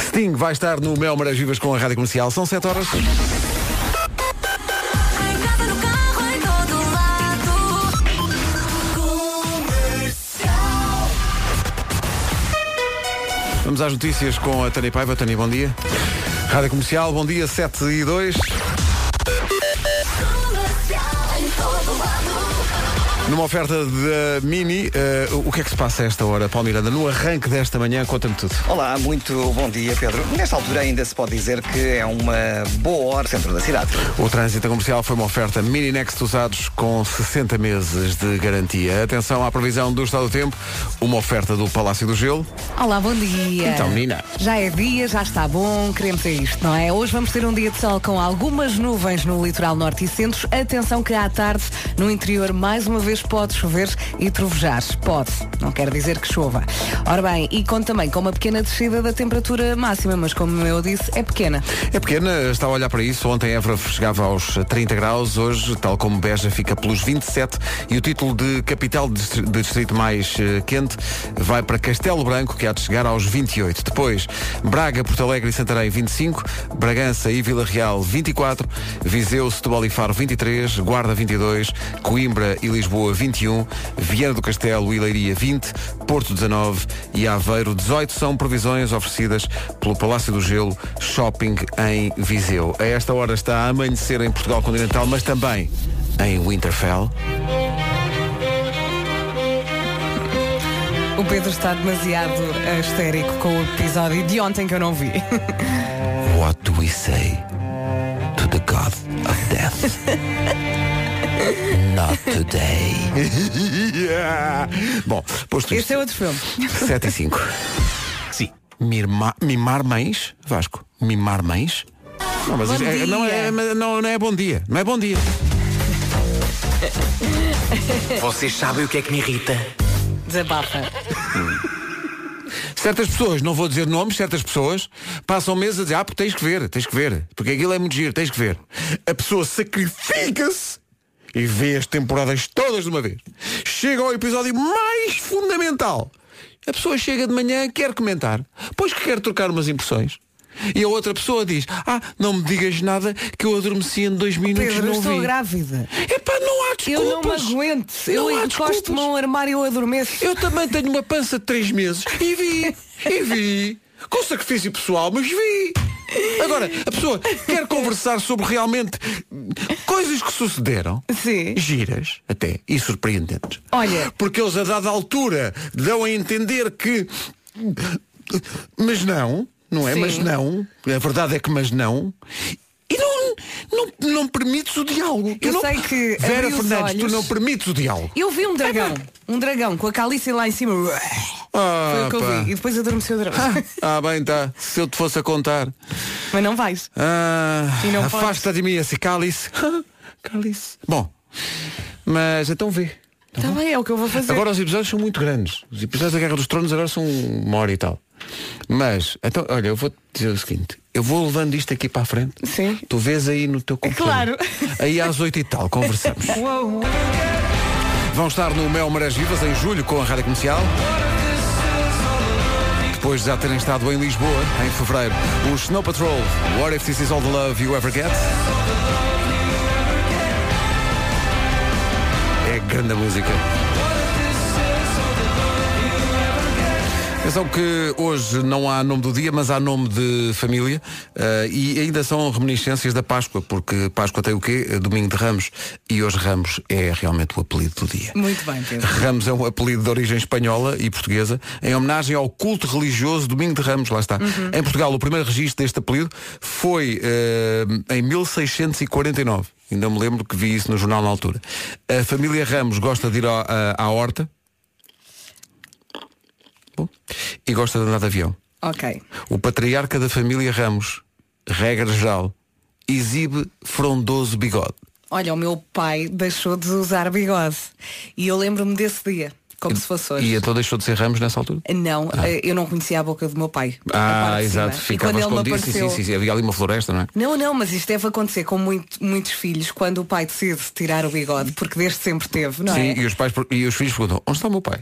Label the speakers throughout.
Speaker 1: Sting vai estar no Mel Maras Vivas com a Rádio Comercial. São 7 horas.
Speaker 2: Em casa, no carro, em todo lado.
Speaker 1: Vamos às notícias com a Tânia Paiva. Tânia, bom dia. Rádio Comercial, bom dia, 7 e 2. Numa oferta da Mini, eh, o que é que se passa a esta hora, Paulo Miranda? No arranque desta manhã, conta-me tudo.
Speaker 3: Olá, muito bom dia, Pedro. Nesta altura ainda se pode dizer que é uma boa hora no centro da cidade.
Speaker 1: O trânsito comercial foi uma oferta Mini Next usados com 60 meses de garantia. Atenção à previsão do estado do tempo, uma oferta do Palácio do Gelo.
Speaker 4: Olá, bom dia.
Speaker 1: Então, menina.
Speaker 4: Já é dia, já está bom, queremos é isto, não é? Hoje vamos ter um dia de sol com algumas nuvens no litoral norte e centro. Atenção que à tarde, no interior, mais uma vez pode chover e trovejar. Pode, não quer dizer que chova. Ora bem, e conto também com uma pequena descida da temperatura máxima, mas como eu disse, é pequena.
Speaker 1: É pequena, está a olhar para isso. Ontem Évora chegava aos 30 graus, hoje, tal como Beja, fica pelos 27 e o título de capital de distri- de distrito mais eh, quente vai para Castelo Branco, que há de chegar aos 28. Depois, Braga, Porto Alegre e Santarém 25, Bragança e Vila Real 24, Viseu, Setúbal e Faro 23, Guarda 22, Coimbra e Lisboa 21, Viana do Castelo e Leiria 20, Porto 19 e Aveiro 18 são previsões oferecidas pelo Palácio do Gelo Shopping em Viseu. A esta hora está a amanhecer em Portugal continental, mas também em Winterfell.
Speaker 4: O Pedro está demasiado eh, histérico com o episódio de ontem que eu não vi.
Speaker 1: What do we say to the God of Death? Not today. Bom, posto
Speaker 4: Esse é
Speaker 1: isto,
Speaker 4: outro filme.
Speaker 1: 7 e 5.
Speaker 5: Sim.
Speaker 1: Mirma- mimar mães, Vasco, mimar mães. Não, mas
Speaker 4: Bom
Speaker 1: isto é, não, é,
Speaker 4: dia.
Speaker 1: mas não, não é bom dia, não é bom dia.
Speaker 5: Vocês sabem o que é que me irrita?
Speaker 4: Desabafa.
Speaker 1: Certas pessoas, não vou dizer nomes, certas pessoas passam meses a dizer, ah, porque tens que ver, tens que ver, porque aquilo é muito giro, tens que ver. A pessoa sacrifica-se e vê as temporadas todas de uma vez. Chega ao episódio mais fundamental. A pessoa chega de manhã, quer comentar, pois que quer trocar umas impressões. E a outra pessoa diz, ah, não me digas nada que eu adormeci em dois minutos e
Speaker 4: Pedro, eu
Speaker 1: não
Speaker 4: estou
Speaker 1: vi.
Speaker 4: grávida.
Speaker 1: Epá, não há
Speaker 4: Eu não me
Speaker 1: desculpas.
Speaker 4: aguento.
Speaker 1: Não há
Speaker 4: eu encosto-me
Speaker 1: desculpas.
Speaker 4: a um armário e eu adormeço.
Speaker 1: Eu também tenho uma pança de 3 meses e vi, e vi, com sacrifício pessoal, mas vi. Agora, a pessoa quer conversar sobre realmente coisas que sucederam,
Speaker 4: Sim.
Speaker 1: giras até, e surpreendentes.
Speaker 4: Olha.
Speaker 1: Porque eles a dada altura dão a entender que. Mas não, não é?
Speaker 4: Sim.
Speaker 1: Mas não. A verdade é que mas não. E não, não, não permites o diálogo. Tu
Speaker 4: Eu
Speaker 1: não-
Speaker 4: sei que abri
Speaker 1: Vera
Speaker 4: os
Speaker 1: Fernandes,
Speaker 4: olhos.
Speaker 1: tu não permites o diálogo.
Speaker 4: Eu vi um dragão. Um dragão com a calice lá em cima. Foi
Speaker 1: Ah,
Speaker 4: o que eu
Speaker 1: pá.
Speaker 4: vi. E depois adormeceu outra vez.
Speaker 1: Ah, ah, bem, tá. Se eu te fosse a contar.
Speaker 4: Mas não vais.
Speaker 1: Ah,
Speaker 4: E não podes.
Speaker 1: afasta de mim esse cálice. cálice. Bom, mas então vê.
Speaker 4: Está bem, é o que eu vou fazer.
Speaker 1: Agora os episódios são muito grandes. Os episódios da Guerra dos Tronos agora são uma hora e tal. Mas, então, olha, eu vou dizer o seguinte. Eu vou levando isto aqui para a frente.
Speaker 4: Sim.
Speaker 1: Tu vês aí no teu
Speaker 4: Claro.
Speaker 1: computador. Aí às oito e tal, conversamos.
Speaker 4: Uou.
Speaker 1: Vão estar no Mel Marés Vivas em julho com a Rádio Comercial. Depois de já terem estado em Lisboa, em fevereiro, o Snow Patrol, What If This Is All The Love You Ever Get. É grande a música. Atenção que hoje não há nome do dia, mas há nome de família eh, e ainda são reminiscências da Páscoa, porque Páscoa tem o quê? Domingo de Ramos e hoje Ramos é realmente o apelido do dia.
Speaker 4: Muito bem, Pedro.
Speaker 1: Ramos é um apelido de origem espanhola e portuguesa, em homenagem ao culto religioso Domingo de Ramos, lá está. Em Portugal, o primeiro registro deste apelido foi eh, em 1649. Ainda me lembro que vi isso no jornal na altura. A família Ramos gosta de ir ao- à- à horta Bom, e gosta de andar de avião.
Speaker 4: Ok.
Speaker 1: O patriarca da família Ramos, regra geral, exibe frondoso bigode.
Speaker 4: Olha, o meu pai deixou de usar bigode. E eu lembro-me desse dia. Como se fosse hoje.
Speaker 1: E então deixou de ser Ramos nessa altura?
Speaker 4: Não, eh, eu não conhecia a boca do meu pai. a parte de
Speaker 1: Ah,
Speaker 4: cima.
Speaker 1: exato.
Speaker 4: né? E
Speaker 1: Ficava
Speaker 4: quando ele me
Speaker 1: escondido. Sim,
Speaker 4: apareceu,
Speaker 1: sim, sim, sim. Havia ali uma floresta, não é?
Speaker 4: Não, não, mas isto deve acontecer com muito- muitos filhos quando o pai decide tirar o bigode, porque desde sempre teve, não
Speaker 1: sim,
Speaker 4: é?
Speaker 1: e os, pais, per- e os filhos perguntam, onde está o meu pai?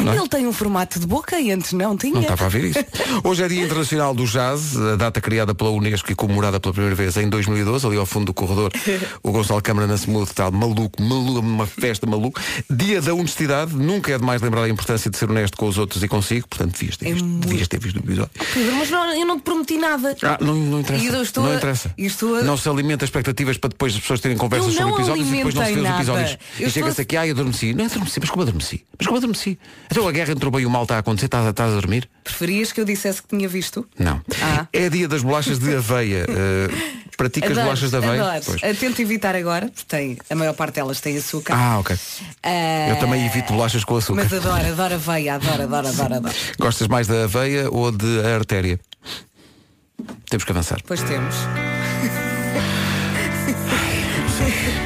Speaker 4: Ele tem um formato de boca e antes não tinha.
Speaker 1: é? Não estava a ver isso. Hoje é Dia Internacional do Jazz, a data criada pela Unesco e comemorada pela primeira vez em 2012, ali ao fundo do corredor. O Gonçalo Câmara na Smooth está maluco, maluco, uma festa maluco. Dia da honestidade, nunca é demais lembrar a importância de ser honesto com os outros e consigo, portanto devias ter
Speaker 4: É
Speaker 1: visto,
Speaker 4: muito.
Speaker 1: devias ter visto o episódio.
Speaker 4: Pedro, mas não- eu não te prometi nada.
Speaker 1: Ah, não, não
Speaker 4: E eu
Speaker 1: interessa.
Speaker 4: estou
Speaker 1: não
Speaker 4: a-
Speaker 1: interessa.
Speaker 4: e estou a-
Speaker 1: Não se alimenta expectativas para depois as pessoas terem conversas
Speaker 4: Eu não
Speaker 1: sobre episódios e depois não se vê os
Speaker 4: alimentei
Speaker 1: episódios.
Speaker 4: nada.
Speaker 1: E
Speaker 4: Eu
Speaker 1: chega-se
Speaker 4: estou-
Speaker 1: aqui, ai, adormeci. Não adormeci, mas como adormeci? Mas como adormeci? Então a guerra entre o bem e o mal está a acontecer, estás, a- estás a dormir?
Speaker 4: Preferias que eu dissesse que tinha visto?
Speaker 1: Não.
Speaker 4: Ah.
Speaker 1: É dia das bolachas de aveia. Eh, praticas
Speaker 4: Adoro,
Speaker 1: bolachas de aveia?
Speaker 4: adoro.
Speaker 1: Pois.
Speaker 4: Eu Tento evitar agora, porque tem, a maior parte delas tem açúcar.
Speaker 1: Ah, ok.
Speaker 4: Eh,
Speaker 1: Eu também evito bolachas com açúcar.
Speaker 4: Mas adoro, adoro aveia, adoro, adoro, adoro, adoro.
Speaker 1: Gostas mais da aveia ou de artéria? Temos que avançar.
Speaker 4: Depois temos.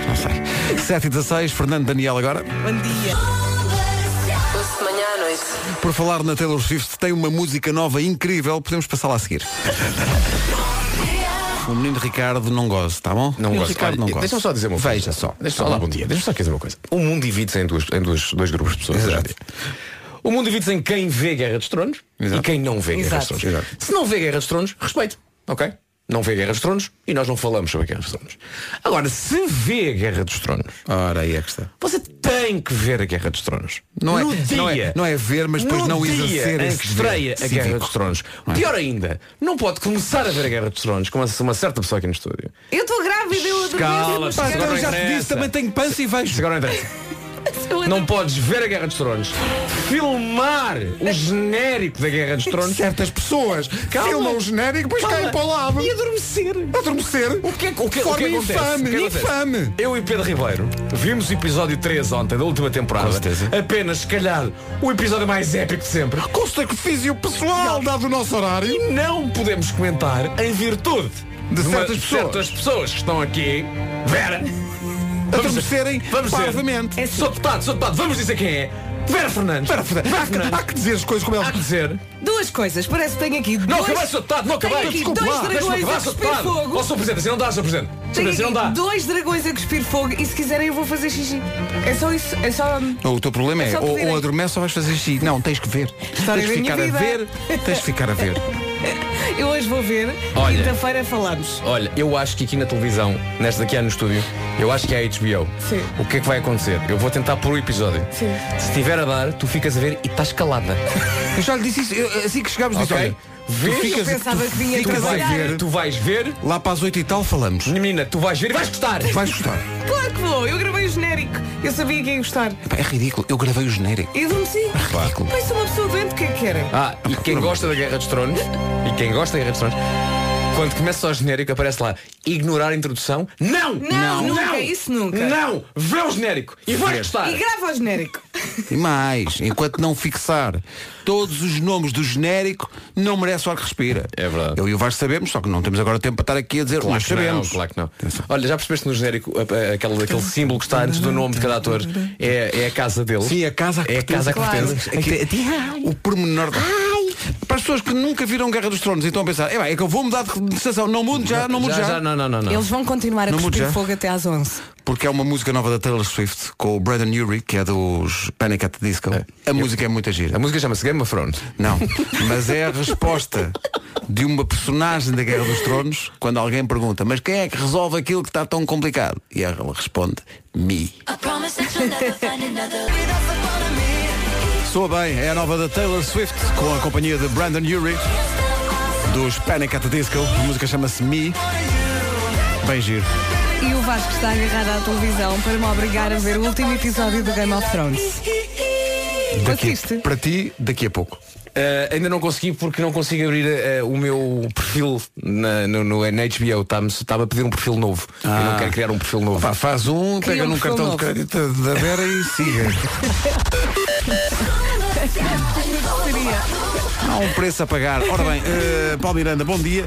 Speaker 1: Não sei. 7 e 16, Fernando Daniel agora.
Speaker 4: Bom dia.
Speaker 6: Ouço de manhã à noite.
Speaker 1: Por falar na Taylor Swift, tem uma música nova incrível, podemos passá-la a seguir. O menino Ricardo não goza, tá bom?
Speaker 7: Não
Speaker 1: O
Speaker 7: gosto.
Speaker 1: Ricardo
Speaker 7: Olha,
Speaker 1: não goza.
Speaker 7: Deixa-me só dizer uma coisa.
Speaker 1: Veja só.
Speaker 7: Deixa-me só. Olá, bom dia. Deixa-me só aqui dizer uma coisa. O mundo divide-se em, duas, em duas, dois grupos de pessoas.
Speaker 1: Exato.
Speaker 7: hoje em dia. O mundo divide-se em quem vê Guerra dos Tronos
Speaker 1: Exato.
Speaker 7: e quem não vê Guerra dos
Speaker 4: Exato.
Speaker 7: Tronos. Se não vê Guerra dos Tronos, respeito. Ok? Não vê Guerra dos Tronos e nós não falamos sobre a Guerra dos Tronos. Agora, se vê a Guerra dos Tronos,
Speaker 1: Ora, aí é que está.
Speaker 7: você tem que ver a Guerra dos Tronos.
Speaker 1: Não é-
Speaker 7: no dia,
Speaker 1: não é- não é ver, mas depois
Speaker 7: no
Speaker 1: não
Speaker 7: dia
Speaker 1: exercer
Speaker 7: em
Speaker 1: esse
Speaker 7: que
Speaker 1: dever
Speaker 7: estreia a Guerra
Speaker 1: cívico.
Speaker 7: dos Tronos.
Speaker 1: Não é?
Speaker 7: Pior ainda, não pode começar a ver a Guerra dos Tronos com uma- uma certa pessoa aqui no estúdio.
Speaker 4: Eu estou grávida, eu adormeço.
Speaker 7: Cala-se, agora
Speaker 1: já te disse,
Speaker 7: interessa.
Speaker 1: também tenho pança e
Speaker 7: Isso
Speaker 1: vejo.
Speaker 7: agora não interessa. Não podes ver a Guerra dos Tronos, filmar o genérico da Guerra dos Tronos
Speaker 1: Certas pessoas
Speaker 7: Calma.
Speaker 1: filmam o genérico, depois
Speaker 7: Calma.
Speaker 1: caem para o lado.
Speaker 7: e adormecer.
Speaker 1: Adormecer.
Speaker 7: O que é que, o que,
Speaker 1: Forma
Speaker 7: o que acontece?
Speaker 1: infame,
Speaker 7: O que acontece?
Speaker 1: infame.
Speaker 7: Eu e Pedro Ribeiro vimos o episódio 3 ontem da última temporada.
Speaker 1: Com certeza.
Speaker 7: Apenas, se calhar, o episódio mais épico de sempre.
Speaker 1: Com sacrifício pessoal, dado o nosso horário.
Speaker 7: E não podemos comentar em virtude
Speaker 1: De
Speaker 7: uma-
Speaker 1: certas pessoas.
Speaker 7: certas pessoas que estão aqui. Vera!
Speaker 1: Adormecerem
Speaker 7: vamos ver.
Speaker 1: parvamente.
Speaker 7: Sou deputado, sou deputado, vamos dizer quem é. Vera Fernandes.
Speaker 1: Espera, Fernando, há que-
Speaker 7: Fernandes.
Speaker 1: Há que dizer as coisas como
Speaker 7: Há
Speaker 1: elas.
Speaker 7: que dizer.
Speaker 4: Duas coisas, parece que tenho aqui dois...
Speaker 7: Não acabei, Sr. Deputado, não acabei.
Speaker 4: Tenho aqui
Speaker 7: Desculpe
Speaker 4: dois
Speaker 7: lá. Deixa-me
Speaker 4: dragões
Speaker 7: acabar,
Speaker 4: a
Speaker 7: Sr.
Speaker 4: cuspir
Speaker 7: Deputado.
Speaker 4: fogo.
Speaker 7: Ó, Sr. Presidente, assim não dá, Sr. Presidente. Sr.
Speaker 4: Tenho
Speaker 7: Presidente, assim não dá.
Speaker 4: aqui dois dragões a cuspir fogo e se quiserem eu vou fazer xixi. É só isso, é só...
Speaker 1: O teu problema
Speaker 4: É
Speaker 1: é,
Speaker 4: só
Speaker 1: ou,
Speaker 4: pedirem.
Speaker 1: ou adormece ou vais fazer xixi. Não, tens que ver.
Speaker 4: História
Speaker 1: tens
Speaker 4: da
Speaker 1: que
Speaker 4: minha
Speaker 1: ficar a ver.
Speaker 4: vida.
Speaker 1: Tens de ficar a ver.
Speaker 4: Eu hoje vou ver,
Speaker 7: Olha.
Speaker 4: quinta-feira falamos.
Speaker 7: Olha, eu acho que aqui na televisão, nesta daqui há no estúdio, eu acho que é a HBO.
Speaker 4: Sim.
Speaker 7: O que é que vai acontecer? Eu vou tentar pôr o episódio.
Speaker 4: Sim.
Speaker 7: Se estiver a dar, tu ficas a ver e estás calada.
Speaker 1: Eu já lhe disse isso. eu- assim que chegámos, disse,
Speaker 7: Ok.
Speaker 1: olha,
Speaker 7: Vês?
Speaker 1: tu ficas,
Speaker 4: Eu pensava
Speaker 1: tu,
Speaker 4: que vinha
Speaker 1: tu vais
Speaker 4: trabalhar.
Speaker 1: ver,
Speaker 7: Tu vais ver,
Speaker 1: lá para as 8 e tal falamos.
Speaker 7: menina, tu vais ver e vais gostar.
Speaker 1: Vais gostar.
Speaker 4: Claro que vou, eu gravei o genérico. Eu sabia que ia gostar.
Speaker 1: Epá, É ridículo. Eu gravei o genérico. É
Speaker 4: E adormeci.
Speaker 1: Ridículo.
Speaker 4: Mas sou uma pessoa doente, o que é que querem?
Speaker 7: Ah, e quem gosta da Guerra dos Tronos, e quem gosta da Guerra dos Tronos, quando começa o genérico aparece lá, ignorar a introdução. Não!
Speaker 4: Não, nunca, isso nunca.
Speaker 7: Não! Vê o genérico e vais gostar!
Speaker 4: E grava o genérico.
Speaker 1: E mais, enquanto não fixar todos os nomes do genérico, não merece o ar que respira.
Speaker 7: É verdade.
Speaker 1: Eu e o Vasco sabemos, só que não temos agora tempo para estar aqui a dizer,
Speaker 7: Claro
Speaker 1: mas
Speaker 7: que não,
Speaker 1: sabemos.
Speaker 7: claro que não. "Ah, Olha, já percebeste no genérico a- a- aquele, aquele símbolo que está antes do nome de cada ator? É, é a casa dele.
Speaker 1: Sim, a casa que
Speaker 7: é a casa que
Speaker 1: pertence.
Speaker 7: pertence.
Speaker 1: Claro. É que- o pormenor da- Para as pessoas que nunca viram Guerra dos Tronos e estão a pensar, é, bem, é que eu vou mudar de estação, não mudo já, não mudo
Speaker 7: Já,
Speaker 1: já.
Speaker 7: já, não, não, não, não.
Speaker 4: Eles vão continuar a
Speaker 1: Não mude
Speaker 4: cuspir
Speaker 1: já.
Speaker 4: fogo até às 11.
Speaker 1: Porque é uma música nova da Taylor Swift com o Brandon Urie, que é dos Panic at the Disco. A música é muito gira.
Speaker 7: A música chama-se Game of Thrones.
Speaker 1: Não, mas é a resposta de uma personagem da Guerra dos Tronos quando alguém pergunta, mas quem é que resolve aquilo que está tão complicado? E ela responde, me. Soa bem, é a nova da Taylor Swift com a companhia de Brandon Urie dos Panic at the Disco. A música chama-se Me. Bem giro.
Speaker 4: E o Vasco está agarrado à televisão para me obrigar a ver o último episódio do Game of Thrones.
Speaker 1: Daqui-
Speaker 4: Assiste.
Speaker 1: para ti, daqui a pouco.
Speaker 7: Eh, ainda não consegui porque não consigo abrir eh, o meu perfil na, no, no, na HBO. Está-me estava a pedir um perfil novo. Eu não quero criar um perfil novo.
Speaker 1: Pá, Ah. faz um,
Speaker 4: Cria
Speaker 1: pega
Speaker 4: um
Speaker 1: num
Speaker 4: perfil
Speaker 1: cartão de
Speaker 4: novo.
Speaker 1: crédito da Vera e siga. Há um preço a pagar. Ora bem, eh, Paulo Miranda, bom dia.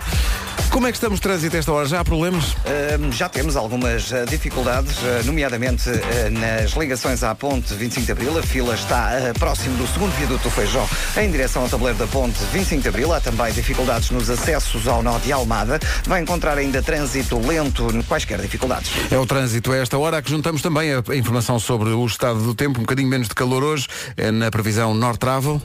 Speaker 1: Como é que estamos de trânsito a esta hora? Já há problemas?
Speaker 3: Ahm, já temos algumas ah, dificuldades, ah, nomeadamente ah, nas ligações à ponte 25 de Abril. A fila está ah, próximo do segundo viaduto do Feijó, em direção ao tabuleiro da ponte 25 de Abril. Há também dificuldades nos acessos ao nó de Almada. Vai encontrar ainda trânsito lento, quaisquer dificuldades.
Speaker 1: É o trânsito a esta hora, a que juntamos também a a informação sobre o estado do tempo, um bocadinho menos de calor hoje, eh, na previsão North Travel.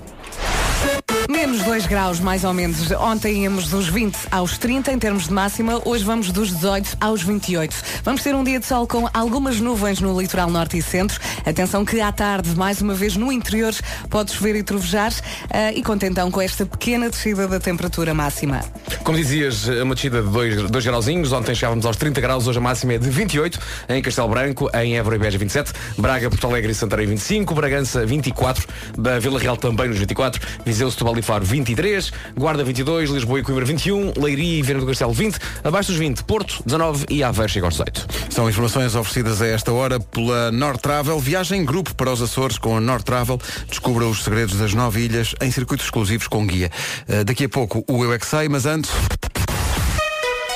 Speaker 4: Menos 2 graus, mais ou menos. Ontem íamos dos 20 aos 30 em termos de máxima, hoje vamos dos 18 aos 28. Vamos ter um dia de sol com algumas nuvens no litoral norte e centro. Atenção que à tarde, mais uma vez no interior, pode chover e trovejar. ah, e conta então com esta pequena descida da temperatura máxima.
Speaker 7: Como dizias, é uma descida de 2 grauzinhos. Ontem chegávamos aos 30 graus, hoje a máxima é de 28 em Castelo Branco, em Évora e Beja 27, Braga, Porto Alegre e Santarém 25, Bragança 24, da Vila Real também nos 24, Viseu, Setúbal e Faro 23, Guarda 22, Lisboa e Coimbra 21, Leiria e Viana do Castelo 20, abaixo dos 20, Porto 19 e Aveiro chega aos 18.
Speaker 1: São informações oferecidas a esta hora pela North Travel. Viagem em grupo para os Açores com a North Travel. Descubra os segredos das nove ilhas em circuitos exclusivos com guia. Eh, daqui a pouco o Eu É Que Sei, mas antes...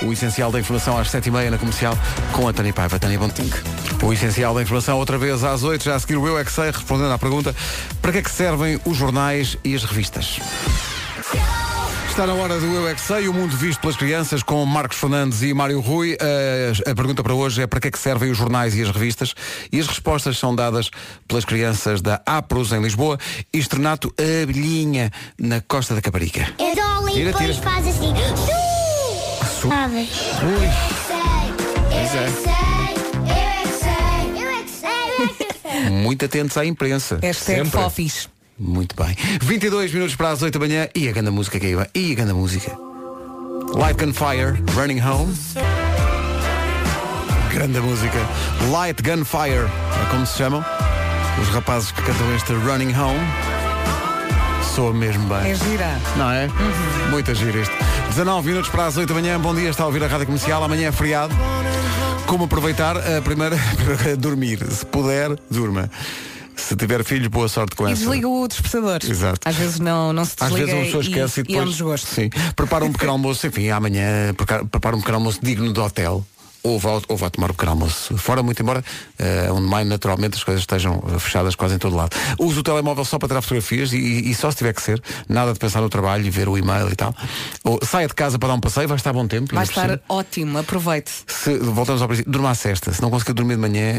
Speaker 1: O essencial da informação às sete e meia na comercial com a Tânia Paiva. Tânia Bontinho. O essencial da informação outra vez às oito já a seguir o Eu É Que Sei, respondendo à pergunta para que é que servem os jornais e as revistas. Está na hora do Eu é Que Sei, o mundo visto pelas crianças, com Marcos Fernandes e Mário Rui. A, a pergunta para hoje é para que é que servem os jornais e as revistas? E as respostas são dadas pelas crianças da APROS em Lisboa e Estrenato Abelhinha, na Costa da Caparica.
Speaker 8: É.
Speaker 2: É
Speaker 9: Eu dou ali
Speaker 1: Tira,
Speaker 9: e depois
Speaker 1: tira.
Speaker 9: faz assim. Su! Sabes?
Speaker 1: Ui.
Speaker 9: Eu é que sei, eu é que sei, eu é que sei, eu é que sei.
Speaker 1: Muito atentos à imprensa.
Speaker 4: Hashtag
Speaker 7: Sempre.
Speaker 4: Fofis.
Speaker 1: Muito bem. 22 minutos para as 8 da manhã e a grande música que aí vai. E a grande música. Light Gun Fire, Running Home. Grande música. Light Gun Fire, é como se chamam. Os rapazes que cantam este Running Home. Soa mesmo bem.
Speaker 4: É gira. Uhum.
Speaker 1: Não é? Muita gira isto. 19 minutos para as 8 da manhã. Bom dia, está a ouvir a Rádio Comercial. Amanhã é feriado. Como aproveitar? A primeira, é dormir. Se puder, durma. Se tiver filhos, boa sorte com
Speaker 4: E
Speaker 1: essa.
Speaker 4: desliga o despertador.
Speaker 1: Exato.
Speaker 4: Às vezes não, não se
Speaker 1: Às
Speaker 4: desliga
Speaker 1: vezes uma pessoa
Speaker 4: e-
Speaker 1: esquece e,
Speaker 4: E é um
Speaker 1: depois.
Speaker 4: desgosto.
Speaker 1: sim. Prepara um pequeno almoço, enfim, amanhã preca- prepara um pequeno almoço digno de hotel. Ou vá, ou vá tomar o pequeno almoço. Fora, muito embora, eh, onde mais naturalmente as coisas estejam eh, fechadas quase em todo lado. Usa o telemóvel só para tirar fotografias e, e só se tiver que ser. Nada de pensar no trabalho e ver o e-mail e tal. Ou saia de casa para dar um passeio, vai estar bom tempo.
Speaker 4: Vai
Speaker 1: ainda por cima.
Speaker 4: estar ótimo, aproveite.
Speaker 1: Se, voltamos ao princípio, durma à sexta. Se não conseguir dormir de manhã,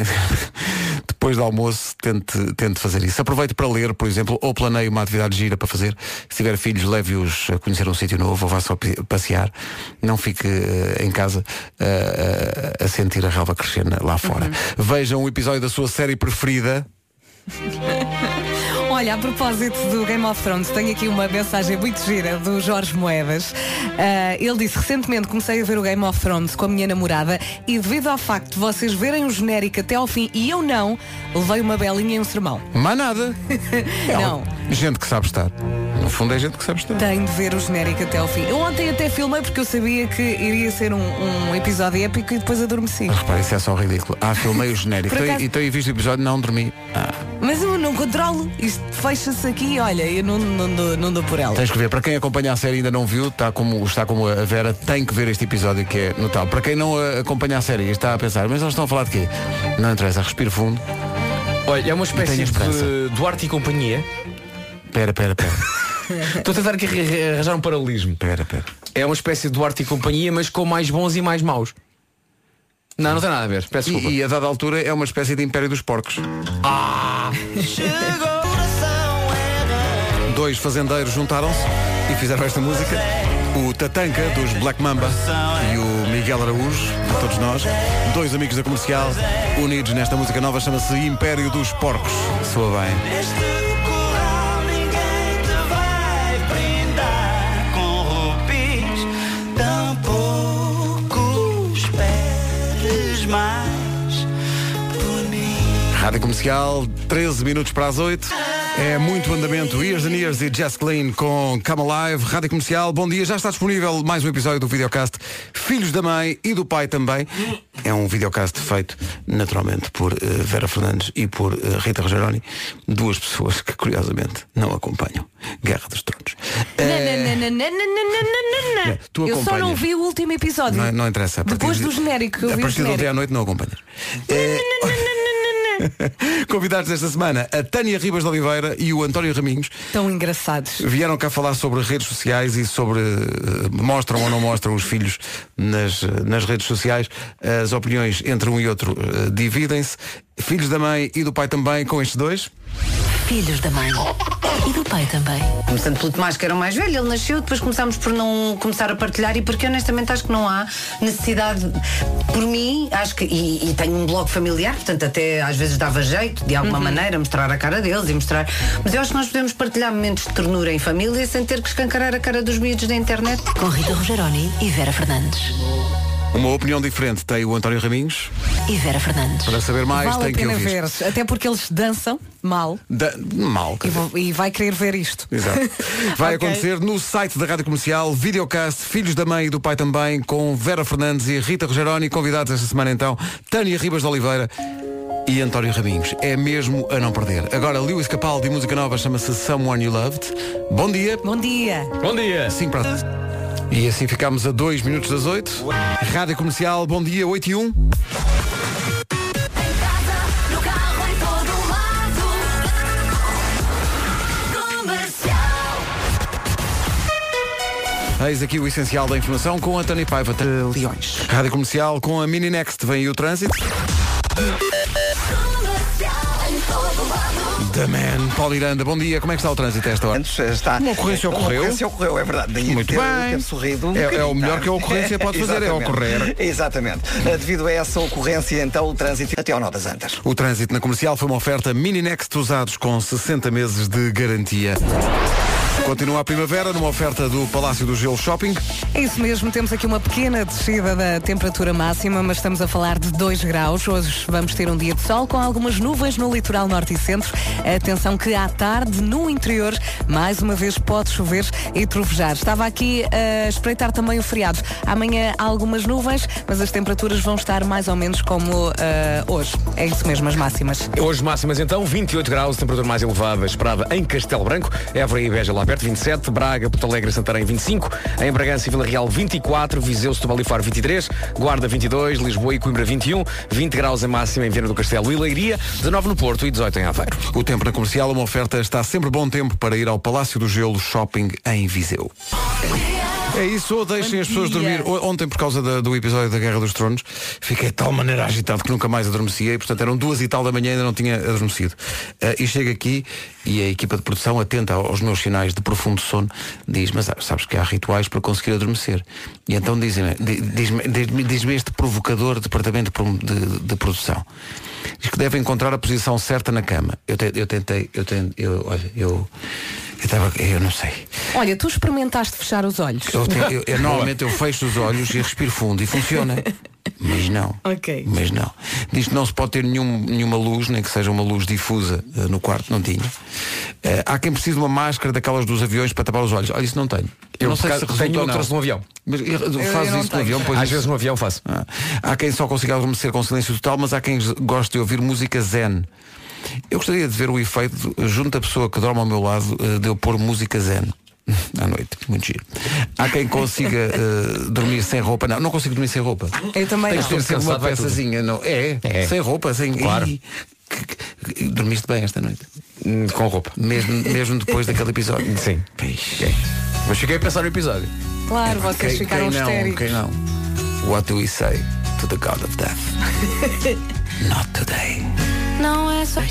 Speaker 1: depois do almoço, tente, tente fazer isso. Aproveite para ler, por exemplo, ou planeie uma atividade gira para fazer. Se tiver filhos, leve-os a conhecer um sítio novo ou vá só pi- passear. Não fique eh, em casa eh, a sentir a relva crescer na- lá fora.
Speaker 4: Uhum.
Speaker 1: Vejam o episódio da sua série preferida.
Speaker 4: Olha, a propósito do Game of Thrones, tenho aqui uma mensagem muito gira do Jorge Moedas. Ah, ele disse, recentemente comecei a ver o Game of Thrones com a minha namorada e devido ao facto de vocês verem o genérico até ao fim e eu não, levei uma belinha e um sermão.
Speaker 1: Mas nada. É um-
Speaker 4: Não.
Speaker 1: Gente que sabe estar. No fundo é gente que sabe estar.
Speaker 4: Tenho de ver o genérico até ao fim. Eu ontem até filmei porque eu sabia que iria ser um, um episódio épico e depois adormeci.
Speaker 1: Mas repara, isso é só ridículo. Ah, filmei o genérico.
Speaker 4: Por
Speaker 1: Então,
Speaker 4: acaso-
Speaker 1: e- então, e viste o episódio? Não dormi. Ah.
Speaker 4: Mas eu não controlo. Isto fecha-se aqui olha, eu não, não, dou- não dou por ela.
Speaker 1: Tens que ver. Para quem acompanha a série e ainda não viu, está como, está como a Vera, tem que ver este episódio que é notável. Para quem não eh, acompanha a série e está a pensar, mas eles estão a falar de quê? Não interessa, respira fundo.
Speaker 7: Olha, é uma espécie
Speaker 1: tenho esperança.
Speaker 7: de Duarte e Companhia.
Speaker 1: Pera, pera, pera.
Speaker 7: Estou a tentar aqui arra- arranjar um paralelismo.
Speaker 1: Pera, pera.
Speaker 7: É uma espécie de Duarte e Companhia, mas com mais bons e mais maus. Não, não tem nada a ver. Peço desculpa.
Speaker 1: E, e a dada altura é uma espécie de Império dos Porcos. Dois fazendeiros juntaram-se e fizeram esta música. O Tatanka, dos Black Mamba, e o Miguel Araújo, para todos nós. Dois amigos da comercial, unidos nesta música nova, chama-se Império dos Porcos. Soa bem. Rádio Comercial, 13 minutos para as 8. É muito andamento. Years and Years e Jess Glynn com Come Alive. Rádio Comercial, bom dia. Já está disponível mais um episódio do videocast Filhos da Mãe e do Pai também. É um videocast feito naturalmente por eh, Vera Fernandes e por eh, Rita Rogeroni, duas pessoas que curiosamente não acompanham Guerra dos Tronos. Eh,
Speaker 4: Nanananananananana.
Speaker 1: Tu
Speaker 4: Eu só
Speaker 1: acompanhas.
Speaker 4: não vi o último episódio.
Speaker 1: É, não, é? não interessa. a partir
Speaker 4: Depois
Speaker 1: de-
Speaker 4: do genérico que eu
Speaker 1: A
Speaker 4: vi o
Speaker 1: partir do dia à
Speaker 4: genérico.
Speaker 1: noite não acompanhas. Eh,
Speaker 4: Nanananananana.
Speaker 1: Convidados desta semana, a Tânia Ribas de Oliveira e o António Raminhos
Speaker 4: Tão engraçados.
Speaker 1: vieram cá falar sobre redes sociais e sobre eh, mostram ou não mostram os filhos nas, eh, nas redes sociais. As opiniões entre um e outro eh, dividem-se. Filhos da mãe e do pai também com estes dois.
Speaker 6: Filhos da mãe e do pai também.
Speaker 8: Começando pelo Tomás, que era o mais velho, ele nasceu, depois começámos por não começar a partilhar e porque honestamente acho que não há necessidade. Por mim, acho que. E, e tenho um blog familiar, portanto até às vezes dava jeito, de
Speaker 6: Uhum.
Speaker 8: alguma maneira, mostrar a cara deles e mostrar. Mas eu acho que nós podemos partilhar momentos de ternura em família sem ter que escancarar a cara dos miúdos da internet.
Speaker 6: Com Rita Rogeroni e Vera Fernandes.
Speaker 1: Uma opinião diferente tem o António Raminhos.
Speaker 6: E Vera Fernandes.
Speaker 1: Para saber mais
Speaker 4: vale a
Speaker 1: tem que
Speaker 4: pena
Speaker 1: ouvir.
Speaker 4: ver. Até porque eles dançam mal.
Speaker 1: Da- Mal. quer
Speaker 4: E,
Speaker 1: dizer.
Speaker 4: vou- e vai querer ver isto.
Speaker 1: Exato. Vai
Speaker 4: Ok.
Speaker 1: acontecer no site da Rádio Comercial, videocast, Filhos da Mãe e do Pai também, com Vera Fernandes e Rita Rogeroni, convidados esta semana então, Tânia Ribas de Oliveira e António Raminhos. É mesmo a não perder. Agora, Lewis Capaldi, música nova, chama-se Someone You Loved. Bom dia.
Speaker 4: Bom dia.
Speaker 7: Bom dia!
Speaker 1: 5 para as- E assim ficamos a 2 minutos das 8. Rádio Comercial, bom dia, 8 e 1.
Speaker 2: Em casa, no carro, em todo lado. Comercial.
Speaker 1: Eis aqui o essencial da informação com António Paiva. Leões. Rádio Comercial com a Mini Next. Vem aí o trânsito.
Speaker 2: Comercial. Em todo lado.
Speaker 1: The Man. Paulo Miranda, bom dia. Como é que está o trânsito a esta hora?
Speaker 3: Antes eh, está.
Speaker 1: Uma ocorrência
Speaker 3: Ah,
Speaker 1: ocorreu.
Speaker 3: Uma ocorrência ocorreu, é verdade. Daí
Speaker 1: Muito
Speaker 3: ter,
Speaker 1: bem.
Speaker 3: ter sorrido um
Speaker 1: É- é
Speaker 3: bocadinho,
Speaker 1: o melhor
Speaker 3: tá?
Speaker 1: que a ocorrência pode fazer, é
Speaker 3: Exatamente.
Speaker 1: ocorrer.
Speaker 3: Exatamente. Eh, Devido a essa ocorrência, então, o trânsito até ao nó das Antas.
Speaker 1: O trânsito na comercial foi uma oferta Mini Next usados com 60 meses de garantia. Continua a primavera numa oferta do Palácio do Gelo Shopping.
Speaker 4: É isso mesmo, temos aqui uma pequena descida da temperatura máxima, mas estamos a falar de 2 graus. Hoje vamos ter um dia de sol com algumas nuvens no litoral norte e centro. Atenção que à tarde, no interior, mais uma vez pode chover e trovejar. Estava aqui a espreitar também o feriado. Amanhã há algumas nuvens, mas as temperaturas vão estar mais ou menos como eh, hoje. É isso mesmo, as máximas.
Speaker 7: Hoje máximas então, 28 graus, temperatura mais elevada esperada em Castelo Branco, Évora e Beja lá perto, 27, Braga, Porto Alegre e Santarém 25, em Bragança e Vila Real 24, Viseu, Setúbal e Faro 23, Guarda 22, Lisboa e Coimbra 21, 20 graus a máxima em Viana do Castelo e Leiria, 19 no Porto e 18 em Aveiro.
Speaker 1: O tempo na comercial, uma oferta, está sempre bom tempo para ir ao Palácio do Gelo Shopping em Viseu. É isso, ou deixem
Speaker 4: Bom
Speaker 1: as pessoas
Speaker 4: dia.
Speaker 1: dormir. O- Ontem, por causa da- do episódio da Guerra dos Tronos, fiquei de tal maneira agitado que nunca mais adormecia e, portanto, eram duas e tal da manhã e ainda não tinha adormecido. Ah, e chego aqui e a equipa de produção, atenta aos meus sinais de profundo sono, diz, mas ah, sabes que há rituais para conseguir adormecer. E então dizem-me, di- diz-me diz-me- diz-me este provocador departamento de pro- de, de produção. Diz que deve encontrar a posição certa na cama. Eu, te- eu tentei, eu tentei, eu, olha, eu, eu, tava, eu não sei.
Speaker 4: Olha, tu experimentaste fechar os olhos.
Speaker 1: Eu, tenho- eu- eu- normalmente eu fecho os olhos e respiro fundo e funciona. Mas não.
Speaker 4: Ok.
Speaker 1: Mas não. Diz que não se pode ter nenhum- nenhuma luz, nem que seja uma luz difusa eh, no quarto, não tinha. Eh, há quem precise de uma máscara daquelas dos aviões para tapar os olhos. Olha, isso não tenho. Eu,
Speaker 7: Eu,
Speaker 1: não sei
Speaker 7: por
Speaker 1: se
Speaker 7: acaso,
Speaker 1: resulta
Speaker 7: tenho
Speaker 1: ou
Speaker 7: um que
Speaker 1: não.
Speaker 7: trouxe no avião.
Speaker 1: Mas eh, fazes
Speaker 4: não
Speaker 1: isso no
Speaker 4: tenho.
Speaker 1: avião, pois
Speaker 7: Às
Speaker 1: isso-
Speaker 7: vezes no avião faço.
Speaker 1: ah. Há quem só consiga adormecer com silêncio total, mas há quem goste de ouvir música zen. Eu gostaria de ver o efeito, junto à pessoa que dorme ao meu lado, eh, de eu pôr música zen. À noite, muito giro. Há quem consiga eh, dormir sem roupa. Não, não consigo dormir sem roupa.
Speaker 4: Eu também
Speaker 1: Tem
Speaker 4: não.
Speaker 1: que ter sempre uma
Speaker 7: Cansado vai tudo.
Speaker 1: peçazinha, não? É,
Speaker 7: É.
Speaker 1: sem roupa, sem.
Speaker 7: Claro.
Speaker 1: Ih, que- que- que- dormiste bem esta noite.
Speaker 7: Hum, Com roupa.
Speaker 1: Mesmo, mesmo depois daquele episódio.
Speaker 7: Sim.
Speaker 1: Ixi.
Speaker 7: Mas fiquei a pensar no episódio.
Speaker 4: Claro, vocês
Speaker 1: Quem-
Speaker 4: ficaram
Speaker 1: quem não,
Speaker 4: histéricos.
Speaker 1: quem não? What do we say to the God of Death? Not today.
Speaker 6: Não é só.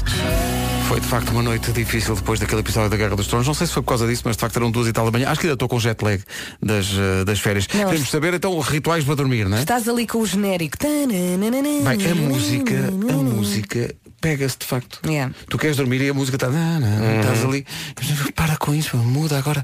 Speaker 1: Foi de facto uma noite difícil depois daquele episódio da Guerra dos Tronos. Não sei se foi por causa disso, mas de facto eram duas e tal da manhã. Acho que ainda estou com jet lag das, eh, das férias.
Speaker 4: Não,
Speaker 1: Queremos saber então rituais para dormir, não é?
Speaker 4: Estás ali com o genérico. Hum.
Speaker 1: Bem, a música, a música pega-se de facto.
Speaker 4: Yeah.
Speaker 1: Tu queres dormir e a música tá, está.
Speaker 7: Uhum.
Speaker 1: Estás ali. Para com isso, muda agora.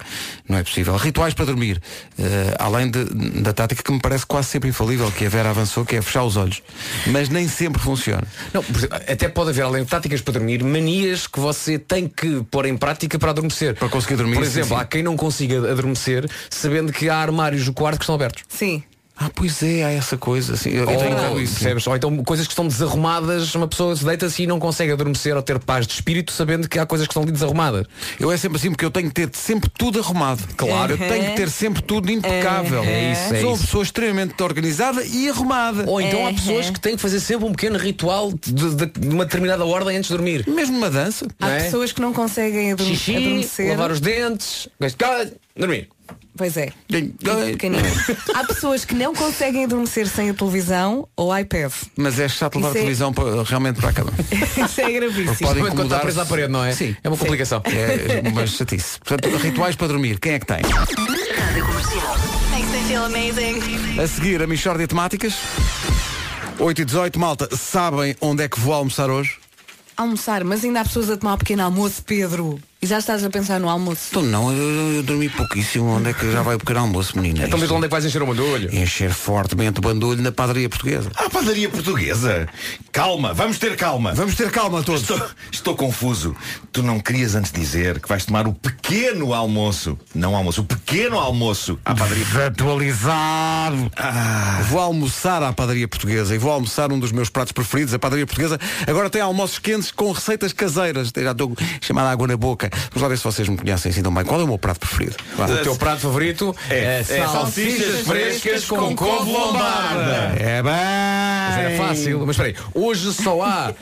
Speaker 1: Não é possível. Rituais para dormir. Eh, além de- da tática que me parece quase sempre infalível, que a Vera avançou, que é fechar os olhos. Mas nem sempre funciona.
Speaker 7: Não, por exemplo, até pode haver, além de táticas para dormir, manias que você tem que pôr em prática para adormecer.
Speaker 1: Para conseguir dormir,
Speaker 7: Por
Speaker 1: sim,
Speaker 7: exemplo,
Speaker 1: sim.
Speaker 7: há quem não consiga adormecer sabendo que há armários do quarto que estão abertos.
Speaker 4: Sim.
Speaker 1: Ah, pois é, há essa coisa. Assim, eu tenho
Speaker 7: Ou,
Speaker 1: claro isso.
Speaker 7: percebes? Ou então coisas que estão desarrumadas, uma pessoa se deita-se e não consegue adormecer ou ter paz de espírito sabendo que há coisas que estão ali desarrumadas.
Speaker 1: Eu é sempre assim porque eu tenho que ter sempre tudo arrumado. Claro. Eu tenho que ter sempre tudo impecável.
Speaker 7: Uhum. É isso, é
Speaker 1: Sou uma
Speaker 7: isso.
Speaker 1: pessoa extremamente organizada e arrumada.
Speaker 7: Ou então
Speaker 4: É.
Speaker 7: há pessoas que têm que fazer sempre um pequeno ritual de, de- de uma determinada ordem antes de dormir.
Speaker 1: Mesmo uma dança.
Speaker 4: Há
Speaker 7: não é?
Speaker 4: pessoas que não conseguem adorme-
Speaker 7: Xixi,
Speaker 4: adormecer.
Speaker 7: lavar os dentes, gastar- dormir.
Speaker 4: Pois é. Pequenino. Há pessoas que não conseguem adormecer sem a televisão ou iPad.
Speaker 1: Mas é chato levar a
Speaker 4: Isso é-
Speaker 1: televisão para- realmente para a cama.
Speaker 4: Isso é gravíssimo.
Speaker 1: Podem
Speaker 7: Principalmente quando está
Speaker 1: incomodar-se.
Speaker 7: preso à parede, não é?
Speaker 1: Sim.
Speaker 7: É uma complicação.
Speaker 1: É uma chatice. Portanto, rituais para dormir. Quem é que tem?
Speaker 2: Makes me feel amazing.
Speaker 1: A seguir, a Michórdia de Temáticas. 8 e 18, malta, sabem onde é que vou almoçar hoje?
Speaker 4: Almoçar, mas ainda há pessoas a tomar um pequeno almoço, Pedro. E já estás a pensar no almoço.
Speaker 1: Então não, eu, eu dormi pouquíssimo. Onde é que já vai o pequeno almoço, menina?
Speaker 7: Então diz
Speaker 1: Isto-
Speaker 7: lá onde é que vais encher o mandolho.
Speaker 1: Encher fortemente o bandulho na padaria portuguesa.
Speaker 7: Ah,
Speaker 10: À padaria portuguesa. Calma, vamos ter calma.
Speaker 1: Vamos ter calma todos.
Speaker 10: Estou, estou confuso. Tu não querias antes dizer que vais tomar o pequeno almoço. Não almoço, o pequeno almoço Ah, à padaria.
Speaker 1: Atualizado.
Speaker 7: Ah.
Speaker 1: Vou almoçar à padaria portuguesa e vou almoçar um dos meus pratos preferidos. A padaria portuguesa agora tem almoços quentes com receitas caseiras. Já estou chamada água na boca. Vamos lá ver se vocês me conhecem assim tão bem. Qual é o meu prato preferido? Vá.
Speaker 7: O teu prato favorito
Speaker 10: É, é salsichas frescas com couve lombarda.
Speaker 1: É
Speaker 7: Mas
Speaker 1: bem.
Speaker 7: era fácil. Mas espera aí, hoje só há.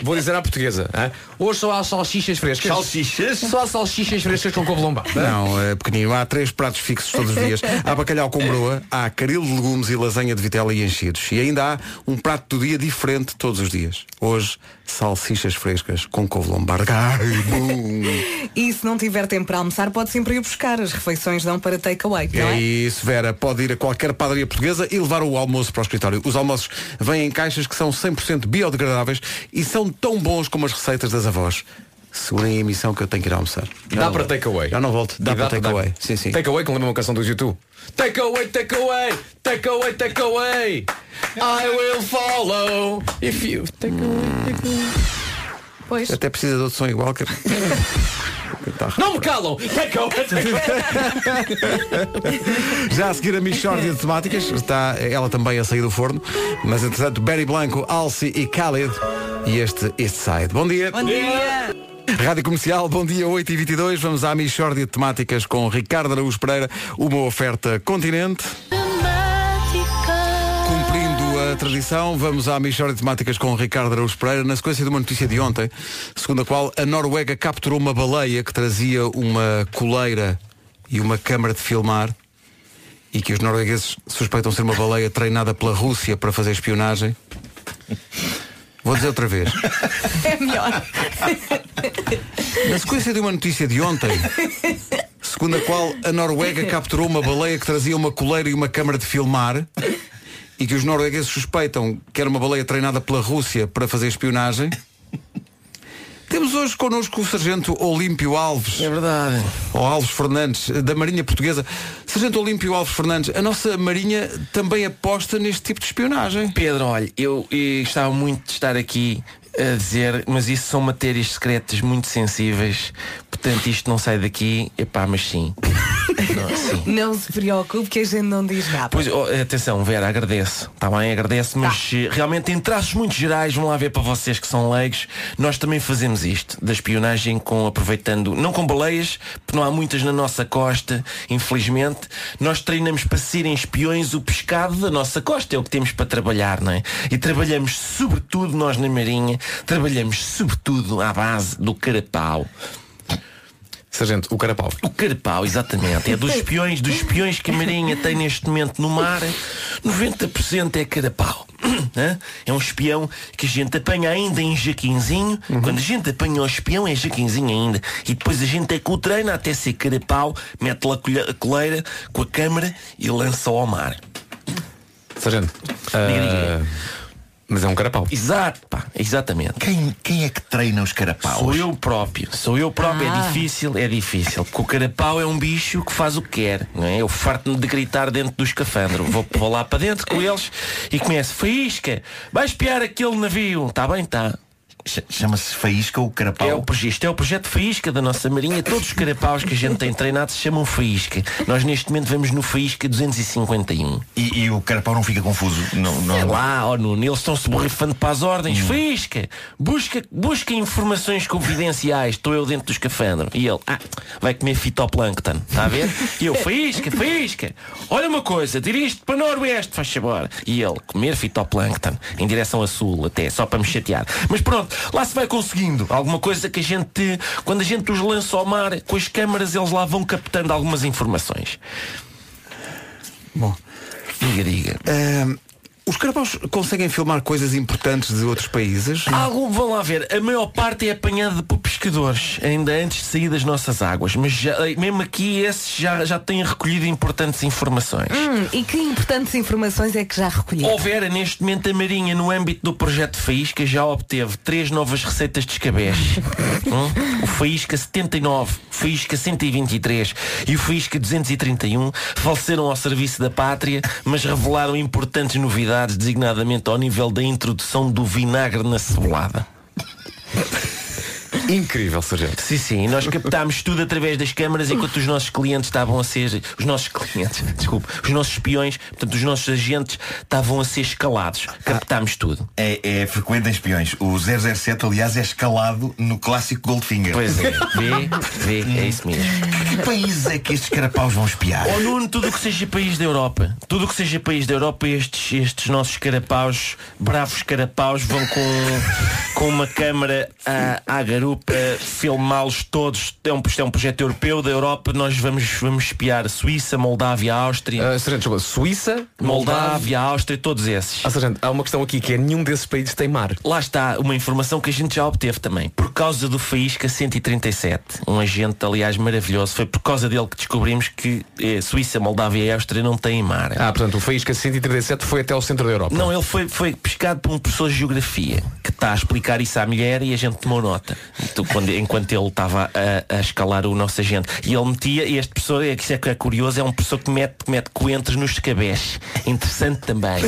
Speaker 7: Vou dizer à portuguesa, hã? hoje só há salsichas frescas.
Speaker 10: Salsichas?
Speaker 7: Só há salsichas frescas com couve lombada.
Speaker 1: Não, é pequenino. Há três pratos fixos todos os dias. Há bacalhau com broa, há caril de legumes e lasanha de vitela e enchidos. E ainda há um prato do dia diferente todos os dias. Hoje, salsichas frescas com couve lombarda. Ai, bum.
Speaker 4: E se não tiver tempo para almoçar, pode sempre ir buscar. As refeições dão para takeaway, não
Speaker 1: É
Speaker 4: é?
Speaker 1: isso, Vera. Pode ir a qualquer padaria portuguesa e levar o almoço para o escritório. Os almoços vêm em caixas que são 100% biodegradáveis e são tão bons como as receitas das avós. Segurem a emissão que eu tenho que ir almoçar. Já
Speaker 7: Dá
Speaker 1: não
Speaker 7: para
Speaker 1: volto.
Speaker 7: takeaway.
Speaker 1: Já não volto. Dá
Speaker 7: E
Speaker 1: para takeaway.
Speaker 7: dá-
Speaker 1: Sim, sim.
Speaker 7: Takeaway com lembra uma canção do YouTube. Takeaway, takeaway, takeaway, takeaway. I will follow if you take away, take away.
Speaker 4: Pois.
Speaker 1: Até precisa de outro som igual que. Tá.
Speaker 7: Não me calam! Takeaway, takeaway.
Speaker 1: Já a seguir a Michórdia de Temáticas Está ela também a sair do forno Mas entretanto Barry Blanco, Alci e Khaled E este East Side Bom dia
Speaker 4: Bom dia.
Speaker 1: Rádio Comercial, bom dia 8 e 22 Vamos à Michórdia de Temáticas com Ricardo Araújo Pereira Uma oferta Continente Cumprindo a tradição, vamos à Michórdia de Temáticas com Ricardo Araújo Pereira, na sequência de uma notícia de ontem, segundo a qual a Noruega capturou uma baleia que trazia uma coleira e uma câmara de filmar e que os noruegueses suspeitam ser uma baleia treinada pela Rússia para fazer espionagem. Vou dizer outra vez.
Speaker 4: É melhor.
Speaker 1: Na sequência de uma notícia de ontem, segundo a qual a Noruega capturou uma baleia que trazia uma coleira e uma câmara de filmar e que os noruegueses suspeitam que era uma baleia treinada pela Rússia para fazer espionagem, temos hoje connosco o Sargento Olímpio Alves.
Speaker 7: É verdade.
Speaker 1: ou Alves Fernandes, da Marinha Portuguesa. Sargento Olímpio Alves Fernandes, a nossa Marinha também aposta neste tipo de espionagem.
Speaker 5: Pedro, olha, eu, eh, gostava muito de estar aqui a dizer, mas isso são matérias secretas muito sensíveis, portanto isto não sai daqui, epá, mas sim. Não, sim.
Speaker 4: Não se preocupe que a gente não diz nada.
Speaker 5: Pois, oh, atenção, Vera, agradeço. Está bem, agradeço, mas eh, realmente em traços muito gerais, vão lá ver para vocês que são leigos, nós também fazemos isto, da espionagem com aproveitando, não com baleias, porque não há muitas na nossa costa, infelizmente. Nós treinamos para serem espiões o pescado da nossa costa, é o que temos para trabalhar, não é? E trabalhamos sobretudo nós na Marinha, trabalhamos sobretudo à base do carapau.
Speaker 7: Sargento, o carapau.
Speaker 5: O carpau, exatamente. É dos espiões, dos espiões que a Marinha tem neste momento no mar, 90% é carapau. Hã? É um espião que a gente apanha ainda em Jaquinzinho.
Speaker 7: Uhum.
Speaker 5: Quando a gente apanha o espião é Jaquinzinho ainda. E depois a gente é que o treina até ser carapau, mete lá a colhe- a coleira com a câmara e lança-o ao mar.
Speaker 7: Sargento. ah, mas é um carapau.
Speaker 5: Exato, pá, exatamente.
Speaker 10: Quem, quem é que treina os carapaus?
Speaker 5: Sou eu próprio, sou eu próprio,
Speaker 10: Ah.
Speaker 5: é difícil, é difícil, porque o carapau é um bicho que faz o que quer, não é? Eu farto-me de gritar dentro do escafandro, vou, vou lá para dentro com eles e começo, faísca, vai espiar aquele navio, está Tá bem, está.
Speaker 10: Ch- Chama-se Faísca ou Carapau.
Speaker 5: É o, proje- isto é o projeto Faísca da nossa Marinha. Todos os carapaus que a gente tem treinado se chamam Faísca. Nós neste momento vamos no Faísca 251.
Speaker 10: E, e o Carapau não fica confuso. Não, não... é?
Speaker 5: Sei lá, ó Nuno, eles estão-se borrifando para as ordens. Faísca, busca, busca informações confidenciais. Estou eu dentro do escafandro. E ele, ah, vai comer fitoplâncton. Está a ver? E eu, Faísca, Faísca, olha uma coisa, dirige-te para Noroeste, faz favor. E ele, comer fitoplâncton, em direção a Sul até, só para me chatear. Mas pronto, lá se vai conseguindo. Alguma coisa que a gente, quando a gente os lança ao mar, com as câmaras eles lá vão captando algumas informações.
Speaker 1: Bom.
Speaker 5: Diga, diga.
Speaker 1: Ahm, os carapaus conseguem filmar coisas importantes de outros países?
Speaker 5: Algum, vão lá ver, a maior parte é apanhada por pescadores, ainda antes de sair das nossas águas, mas já- eh, mesmo aqui esses já, já têm recolhido importantes informações.
Speaker 4: Hum, e que importantes informações é que já recolheu?
Speaker 5: Houvera neste momento a Marinha, no âmbito do projeto Faísca, já obteve três novas receitas de escabeche. Hum? O Faísca 79, o Faísca 123 e o Faísca 231 faleceram ao serviço da pátria, mas revelaram importantes novidades, designadamente ao nível da introdução do vinagre na cebolada.
Speaker 7: Incrível, sargento.
Speaker 5: Sim, sim, nós captámos tudo através das câmaras enquanto os nossos clientes estavam a ser. Os nossos clientes, desculpe, os nossos espiões, portanto, os nossos agentes estavam a ser escalados.
Speaker 7: Ah.
Speaker 5: Captámos tudo.
Speaker 10: É, é frequente em espiões. O 007, aliás, é escalado no clássico Goldfinger.
Speaker 5: Pois é, vê, vê, é isso mesmo.
Speaker 10: Que país é que estes carapaus vão espiar?
Speaker 5: Ó Nuno, tudo o que seja país da Europa, tudo o que seja país da Europa, estes, estes nossos carapaus, bravos carapaus, vão com, com uma câmara à, à garupa filmá-los todos. É um, isto é um projeto europeu da Europa, nós vamos, vamos espiar Suíça, Moldávia, Áustria.
Speaker 7: Ah, sargento, desculpa, Suíça, Moldávia.
Speaker 5: Moldávia, Áustria, todos esses.
Speaker 7: Ah, sargento, há uma questão aqui que é nenhum desses países tem mar.
Speaker 5: Lá está uma informação que a gente já obteve também. Por causa do Faísca 137, um agente, aliás, maravilhoso, foi por causa dele que descobrimos que eh, Suíça, Moldávia e Áustria não têm mar.
Speaker 7: Ah, portanto, o Faísca 137 foi até ao centro da Europa.
Speaker 5: Não, ele foi, foi pescado por um professor de geografia que está a explicar isso à mulher e a gente tomou nota. Então, quando- enquanto ele estava a, a escalar o nosso agente. E ele metia, e este professor, é que isso é que é curioso, é um professor que mete, que mete coentros nos escabeches. Interessante também.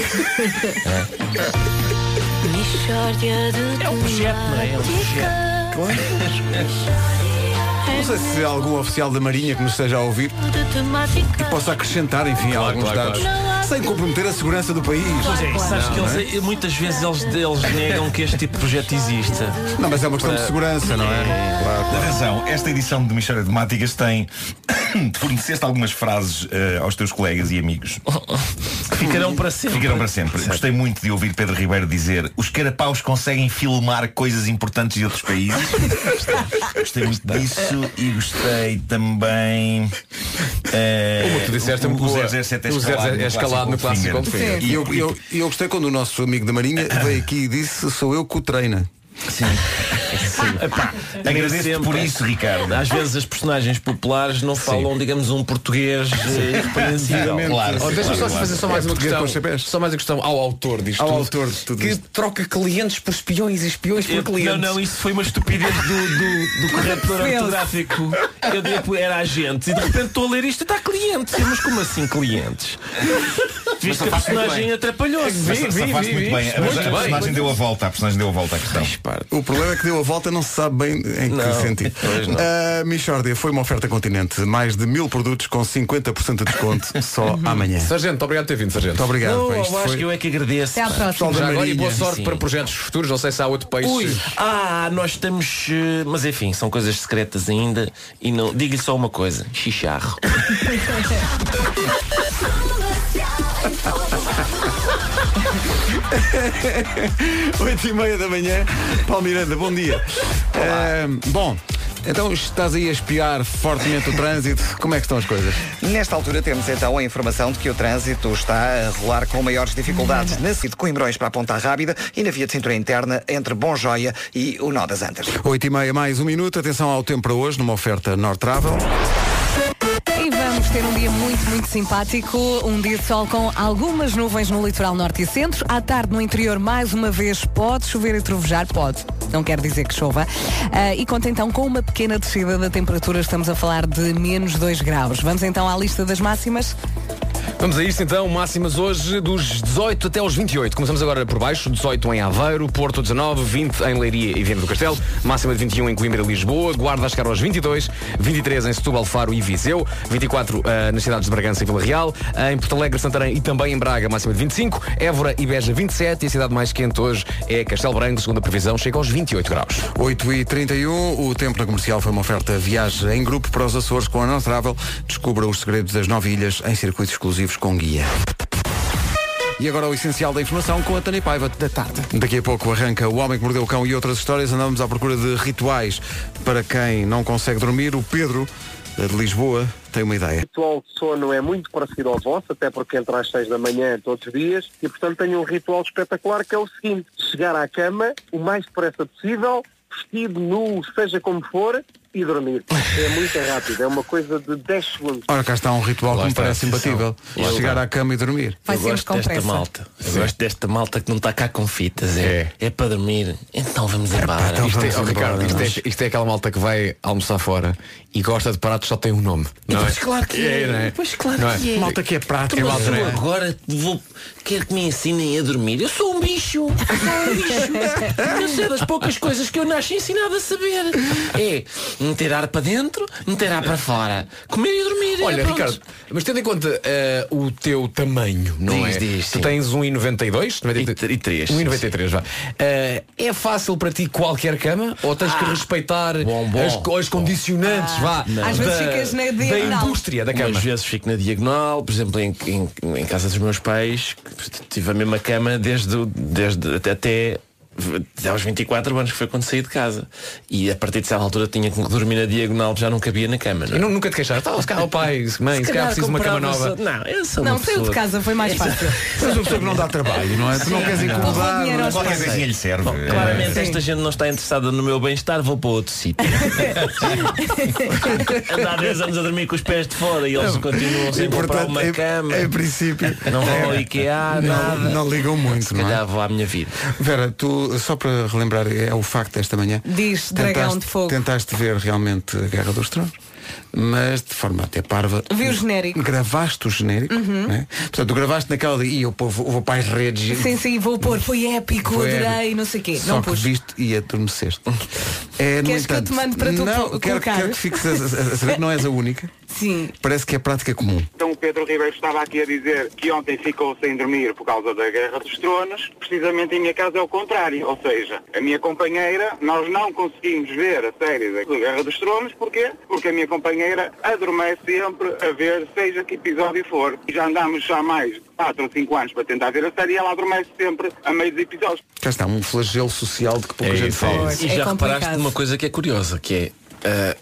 Speaker 6: Mixórdia de
Speaker 5: É um projeto, não é? É um projeto.
Speaker 1: Não sei se algum oficial da Marinha que nos esteja a ouvir
Speaker 6: de temática.
Speaker 1: possa acrescentar, enfim, alguns
Speaker 7: claro,
Speaker 1: dados. Sem comprometer a segurança do país.
Speaker 5: Pois é, sabes que eles, muitas vezes eles, eles negam que este tipo de projeto exista.
Speaker 1: Não, mas é uma questão de segurança, não é?
Speaker 10: Tem razão, esta edição de Mistória de Temáticas tem. Tu forneceste algumas frases eh, aos teus colegas e amigos.
Speaker 5: Que ficarão para sempre.
Speaker 10: Ficaram para sempre. Gostei muito de ouvir Pedro Ribeiro dizer os carapaus conseguem filmar coisas importantes de outros países. gostei muito disso e gostei também.
Speaker 1: é?
Speaker 10: eh,
Speaker 7: Como tu disseste, é
Speaker 10: o,
Speaker 7: muito boa.
Speaker 10: o 007 é
Speaker 7: O 007 é escalado no clássico Goldfinger.
Speaker 10: E
Speaker 1: E eu, eu, eu gostei quando o nosso amigo da Marinha veio aqui e disse sou eu que o treina.
Speaker 10: agradeço-te por isso, Ricardo.
Speaker 5: Às vezes as personagens populares não falam, digamos, um português eh, irrepreensível.
Speaker 10: Claro,
Speaker 7: Oh, Deixa-me só
Speaker 10: claro,
Speaker 7: fazer só
Speaker 10: claro.
Speaker 7: mais uma
Speaker 1: português
Speaker 7: questão.
Speaker 1: com chapéus.
Speaker 7: Só mais uma questão ao autor disto.
Speaker 1: Ao
Speaker 7: tudo,
Speaker 1: autor de tudo
Speaker 7: Que
Speaker 1: isto.
Speaker 7: troca clientes por espiões e espiões por
Speaker 5: Eu-
Speaker 7: clientes.
Speaker 5: não, não, isso foi uma estupidez do, do, do corretor ortográfico. Eu dei por era agente e de repente estou a ler isto e está clientes. Mas como assim clientes? Viste que a personagem atrapalhou-se.
Speaker 10: Mas
Speaker 5: Viste?
Speaker 10: safaste muito bem. A- a- a personagem deu a volta, a personagem deu a volta à questão.
Speaker 1: O problema é que deu a volta não se sabe bem em que
Speaker 5: Não,
Speaker 1: sentido.
Speaker 5: pois não.
Speaker 1: A Michórdia foi uma oferta continente. Mais de mil produtos com 50% de desconto só
Speaker 5: Uhum.
Speaker 1: amanhã. Muito
Speaker 7: Sargento, é. obrigado por ter vindo, sargento.
Speaker 1: obrigado.
Speaker 5: Não,
Speaker 1: pá,
Speaker 5: eu
Speaker 1: isto
Speaker 5: acho
Speaker 1: foi-
Speaker 5: que eu é que agradeço.
Speaker 4: Até à
Speaker 5: pá.
Speaker 4: próxima.
Speaker 7: Já agora e boa
Speaker 5: Marinha.
Speaker 7: sorte
Speaker 5: Sim.
Speaker 7: para projetos futuros. Não sei se há outro país.
Speaker 5: Ui, ah, nós estamos. eh, Mas enfim, são coisas secretas ainda. E não. Digo-lhe só uma coisa: chicharro.
Speaker 1: Oito e meia da manhã, Paulo Miranda, bom dia. Ahm, bom, então estás aí a espiar fortemente o trânsito. Como é que estão as coisas?
Speaker 3: Nesta altura temos então a informação de que o trânsito está a rolar com maiores dificuldades na cidade de Coimbrões para a Ponta Rábida e na via de cintura interna entre Bom Joia e o Nó das Antas.
Speaker 1: Oito e meia, mais um minuto. Atenção ao tempo para hoje, numa oferta North Travel.
Speaker 4: E vamos ter um dia muito, muito simpático. Um dia de sol com algumas nuvens no litoral norte e centro. À tarde, no interior, mais uma vez, pode chover e trovejar. Pode. Não quer dizer que chova. Ah, e conta então com uma pequena descida da temperatura. Estamos a falar de menos 2 graus. Vamos então à lista das máximas.
Speaker 7: Vamos a isto então, máximas hoje dos 18 até aos 28. Começamos agora por baixo, 18 em Aveiro, Porto 19, 20 em Leiria e Viana do Castelo, máxima de 21 em Coimbra e Lisboa, Guarda a chegar aos 22, 23 em Setúbal, Faro e Viseu, 24 eh, nas cidades de Bragança e Vila Real, eh, em Porto Alegre, Santarém e também em Braga, máxima de 25, Évora e Beja 27 e a cidade mais quente hoje é Castelo Branco, segundo a previsão, chega aos 28 graus.
Speaker 1: 8 e 31 o tempo na comercial foi uma oferta viagem em grupo para os Açores com a Não Travel. Descubra os segredos das nove ilhas em circuitos exclusivos com guia. E agora o essencial da informação com a Tânia Paiva da tarde. Daqui a pouco arranca O Homem que Mordeu o Cão e outras histórias. Andamos à procura de rituais para quem não consegue dormir. O Pedro, eh, de Lisboa, tem uma ideia.
Speaker 11: ritual de sono é muito parecido ao vosso, até porque entra às 6 da manhã todos os dias, e portanto tenho um ritual espetacular que é o seguinte, chegar à cama o mais depressa possível, vestido nu, seja como for, e dormir. É muito rápido, é uma coisa de 10 segundos.
Speaker 1: Ora, cá está um ritual
Speaker 5: Lá
Speaker 1: que me
Speaker 5: está,
Speaker 1: parece
Speaker 5: atenção.
Speaker 1: imbatível.
Speaker 5: Lá está.
Speaker 1: Chegar à cama e dormir.
Speaker 5: eu gosto desta malta. Eu gosto desta malta que não está cá com fitas. É, é. para dormir. Então vamos embora.
Speaker 7: Isto é, oh,
Speaker 5: Vamos
Speaker 7: Ricardo,
Speaker 5: embora,
Speaker 7: isto,
Speaker 5: nós.
Speaker 7: é, isto é aquela malta que vai almoçar fora e gosta de pratos só tem um nome. Não
Speaker 5: Pois
Speaker 7: é?
Speaker 5: claro que é.
Speaker 7: não
Speaker 5: Pois claro
Speaker 7: Não é?
Speaker 5: que é.
Speaker 7: Malta que é prática,
Speaker 5: Então, mas
Speaker 7: malta,
Speaker 5: eu
Speaker 7: não é?
Speaker 5: agora vou. Quero que me ensinem a dormir. Eu sou um bicho. Eu sou um bicho. Eu sei das poucas coisas que eu nasci ensinado a saber. É meter ar para dentro, meter ar para fora. Comer e dormir.
Speaker 7: Olha,
Speaker 5: é, pronto.
Speaker 7: Ricardo, mas tendo em conta eh, o teu tamanho, não
Speaker 5: Diz,
Speaker 7: é?
Speaker 5: diz,
Speaker 7: tu
Speaker 5: sim.
Speaker 7: tens 1,92? 93.
Speaker 5: E três.
Speaker 7: 1,93, vá. Eh, é fácil para ti qualquer cama ou tens que respeitar
Speaker 5: Ah, bom. Ah,
Speaker 7: as, co- as condicionantes, vá,
Speaker 5: Não.
Speaker 4: Às vezes ficas na
Speaker 7: da
Speaker 4: diagonal.
Speaker 7: indústria da
Speaker 5: Às
Speaker 7: cama?
Speaker 5: vezes fico na diagonal, por exemplo, em, em- em casa dos meus pais, que tive a mesma cama desde, o- desde até, até até aos 24 anos que foi quando saí de casa. E a partir de certa altura tinha que dormir na diagonal, já não cabia na cama. Não?
Speaker 7: E
Speaker 5: é?
Speaker 7: não, nunca te queixaste, ah, se calhar, oh, pai, mãe, se calhar preciso de uma cama
Speaker 5: comprava-se-
Speaker 7: nova.
Speaker 5: Não, eu sou uma
Speaker 4: Não, saiu de
Speaker 5: pessoa-
Speaker 4: casa, foi mais fácil.
Speaker 1: Mas uma pessoa que não dá trabalho, não é? Tu não queres incomodar.
Speaker 4: dinheiro
Speaker 1: não
Speaker 4: aos
Speaker 1: é?
Speaker 10: Qualquer coisinha lhe serve.
Speaker 5: Claramente
Speaker 4: Sim.
Speaker 5: esta gente não está interessada no meu bem-estar, vou para outro sítio. Andar 10 anos a dormir com os pés de fora e eles continuam sempre a comprar
Speaker 1: Portanto,
Speaker 5: uma
Speaker 1: em-
Speaker 5: cama.
Speaker 1: Em princípio. É.
Speaker 5: Não vão ao IKEA,
Speaker 1: Não,
Speaker 5: nada.
Speaker 1: não ligam muito,
Speaker 5: Se
Speaker 1: não é?
Speaker 5: calhar vou à minha vida.
Speaker 1: Vera, tu, só para relembrar, é o facto desta manhã.
Speaker 4: Diz
Speaker 1: tentaste-
Speaker 4: Dragão de Fogo.
Speaker 1: Tentaste ver realmente a Guerra dos Tronos, mas de forma até parva.
Speaker 4: Vi o genérico.
Speaker 1: Gravaste o genérico,
Speaker 4: Uhum.
Speaker 1: né? Portanto, tu gravaste naquela de. E eu pô, vou, vou para as redes.
Speaker 4: Sim, sim, vou pôr, foi épico,
Speaker 1: Foi
Speaker 4: adorei,
Speaker 1: épico.
Speaker 4: não sei o quê.
Speaker 1: Só
Speaker 4: Não
Speaker 1: que
Speaker 4: pus.
Speaker 1: viste e adormeceste. É, no
Speaker 4: Queres que eu
Speaker 1: entanto,
Speaker 4: te mande para tu
Speaker 1: não,
Speaker 4: co-
Speaker 1: quero,
Speaker 4: colocar?
Speaker 1: quero que fiques a, a- a saber que não és a única.
Speaker 4: Sim.
Speaker 1: Parece que é prática comum.
Speaker 11: Então o Pedro Ribeiro estava aqui a dizer que ontem ficou sem dormir por causa da Guerra dos Tronos. Precisamente em minha casa é o contrário. Ou seja, a minha companheira, nós não conseguimos ver a série da Guerra dos Tronos. Porquê? Porque a minha companheira adormece sempre a ver seja que episódio for. E Já andámos já há mais de 4 ou 5 anos para tentar ver a série e ela adormece sempre a meio dos episódios.
Speaker 1: Cá está, um flagelo social de que pouca
Speaker 5: É
Speaker 1: gente
Speaker 5: isso,
Speaker 1: fala.
Speaker 5: é isso.
Speaker 4: É
Speaker 5: E já
Speaker 4: complicado.
Speaker 5: reparaste numa coisa que é curiosa, que é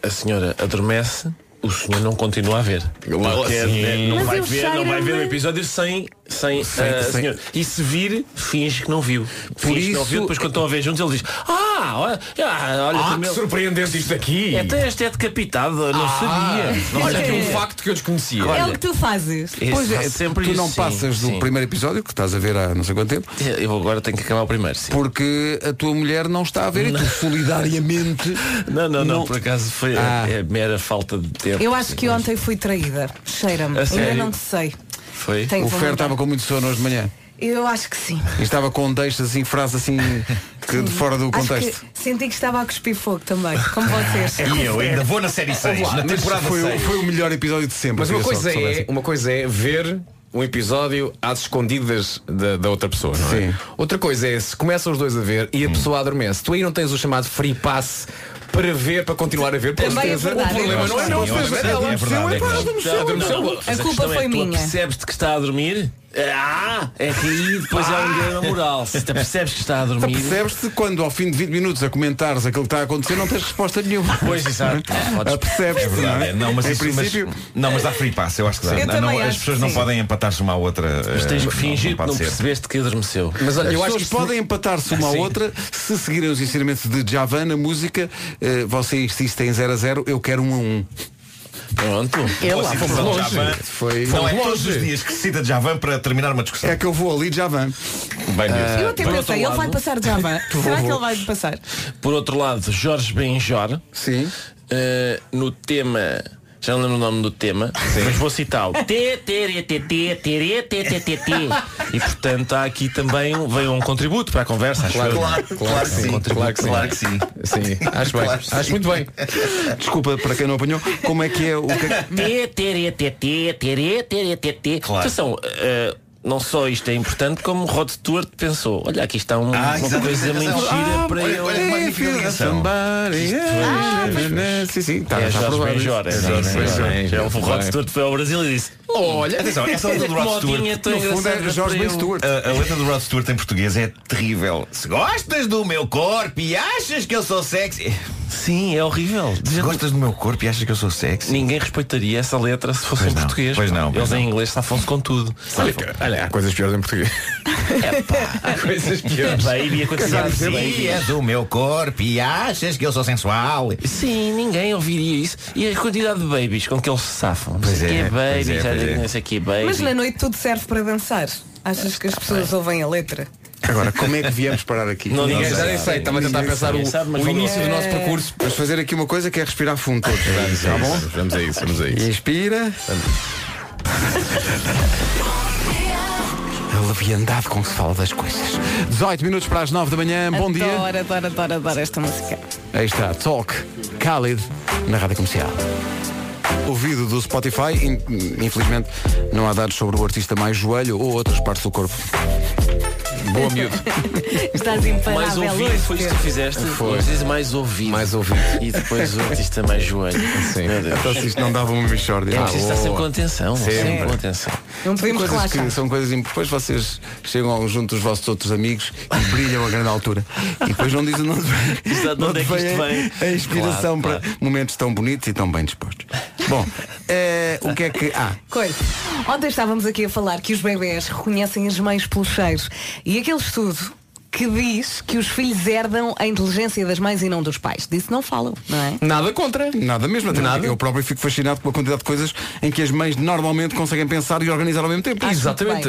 Speaker 5: ah, a senhora adormece, o senhor não continua a ver. Porque, né, não,
Speaker 4: Mas
Speaker 5: vai
Speaker 4: eu
Speaker 5: ver não vai ver o
Speaker 4: cheiro-me-
Speaker 5: episódio sem, sem, ah,
Speaker 1: sem-
Speaker 5: senhor. E se vir, finge que não viu.
Speaker 1: Por
Speaker 5: finge que não
Speaker 1: isso-
Speaker 5: viu, depois quando estão a ver juntos, ele diz, ah, olha, ah, olha
Speaker 7: Ah,
Speaker 5: como
Speaker 7: que
Speaker 5: ele-
Speaker 7: surpreendente isto aqui!
Speaker 5: Até este é decapitado, não sabia.
Speaker 7: Olha,
Speaker 4: É.
Speaker 7: é um facto que eu desconhecia.
Speaker 4: É
Speaker 5: Olha.
Speaker 4: o que tu fazes.
Speaker 1: Pois é,
Speaker 5: Isso, sempre
Speaker 1: tu
Speaker 5: isso,
Speaker 1: não
Speaker 5: sim,
Speaker 1: passas do
Speaker 5: sim. É,
Speaker 1: primeiro episódio, que estás a ver há não sei quanto tempo,
Speaker 5: Eu agora tenho que acabar o primeiro, sim.
Speaker 1: porque a tua mulher não está a ver e tu solidariamente.
Speaker 5: Não, não, não, por acaso foi
Speaker 1: Ah.
Speaker 5: é, mera falta de tempo.
Speaker 4: Eu acho que ontem fui traída. Cheira-me.
Speaker 5: A
Speaker 4: Ainda
Speaker 5: sério?
Speaker 4: não sei.
Speaker 5: Foi.
Speaker 4: Tenho
Speaker 1: O
Speaker 4: que
Speaker 1: Fer
Speaker 4: voltar.
Speaker 1: estava com muito sono hoje de manhã.
Speaker 4: Eu acho que sim.
Speaker 1: E estava com deixas assim, frases assim, que de fora do
Speaker 4: Acho
Speaker 1: contexto.
Speaker 4: que senti que estava a cuspir fogo também, como vocês.
Speaker 10: E eu ainda vou na série 6, na temporada
Speaker 1: foi, o-
Speaker 10: 6.
Speaker 1: foi o melhor episódio de sempre.
Speaker 7: Mas uma
Speaker 1: queria só um.
Speaker 7: coisa,
Speaker 1: que
Speaker 7: é,
Speaker 1: soubessem.
Speaker 7: uma coisa é ver um episódio às escondidas da, da outra pessoa, não é?
Speaker 1: Sim.
Speaker 7: Outra coisa é se começam os dois a ver e a pessoa adormece. Tu aí não tens o chamado free pass para ver, para continuar a ver. porque
Speaker 4: Também é
Speaker 7: certeza,
Speaker 4: verdade,
Speaker 7: o
Speaker 4: é
Speaker 7: problema não é
Speaker 4: verdade.
Speaker 7: não,
Speaker 10: Sim,
Speaker 7: foi
Speaker 10: é verdade,
Speaker 7: dela.
Speaker 10: é verdade, é verdade.
Speaker 7: adormeceu, adormeceu.
Speaker 4: A
Speaker 5: Mas
Speaker 4: culpa
Speaker 5: questão
Speaker 4: foi
Speaker 5: é,
Speaker 4: minha.
Speaker 5: Tu percebes-te que está a dormir? Ah, é que aí depois é um dia na moral. Se te percebes que está a
Speaker 1: Tu
Speaker 5: dormir.
Speaker 1: Percebes-te quando ao fim de 20 minutos a comentares aquilo que está a acontecer não tens resposta nenhuma.
Speaker 5: Pois, exato. Podes-
Speaker 1: Percebes?
Speaker 10: É verdade, é. Não, mas
Speaker 1: em
Speaker 10: isso,
Speaker 1: princípio,
Speaker 10: mas, não, mas dá free pass, eu acho que dá.
Speaker 4: Eu
Speaker 10: Não,
Speaker 4: também
Speaker 10: as
Speaker 4: acho
Speaker 10: pessoas
Speaker 4: que
Speaker 10: não
Speaker 4: sim.
Speaker 10: podem empatar-se uma à outra.
Speaker 5: Mas tens
Speaker 10: eh,
Speaker 5: que fingir
Speaker 10: pode
Speaker 5: que não
Speaker 10: ser.
Speaker 5: percebeste que adormeceu.
Speaker 7: Mas olha,
Speaker 1: As
Speaker 7: eu acho que
Speaker 1: pessoas
Speaker 7: isto-
Speaker 1: podem empatar-se uma à outra se seguirem os ensinamentos de Javan, na música, eh, você insiste em 0 a 0, eu quero 1 a 1.
Speaker 5: Pronto.
Speaker 10: Boa
Speaker 7: lá,
Speaker 10: citação
Speaker 7: fomos
Speaker 10: de
Speaker 7: longe.
Speaker 10: Javan.
Speaker 1: Foi-
Speaker 10: Não
Speaker 1: fomos
Speaker 10: é todos
Speaker 1: longe.
Speaker 10: os dias que se cita de Javan para terminar uma discussão.
Speaker 1: É que eu vou ali Javan.
Speaker 10: Bem, nisso.
Speaker 4: Ah, Eu até
Speaker 5: Por outro
Speaker 4: pensei, ele
Speaker 5: lado-
Speaker 4: vai passar de Java. Será que ele vai passar?
Speaker 5: Por outro lado, Jorge Benjor,
Speaker 1: Sim.
Speaker 5: eh, no ah, tema já não lembro o nome do tema, mas vou citá-lo. Tê, tê, tê, tê, tê, tê, tê, tê, tê. E portanto há aqui também veio um contributo para a conversa. acho
Speaker 10: Claro,
Speaker 5: eu.
Speaker 10: claro,
Speaker 5: Um
Speaker 10: claro que sim,
Speaker 5: contributo.
Speaker 10: claro que sim. Claro que sim.
Speaker 7: Sim, acho bem.
Speaker 10: Claro que
Speaker 7: acho
Speaker 10: sim.
Speaker 7: muito bem.
Speaker 1: Desculpa para quem não apanhou. Como é que é o que é que-
Speaker 5: Tê, tê, tê, tê, tê, tê, tê, tê.
Speaker 1: Claro.
Speaker 5: Atenção, eh, não só isto é importante, como Rod Stewart pensou, olha, aqui está um,
Speaker 10: Ah,
Speaker 5: uma
Speaker 10: exatamente,
Speaker 5: coisa
Speaker 10: tens
Speaker 5: muito
Speaker 10: razão.
Speaker 5: gira
Speaker 10: Ah,
Speaker 5: para Então.
Speaker 10: olha,
Speaker 5: eu.
Speaker 10: olha
Speaker 1: é
Speaker 10: que magnífica ligação. Ah, pois,
Speaker 1: Sim, sim, está
Speaker 5: É
Speaker 1: está
Speaker 5: Jorge
Speaker 1: aprovado.
Speaker 5: Benjor, é
Speaker 1: Sim,
Speaker 5: Jorge
Speaker 1: sim,
Speaker 5: Benjor.
Speaker 1: sim.
Speaker 5: Já o Rod Stewart foi ao Brasil é e disse Olha,
Speaker 10: Atenção, essa letra do Rod Stewart.
Speaker 1: é
Speaker 10: A, a letra do Rod Stewart em português é terrível. Se gostas do meu corpo e achas que eu sou sexy.
Speaker 5: Sim, é horrível.
Speaker 10: Se gostas do meu corpo e achas que eu sou sexy.
Speaker 5: Ninguém respeitaria essa letra se fosse
Speaker 10: Pois
Speaker 5: em
Speaker 10: não,
Speaker 5: português.
Speaker 10: pois não,
Speaker 5: Eles
Speaker 10: pois
Speaker 5: em inglês safam-se com tudo. Safam.
Speaker 1: Olha, há coisas piores em português.
Speaker 5: Há coisas piores. Baby, aconteceu assim.
Speaker 10: Dias é do meu corpo e achas que eu sou sensual.
Speaker 5: Sim, ninguém ouviria isso. E a quantidade de babies com que eles se safam.
Speaker 10: Pois
Speaker 5: Não sei
Speaker 10: é,
Speaker 5: que é
Speaker 10: pois
Speaker 5: baby,
Speaker 10: é,
Speaker 5: já
Speaker 10: pois é.
Speaker 5: não sei que é baby.
Speaker 4: Mas na noite tudo serve para dançar. Achas que as pessoas ouvem a letra?
Speaker 1: Agora, como é que viemos parar aqui?
Speaker 5: Não, ninguém
Speaker 7: já nem sei, estava a tentar
Speaker 1: Ninguém
Speaker 7: pensar
Speaker 1: sabe.
Speaker 7: o-
Speaker 5: sabe, mas
Speaker 7: o
Speaker 5: vamos-
Speaker 7: início do nosso
Speaker 4: É.
Speaker 7: percurso.
Speaker 1: Vamos fazer aqui uma coisa que é respirar fundo todos. Tá bom?
Speaker 7: Vamos a isso, vamos a isso.
Speaker 1: Inspira. A leviandade com que se fala das coisas. 18 minutos para as 9 da manhã. Bom dia.
Speaker 4: Adoro, adoro, adoro, adoro esta música.
Speaker 1: Aí está, Talk Khalid na Rádio Comercial. Ouvido do Spotify, in- infelizmente não há dados sobre o artista mais joelho ou outras partes do corpo.
Speaker 7: Boa miúdo.
Speaker 4: Estás
Speaker 5: Mais
Speaker 4: imparável
Speaker 5: ouvido,
Speaker 4: hoje.
Speaker 5: foi isso que tu fizeste. Foi. Diz mais ouvido.
Speaker 7: Mais ouvido.
Speaker 5: E depois o artista mais joelho.
Speaker 7: Sim.
Speaker 5: Meu Deus.
Speaker 1: Então se isto não dava uma Ah, bichordia.
Speaker 5: É preciso estar sempre
Speaker 7: boa.
Speaker 5: com atenção. é? Sempre com atenção.
Speaker 4: Não podemos
Speaker 1: Coisas
Speaker 4: relaxar.
Speaker 1: que são coisas im- depois vocês chegam ao- junto dos vossos outros amigos e brilham a grande altura e depois não dizem não,
Speaker 5: Exato, onde é que isto
Speaker 1: a,
Speaker 5: vem?
Speaker 1: a inspiração
Speaker 5: Claro,
Speaker 1: para momentos tão bonitos e tão bem dispostos bom eh, o que é que há
Speaker 4: Coisa. Ontem estávamos aqui a falar que os bebés reconhecem as mães pelos cheiros. E aquele estudo que diz que os filhos herdam a inteligência das mães e não dos pais. Disso não falam, não é?
Speaker 7: Nada contra.
Speaker 1: Nada mesmo, até
Speaker 7: Nada.
Speaker 1: porque eu próprio fico fascinado com a quantidade de coisas em que as mães normalmente conseguem pensar e organizar ao mesmo tempo.
Speaker 4: Acho
Speaker 7: Ah, Exatamente,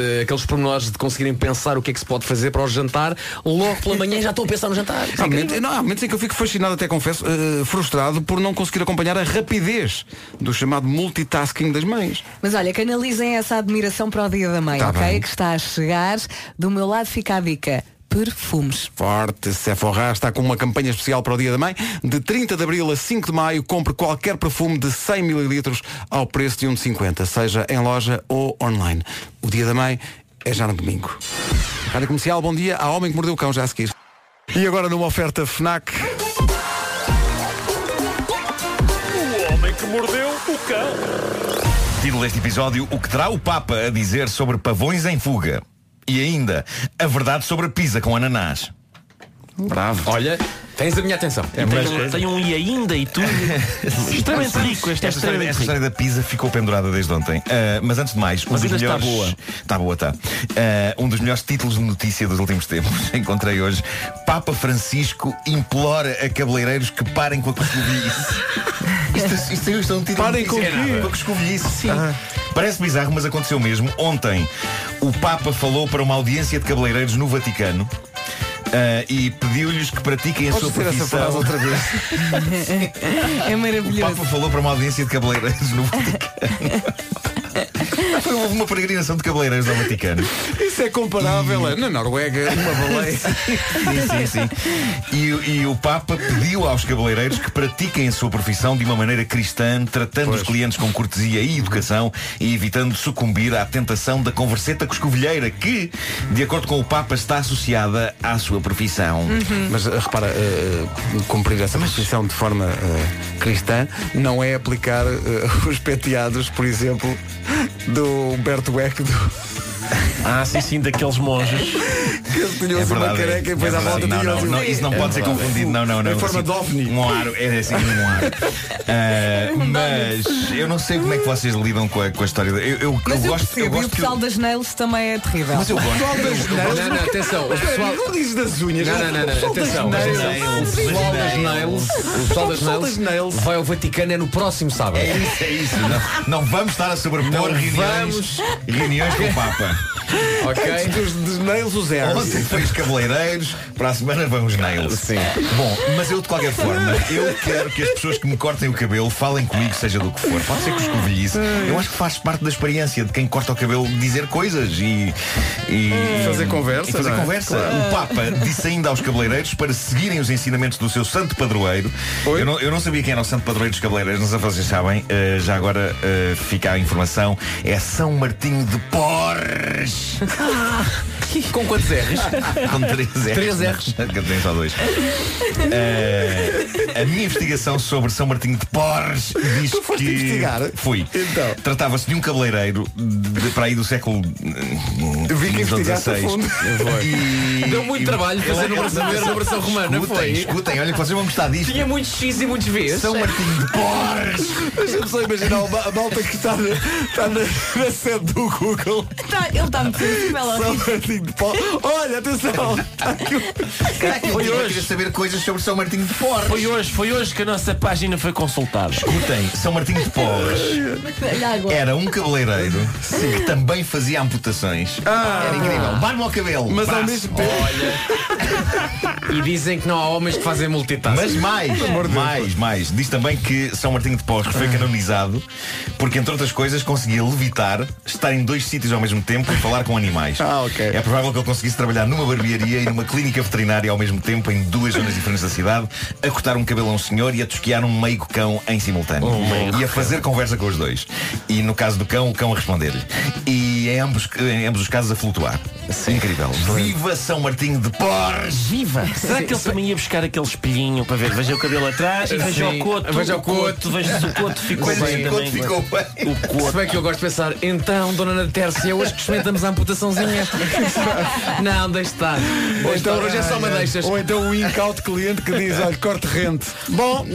Speaker 4: muito bem.
Speaker 7: aqueles pormenores de conseguirem pensar o que é que se pode fazer para o jantar, logo pela manhã já estou a pensar no jantar. é
Speaker 1: Há momentos- não, há momentos em que eu fico fascinado, até confesso, eh, frustrado por não conseguir acompanhar a rapidez do chamado multitasking das mães.
Speaker 4: Mas olha, canalizem essa admiração para o dia da mãe,
Speaker 1: Tá
Speaker 4: ok?
Speaker 1: bem.
Speaker 4: Que está a chegar. Do meu lado fica a dica. Perfumes.
Speaker 1: Forte, Sephora está com uma campanha especial para o Dia da Mãe. De 30 de Abril a 5 de Maio, compre qualquer perfume de 100 ml ao preço de 1,50, seja em loja ou online. O Dia da Mãe é já no domingo. Rádio Comercial, bom dia. Há Homem que Mordeu o Cão já a seguir. E agora numa oferta FNAC... Um
Speaker 10: Título deste episódio, o que terá o Papa a dizer sobre pavões em fuga? E ainda, a verdade sobre a pizza com ananás.
Speaker 5: Bravo.
Speaker 7: Olha, tens a minha atenção.
Speaker 5: Tem, tem um e ainda e tudo. extremamente rico. Este
Speaker 10: é- Esta história,
Speaker 5: é extremamente
Speaker 10: esta
Speaker 5: rico.
Speaker 10: história da pizza ficou pendurada desde ontem. Ah, mas antes de mais, um dos
Speaker 5: Vida
Speaker 10: melhores.
Speaker 5: está boa.
Speaker 10: Está boa, está. Ah, um dos melhores títulos de notícia dos últimos tempos. Encontrei hoje. Papa Francisco implora a cabeleireiros que parem com a coscovilhice. isto, isto, isto é um título
Speaker 1: Parem
Speaker 10: de
Speaker 1: com o
Speaker 10: notícia.
Speaker 1: quê?
Speaker 10: Com a coscovilhice. Sim. Parece bizarro, mas aconteceu mesmo. Ontem, o Papa falou para uma audiência de cabeleireiros no Vaticano. ah, e pediu-lhes que
Speaker 12: é
Speaker 10: pratiquem a sua
Speaker 1: Podes ter essa frase
Speaker 10: profissão.
Speaker 1: outra vez?
Speaker 4: É
Speaker 10: O Papa
Speaker 4: maravilhoso.
Speaker 10: falou para uma audiência de cabeleireiros no Vaticano. Foi houve uma peregrinação de cabeleireiros ao Vaticano.
Speaker 1: Isso é comparável a, na Noruega, uma baleia.
Speaker 10: Sim, sim, sim. E, o- e o Papa pediu aos cabeleireiros que pratiquem a sua profissão de uma maneira cristã, tratando os clientes com cortesia e educação e evitando sucumbir à tentação da converseta coscovilheira, que, de acordo com o Papa, está associada à sua profissão.
Speaker 4: Uhum.
Speaker 7: Uhum.
Speaker 1: Mas eh, repara, eh, cumprir essa posição de forma eh, cristã não é aplicar eh, os penteados, por exemplo, do Humberto Eco, do,
Speaker 5: Ah, sim, sim, daqueles monges.
Speaker 1: que ele tinha uma
Speaker 10: é.
Speaker 1: careca e depois
Speaker 10: É
Speaker 1: à volta
Speaker 10: verdade. não,
Speaker 1: tinha
Speaker 10: não,
Speaker 1: assim-
Speaker 10: não, Isso não
Speaker 1: É
Speaker 10: pode ser
Speaker 1: verdade.
Speaker 10: confundido. Não, não, não.
Speaker 1: Em forma
Speaker 10: Assim,
Speaker 1: de ovni.
Speaker 10: Um aro, é assim um aro. Ah, mas eu não sei como é que vocês lidam com a, com a história. da- Eu, eu,
Speaker 4: Mas
Speaker 10: eu
Speaker 4: eu
Speaker 10: gosto, eu
Speaker 4: percebo, e o
Speaker 10: gosto que
Speaker 4: pessoal das nails também é terrível.
Speaker 10: Mas eu gosto.
Speaker 7: Não, não, atenção, o pessoal.
Speaker 1: Não dizes das unhas.
Speaker 7: Não, não, não, não,
Speaker 1: Soltas
Speaker 7: atenção.
Speaker 1: nails.
Speaker 7: O pessoal das nails, o pessoal das
Speaker 1: Pessoal das
Speaker 7: nails
Speaker 1: nails.
Speaker 7: vai ao Vaticano é no próximo sábado.
Speaker 10: É isso, é isso. Não, não vamos estar a sobrepor
Speaker 7: Não
Speaker 10: reuniões,
Speaker 7: vamos.
Speaker 10: reuniões com o Papa. Ok.
Speaker 1: Antes dos, dos nails, o zero.
Speaker 10: Ontem foi os cabeleireiros, para a semana vão os nails. Sim. Bom, mas eu de qualquer forma, eu quero que as pessoas que me cortem o cabelo falem comigo, seja do que for. Pode ser que escovilhe isso. Eu acho que faz parte da experiência de quem corta o cabelo dizer coisas e. e
Speaker 1: Fazer conversa,
Speaker 10: e fazer
Speaker 1: não é?
Speaker 10: conversa.
Speaker 1: Claro.
Speaker 10: O Papa disse ainda aos cabeleireiros para seguirem os ensinamentos do seu santo padroeiro. Eu não, eu não sabia quem era o santo padroeiro dos cabeleireiros, não sei se vocês sabem. eh, já agora eh, fica a informação. É São Martinho de Porres.
Speaker 7: Com quantos R's?
Speaker 10: Com três R's.
Speaker 7: Três R's.
Speaker 10: Que eu tenho só dois. Eh, a minha investigação sobre São Martinho de Porres diz
Speaker 1: Tu foste
Speaker 10: que.
Speaker 1: investigar?
Speaker 10: Fui. Então. Tratava-se de um cabeleireiro de, de- para aí do século.
Speaker 1: Vi que investigaste a fundo.
Speaker 10: Deu muito
Speaker 7: trabalho fazer numeração- numeração romana,
Speaker 10: é Escutem,
Speaker 7: foi?
Speaker 10: escutem, olha que vocês vão gostar disto.
Speaker 7: Tinha muitos X e muitos Vs.
Speaker 10: São Martinho de Porres.
Speaker 1: Mas eu só imaginar uma- a malta que está na, está na- na sede do Google.
Speaker 13: Tá, ele está muito sensível ao
Speaker 1: São
Speaker 13: risco.
Speaker 1: Martinho de Pó. Olha, atenção! Está aqui um-
Speaker 5: é
Speaker 10: Foi hoje. saber coisas sobre São Martinho de Porres.
Speaker 5: Foi hoje, foi hoje que a nossa página foi consultada.
Speaker 10: Escutem, São Martinho de Porres era um cabeleireiro que também fazia amputações.
Speaker 1: Ah.
Speaker 10: Era incrível. Barba ao cabelo.
Speaker 7: Mas ao
Speaker 10: braço.
Speaker 7: mesmo tempo- E dizem que não há homens que fazem multitasking.
Speaker 10: Mas mais, mais, mais. Diz também que São Martinho de Porres
Speaker 7: Ah.
Speaker 10: foi canonizado porque, entre outras coisas, conseguia levitar, estar em dois sítios ao mesmo tempo e falar com animais. É provável que ele conseguisse trabalhar numa barbearia e numa clínica veterinária ao mesmo tempo, em duas zonas diferentes da cidade, a cortar um cabelo a um senhor e a tosquear um meio cão em simultâneo. e a fazer conversa com os dois. E no caso do cão, o cão a responder-lhe. E em ambos, em ambos os casos a flutuar. Incrível. Viva São Martinho de Porres!
Speaker 5: Viva! Será que ele também ia buscar aquele espelhinho para ver? Veja o cabelo atrás e veja
Speaker 7: Sim.
Speaker 5: o coto.
Speaker 7: Veja o coto.
Speaker 5: Veja se o coto ficou
Speaker 10: Veja se
Speaker 5: bem.
Speaker 10: o coto
Speaker 5: também. é?
Speaker 10: ficou bem.
Speaker 5: O
Speaker 7: Se
Speaker 5: coto.
Speaker 7: bem que eu gosto de pensar, então, dona Ana Tércia, hoje que experimentamos a amputaçãozinha. não, deixa estar. Hoje, então, hoje é só uma
Speaker 1: Ai, ai.
Speaker 7: deixas.
Speaker 1: Ou então um incauto cliente que diz, olha, corte rente. Bom,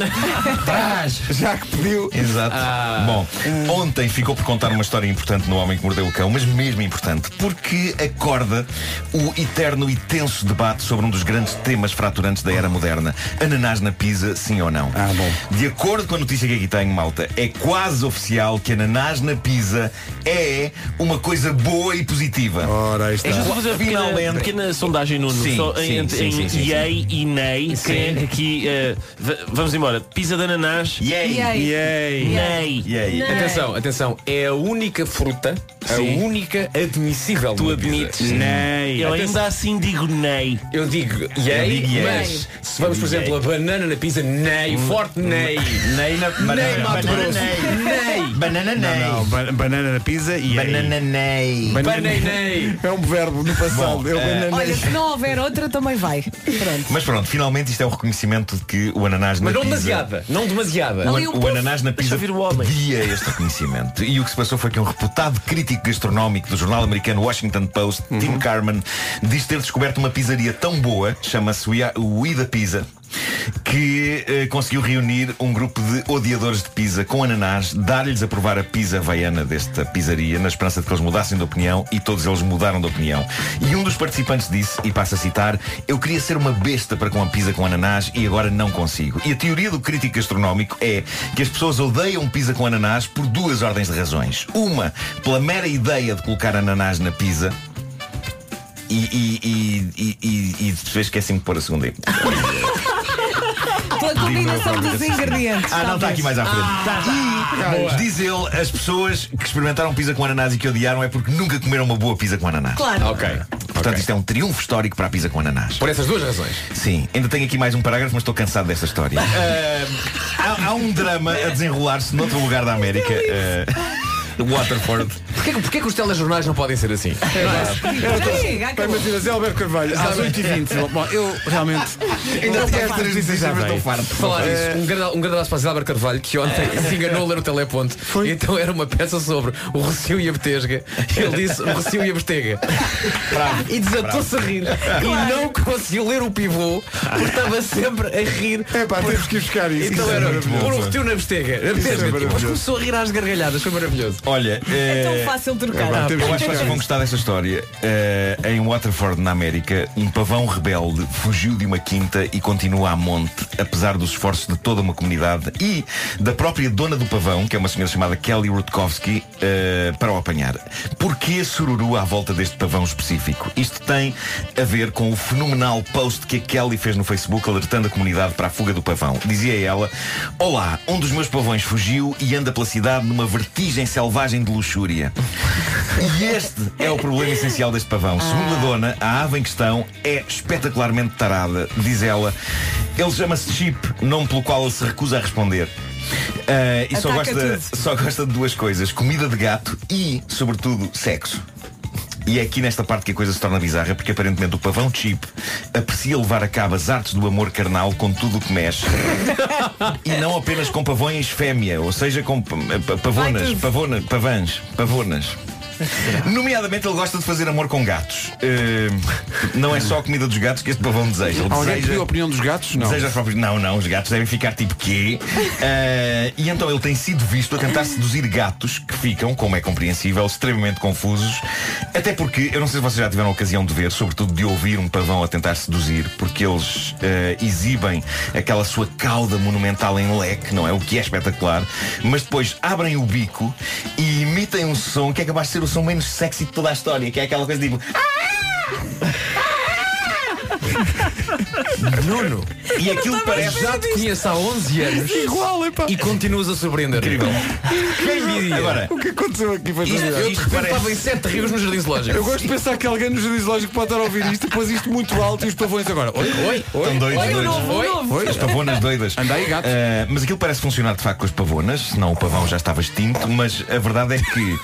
Speaker 10: Traz!
Speaker 1: já que pediu.
Speaker 10: Exato.
Speaker 1: Ah.
Speaker 10: Bom, ontem ficou por contar uma história importante no Homem que Mordeu o Cão, mas mesmo importante, porque acorda o eterno e tenso debate sobre um dos grandes temas fraturantes da era moderna. Ananás na pizza, sim ou não? Ah, bom. De acordo com a notícia que aqui tenho, malta, é quase oficial que ananás na pizza é uma coisa boa e positiva.
Speaker 1: Ora, aí está.
Speaker 5: É justo fazer uma pequena,
Speaker 10: Finalmente.
Speaker 5: pequena sondagem, Nuno.
Speaker 10: Sim,
Speaker 5: Só
Speaker 10: sim,
Speaker 5: entre-
Speaker 10: sim,
Speaker 5: em
Speaker 10: sim, sim, sim.
Speaker 5: yay e ney. Quem é que aqui. eh, v- vamos embora. Pisa de ananás.
Speaker 10: Yay!
Speaker 13: Yay.
Speaker 1: Yay.
Speaker 5: Ney.
Speaker 10: Yay!
Speaker 7: Atenção, atenção, é a única fruta, a
Speaker 5: Sim.
Speaker 7: única admissível.
Speaker 5: Tu
Speaker 7: numa pizza.
Speaker 5: admites.
Speaker 1: Ney.
Speaker 7: Atenção.
Speaker 5: Eu ainda assim digo ney.
Speaker 7: Eu digo yay,
Speaker 10: Eu digo yay.
Speaker 7: mas se vamos, por exemplo, a banana na pizza, nei, forte nei.
Speaker 10: Nem na
Speaker 7: Nei,
Speaker 10: banana.
Speaker 7: Mato Grosso. Nei.
Speaker 10: Banana
Speaker 1: Não,
Speaker 10: nei.
Speaker 1: não, ba- banana na pizza e
Speaker 7: é.
Speaker 10: Banana nei.
Speaker 7: Banei, nei.
Speaker 1: É um verbo no passado.
Speaker 10: Bom,
Speaker 1: eu
Speaker 10: eh,
Speaker 1: banana-
Speaker 4: Olha, se não houver outra, também vai. Pronto.
Speaker 10: Mas pronto, finalmente isto é o reconhecimento de que o ananás
Speaker 7: Mas
Speaker 10: na
Speaker 7: não
Speaker 10: pizza...
Speaker 7: demasiada, não demasiada.
Speaker 10: O,
Speaker 4: Ali um
Speaker 10: o
Speaker 4: puff.
Speaker 10: ananás na pizza
Speaker 5: Deixa eu ver o homem.
Speaker 10: pedia este reconhecimento. E o que se passou foi que um reputado crítico gastronómico do jornal americano Washington Post, Tim Carman, diz ter descoberto uma pizzaria tão boa, chama-se We Are- We da Pizza, que eh, conseguiu reunir um grupo de odiadores de pizza com ananás, dar-lhes a provar a pizza havaiana desta pizzaria, na esperança de que eles mudassem de opinião, e todos eles mudaram de opinião. E um dos participantes disse, e passo a citar, eu queria ser uma besta para com a pizza com ananás e agora não consigo. E a teoria do crítico gastronómico é que as pessoas odeiam pizza com ananás por duas ordens de razões. Uma, pela mera ideia de colocar ananás na pizza. E, e, e, e, e, e depois esquecem-me de pôr a segunda.
Speaker 4: Pela combinação dos ingredientes.
Speaker 10: Ah, não, está aqui mais à frente. Tá, e, diz ele, as pessoas que experimentaram pizza com ananás e que odiaram é porque nunca comeram uma boa pizza com ananás.
Speaker 4: Claro.
Speaker 7: Ok.
Speaker 10: Portanto, isto é um triunfo histórico para a pizza com ananás.
Speaker 7: Por essas duas razões.
Speaker 10: Sim, ainda tenho aqui mais um parágrafo, mas estou cansado desta história. Ah, há, há um drama a desenrolar-se noutro lugar da América. ah, Waterford.
Speaker 7: Porquê, que- porquê que os telejornais não podem ser assim?
Speaker 4: Chega,
Speaker 1: Pá,
Speaker 4: acabou.
Speaker 1: Imagina, Zé Alberto Carvalho, às 8h20. Bom, eu realmente.
Speaker 10: Ainda
Speaker 1: tenho
Speaker 10: tenho
Speaker 1: estas
Speaker 10: três
Speaker 1: notícias,
Speaker 10: notícias,
Speaker 1: já
Speaker 10: mas
Speaker 1: vem.
Speaker 10: estou farto.
Speaker 7: Falar
Speaker 1: Eh,
Speaker 7: nisso, um grande, um grande abraço para a Zé Álvaro Carvalho que ontem se enganou a ler o teleponto. Então era uma peça sobre o recio e a betesga. Ele disse o recio e a betega. E desatou-se a rir. E não conseguiu ler o pivô porque estava sempre a rir.
Speaker 1: É pá, temos que ir buscar isso.
Speaker 7: Então
Speaker 1: Isso é
Speaker 7: era
Speaker 1: maravilhoso.
Speaker 7: pôr o retiu na tipo, bestega. Na
Speaker 1: Isso é
Speaker 7: bestega. E depois
Speaker 1: maravilhoso.
Speaker 7: começou a rir às gargalhadas. Foi maravilhoso.
Speaker 10: Olha,
Speaker 13: É tão
Speaker 10: eh,
Speaker 13: fácil trocar.
Speaker 10: eu
Speaker 13: Ah,
Speaker 10: acho que
Speaker 13: pois.
Speaker 10: vocês vão gostar desta história. Eh, em Waterford, na América, um pavão rebelde fugiu de uma quinta e continua a monte, apesar dos esforços de toda uma comunidade e da própria dona do pavão, que é uma senhora chamada Kelly Rutkowski, eh, para o apanhar. Porquê sururu à volta deste pavão específico? Isto tem a ver com o fenomenal post que a Kelly fez no Facebook alertando a comunidade para a fuga do pavão. Dizia ela, Olá, um dos meus pavões fugiu e anda pela cidade numa vertigem selvagem de luxúria. E este é o problema essencial deste
Speaker 12: Ah.
Speaker 10: pavão. Segundo a dona, a ave em questão é espetacularmente tarada, diz ela. Ele chama-se Chip, nome pelo qual ele se recusa a responder. Ah, e só
Speaker 12: Ataca
Speaker 10: gosta,
Speaker 12: tudo.
Speaker 10: só gosta de duas coisas: comida de gato e, sobretudo, sexo. E é aqui nesta parte que a coisa se torna bizarra, porque aparentemente o pavão Chip aprecia levar a cabo as artes do amor carnal com tudo o que mexe. e não apenas com pavões fêmea, ou seja, com p- p- pavonas, pavona, pavãs, pavonas. Nomeadamente ele gosta de fazer amor com gatos. Eh, não é só a comida dos gatos que este pavão deseja. Ele
Speaker 1: Alguém
Speaker 10: deseja...
Speaker 1: pediu a opinião dos gatos? Não.
Speaker 10: Deseja os próprios. Não, não, os gatos devem ficar tipo quê? Ah, e então ele tem sido visto a tentar seduzir gatos que ficam, como é compreensível, extremamente confusos. Até porque, eu não sei se vocês já tiveram a ocasião de ver, sobretudo de ouvir um pavão a tentar seduzir, porque eles ah, exibem aquela sua cauda monumental em leque, não é? O que é espetacular. Mas depois abrem o bico e imitem um som que é capaz de ser o som menos sexy de toda a história, que é aquela coisa tipo.
Speaker 7: Nuno.
Speaker 10: E aquilo parece.
Speaker 7: Já te conheço há 11 anos. Igual, epá. E continuas a surpreender. Incrível.
Speaker 10: Agora,
Speaker 1: O que aconteceu aqui foi
Speaker 7: Isto-
Speaker 1: maravilhoso.
Speaker 7: eu de repente Parece- estava em Sete Rios no Jardim Zoológico.
Speaker 1: Eu gosto de pensar que alguém no Jardim Zoológico pode estar a ouvir isto, pôs isto muito alto e os pavões agora. Oi, oi, oi.
Speaker 10: Estão doidos,
Speaker 1: oi,
Speaker 10: doidos.
Speaker 1: oi, oi.
Speaker 10: As pavonas doidas.
Speaker 1: Anda aí, gato.
Speaker 10: Eh, mas aquilo parece funcionar de facto com as pavonas, senão o pavão já estava extinto, mas a verdade é que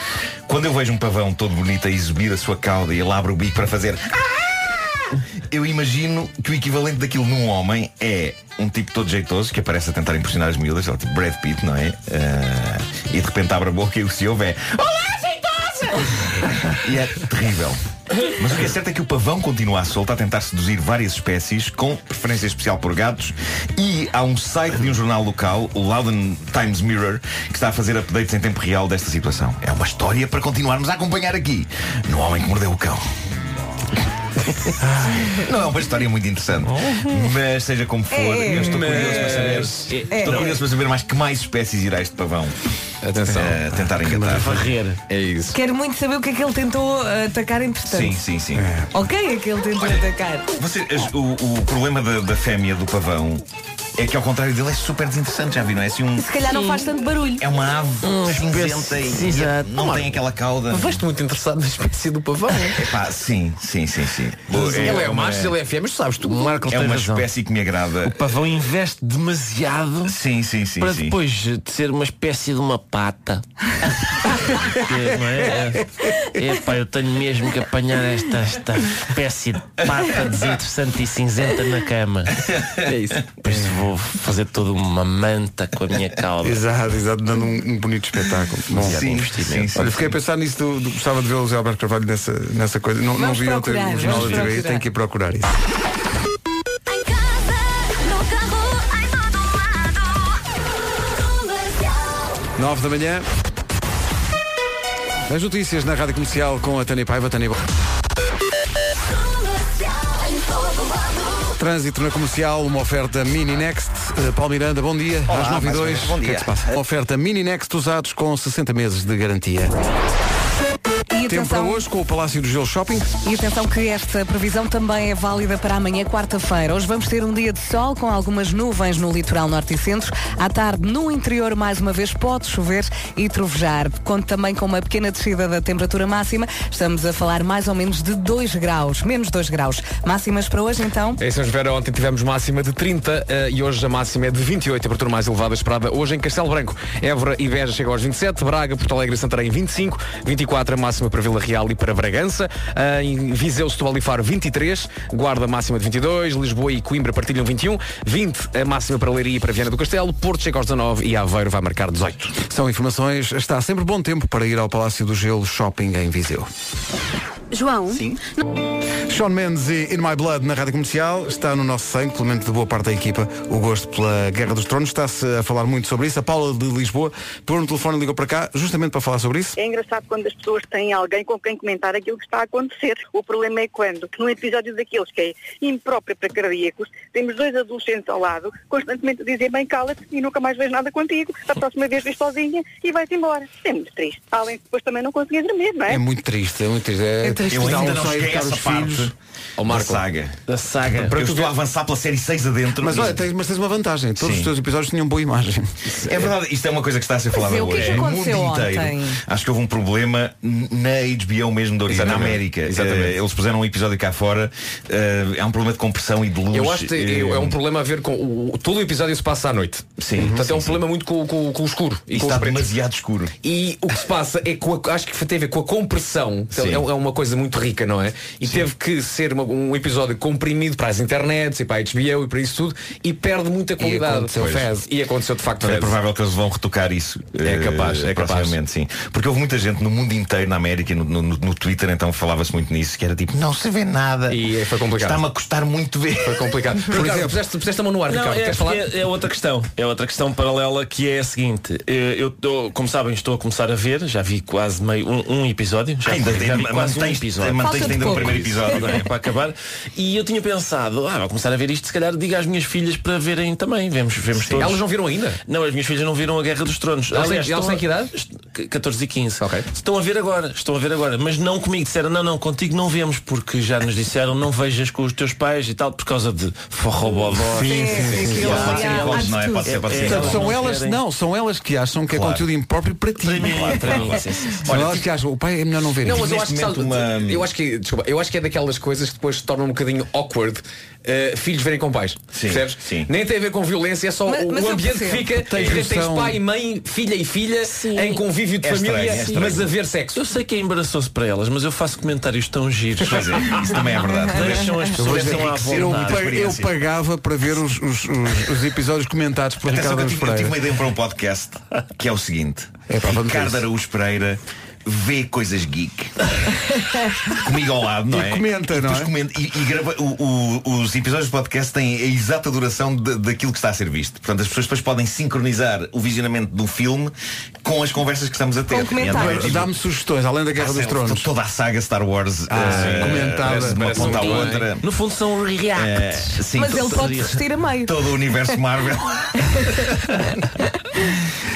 Speaker 10: quando eu vejo um pavão todo bonito a exibir a sua cauda e ele abre o bico para fazer. "Ah!", Eu imagino que o equivalente daquilo num homem é um tipo todo jeitoso que aparece a tentar impressionar as miúdas, sei lá, tipo Brad Pitt, não é? Eh, e de repente abre a boca e o que se ouve é. Olá, jeitosa! e é terrível. Mas o que é certo é que o pavão continua à solta a tentar seduzir várias espécies, com preferência especial por gatos, e há um site de um jornal local, o Loudon Times Mirror, que está a fazer updates em tempo real desta situação. É uma história para continuarmos a acompanhar aqui, no Homem que Mordeu o Cão. Não é uma história muito interessante. Mas seja como for,
Speaker 13: É,
Speaker 10: eu estou
Speaker 13: mas-
Speaker 10: curioso para saber.
Speaker 13: É.
Speaker 10: Estou curioso para saber mais que mais espécies irá este pavão.
Speaker 7: Atenção.
Speaker 10: eh, tentar engatar.
Speaker 7: Varrer.
Speaker 10: É isso.
Speaker 4: Quero muito saber o que é que ele tentou eh, atacar entretanto.
Speaker 10: Sim, sim, sim.
Speaker 4: Ok, o que é que ele tentou atacar.
Speaker 10: Você- as- o, o problema da, da fêmea do pavão é que ao contrário dele é super desinteressante, já vi, não é? Assim um,
Speaker 4: Se calhar não faz tanto barulho.
Speaker 10: é uma ave cinzenta e, e não tem aquela cauda.
Speaker 7: Veste muito interessado na espécie do pavão.
Speaker 10: Epá, sim, sim, sim, sim.
Speaker 7: ele é o macho, ele é fêmea, mas tu sabes, tu Marco
Speaker 10: É
Speaker 7: tem
Speaker 10: uma
Speaker 7: razão.
Speaker 10: espécie que me agrada. O
Speaker 5: pavão investe demasiado
Speaker 10: sim, sim, sim,
Speaker 5: para
Speaker 10: sim.
Speaker 5: depois de ser uma espécie de uma pata. Que, não é? É, Epá, eu tenho mesmo que apanhar esta, esta espécie de pata desinteressante e cinzenta na cama. É isso. Por isso vou fazer toda uma manta com a minha cauda.
Speaker 1: Exato, exato, dando um, um bonito espetáculo. Bom,
Speaker 5: Sim, investimento.
Speaker 1: Olha, fiquei a pensar nisso, do, do- gostava de ver o José Alberto Carvalho nessa, nessa coisa. Não, não
Speaker 2: Vamos
Speaker 1: vi ontem
Speaker 2: procurar,
Speaker 1: o jornal da
Speaker 2: vamos
Speaker 1: TV,
Speaker 2: procurar.
Speaker 1: tenho que ir procurar isso.
Speaker 2: No carro, em todo lado. Comercial.
Speaker 1: 9 da manhã. As notícias na Rádio Comercial com a Tânia Paiva, Tânia. Trânsito na comercial, uma oferta Mini Next. Eh, Paulo Miranda, bom dia.
Speaker 3: Olá,
Speaker 1: Às 9 e
Speaker 3: mais uma
Speaker 1: dois,
Speaker 3: vez, bom
Speaker 1: o que é
Speaker 3: dia.
Speaker 1: que se passa? Oferta Mini Next usados com 60 meses de garantia.
Speaker 4: E
Speaker 1: Tempo para
Speaker 4: atenção-
Speaker 1: hoje com o Palácio do Gelo Shopping.
Speaker 4: E atenção que esta previsão também é válida para amanhã, quarta-feira. Hoje vamos ter um dia de sol com algumas nuvens no litoral norte e centro. À tarde, no interior, mais uma vez, pode chover e trovejar. Conto também com uma pequena descida da temperatura máxima. Estamos a falar mais ou menos de 2 graus, menos 2 graus. Máximas para hoje, então?
Speaker 7: Em São José ontem tivemos máxima de 30 eh, e hoje a máxima é de 28, a temperatura mais elevada esperada hoje em Castelo Branco. Évora e Beja chegam aos 27, Braga, Porto Alegre e Santarém 25, 24 a máxima para Vila Real e para Bragança, eh, em Viseu, Setúbal e Faro 23, Guarda máxima de 22, Lisboa e Coimbra partilham 21, 20 a máxima para Leiria e para Viana do Castelo, Porto chega aos 19 e Aveiro vai marcar 18.
Speaker 1: São informações. Está sempre bom tempo para ir ao Palácio do Gelo Shopping em Viseu.
Speaker 12: João?
Speaker 1: Sim. Sean Mendes e In My Blood na Rádio Comercial está no nosso sangue, pelo menos de boa parte da equipa, o gosto pela Guerra dos Tronos. Está-se a falar muito sobre isso. A Paula de Lisboa pegou no telefone e ligou para cá justamente para falar sobre isso.
Speaker 14: É engraçado quando as pessoas têm alguém com quem comentar aquilo que está a acontecer. O problema é quando, num episódio daqueles que é impróprio para cardíacos, temos dois adolescentes ao lado, constantemente a dizer bem cala-te e nunca mais vejo nada contigo, a próxima vez vês sozinha e vais embora. É muito triste. Além de depois também não conseguir dormir, não é?
Speaker 1: É muito triste, é muito triste. É,
Speaker 14: É triste. Eu ainda
Speaker 1: Dá um
Speaker 14: não
Speaker 1: só a
Speaker 10: cheguei a
Speaker 1: educar
Speaker 10: essa
Speaker 1: os filhos.
Speaker 10: parte
Speaker 1: Ó,
Speaker 10: da
Speaker 1: Marco.
Speaker 10: saga.
Speaker 1: Da saga.
Speaker 10: Eu estou a avançar pela série 6 adentro.
Speaker 1: Mas
Speaker 10: E-
Speaker 1: olha, tens, mas tens uma vantagem. Todos
Speaker 10: Sim.
Speaker 1: os teus episódios tinham boa imagem.
Speaker 10: É verdade, isto é uma coisa que está a ser
Speaker 1: Pois
Speaker 10: falada
Speaker 1: é, o que é
Speaker 10: hoje.
Speaker 1: que
Speaker 10: no mundo
Speaker 1: aconteceu
Speaker 10: inteiro.
Speaker 1: ontem?
Speaker 10: Acho que houve um problema n- na HBO mesmo de origem, na
Speaker 7: Exatamente.
Speaker 10: América.
Speaker 7: Exatamente.
Speaker 10: Eh, eles puseram um episódio cá fora. eh, é um problema de compressão e de luz.
Speaker 7: Eu acho que
Speaker 10: Eh,
Speaker 7: eu- é um problema a ver com. O, o- todo o episódio se passa à noite.
Speaker 10: Sim.
Speaker 7: Portanto, é um problema muito com, com- com o escuro. E,
Speaker 10: Isso
Speaker 7: com os
Speaker 10: está
Speaker 7: pretos.
Speaker 10: demasiado escuro.
Speaker 7: E o que se passa é com a, acho que tem a ver com a compressão. Então,
Speaker 10: Sim.
Speaker 7: É, é uma coisa muito rica, não é? E teve que ser uma- um episódio comprimido para as internets e para a HBO e para isso tudo e perde muita qualidade.
Speaker 10: aconteceu
Speaker 7: Pois.
Speaker 10: Fez.
Speaker 7: E aconteceu de facto.
Speaker 10: É
Speaker 7: Fez.
Speaker 10: provável que eles vão retocar isso.
Speaker 7: É capaz,
Speaker 10: eh,
Speaker 7: é capaz.
Speaker 10: proximamente, sim. Porque houve muita gente no mundo inteiro, na América, no, no, no Twitter, então falava-se muito nisso, que era tipo, não se vê nada.
Speaker 7: E foi complicado.
Speaker 10: Está-me a custar muito ver.
Speaker 7: Foi complicado. Por exemplo, puseste, puseste a mão no ar,
Speaker 5: Não,
Speaker 7: Ricardo.
Speaker 5: é,
Speaker 7: Queres falar?
Speaker 5: porque é outra questão. É outra questão paralela que é a seguinte. Eh, Eu, tô- como sabem, estou a começar a ver, já vi quase meio um, um episódio. Já,
Speaker 10: Ainda tem-
Speaker 5: já
Speaker 7: é
Speaker 5: vi quase um
Speaker 10: mantens-
Speaker 5: episódio.
Speaker 10: mantens Falta-te ainda o pouco. primeiro episódio.
Speaker 5: Agora é para acabar. E eu tinha pensado, ah, vou começar a ver isto, se calhar diga às minhas filhas para verem também. Vemos, vemos todos.
Speaker 7: Elas não viram ainda?
Speaker 5: Não, as minhas filhas não viram a Guerra dos Tronos.
Speaker 7: Elas têm-
Speaker 5: Aliás,
Speaker 7: elas
Speaker 5: estão
Speaker 7: têm que idade?
Speaker 5: a- 14 e 15. Estão a ver agora, estão a ver agora. Mas não comigo, disseram, não, não, contigo não vemos, porque já nos disseram, não vejas com os teus pais e tal, por causa de forrobodó.
Speaker 1: Sim, sim, sim.
Speaker 5: Pode ser em colos, não é? Pode ser, pode ser.
Speaker 1: Portanto, são
Speaker 5: Não
Speaker 1: elas,
Speaker 5: querem.
Speaker 1: não, são elas que acham que é
Speaker 5: Claro.
Speaker 1: conteúdo impróprio para ti. é?
Speaker 5: mim, para mim, sim, sim, sim.
Speaker 1: São elas que acham, o pai é melhor não ver
Speaker 7: Não,
Speaker 1: isto.
Speaker 7: mas eu acho, que, sabe, eu acho que desculpa, eu acho que é daquelas coisas que depois se tornam um bocadinho awkward eh, filhos verem com pais. percebes? Nem tem a ver com violência, é só
Speaker 5: Mas-
Speaker 7: o,
Speaker 5: mas
Speaker 7: o
Speaker 5: eu
Speaker 7: ambiente que
Speaker 5: percebo.
Speaker 7: fica,
Speaker 5: Tens
Speaker 7: tens, tens
Speaker 5: noção-
Speaker 7: pai, mãe, filha e filha em convívio de
Speaker 5: É estranho,
Speaker 7: família,
Speaker 5: é estranho.
Speaker 7: mas a ver sexo.
Speaker 5: Eu sei que é embaraçoso para elas, mas eu faço comentários tão giros.
Speaker 10: Pois é, isso também é verdade.
Speaker 5: Deixam as
Speaker 1: Eu vou
Speaker 5: pessoas
Speaker 1: dizer,
Speaker 5: tão à
Speaker 1: eu,
Speaker 5: vontade.
Speaker 1: pa- eu pagava para ver os, os- os- os episódios comentados por
Speaker 10: Atenção,
Speaker 1: Ricardo
Speaker 10: que eu,
Speaker 1: Araújo
Speaker 10: tive, eu tive uma
Speaker 1: Pereira.
Speaker 10: ideia para um podcast que é o seguinte: Ricardo Araújo Pereira vê coisas geek comigo ao lado, não
Speaker 1: E
Speaker 10: é?
Speaker 1: comenta, não
Speaker 10: depois
Speaker 1: é?
Speaker 10: comenta. e, e grava o- o- os episódios do podcast têm a exata duração de- daquilo que está a ser visto. Portanto, as pessoas depois podem sincronizar o visionamento do filme com as conversas que estamos a ter. Então, é tipo-
Speaker 1: Dá-me sugestões, além da Guerra
Speaker 10: Pá,
Speaker 1: dos
Speaker 10: sei lá,
Speaker 1: Tronos.
Speaker 10: Toda a saga Star Wars
Speaker 1: Ah,
Speaker 10: eh,
Speaker 1: sim, comentada.
Speaker 10: de uma
Speaker 1: Parece um
Speaker 10: ponta à
Speaker 1: muito bem.
Speaker 10: outra.
Speaker 5: No fundo são
Speaker 7: É.
Speaker 5: reacts.
Speaker 10: Eh, sim,
Speaker 4: Mas
Speaker 10: to-
Speaker 4: ele
Speaker 10: to-
Speaker 4: pode desistir a meio.
Speaker 10: Todo o universo Marvel.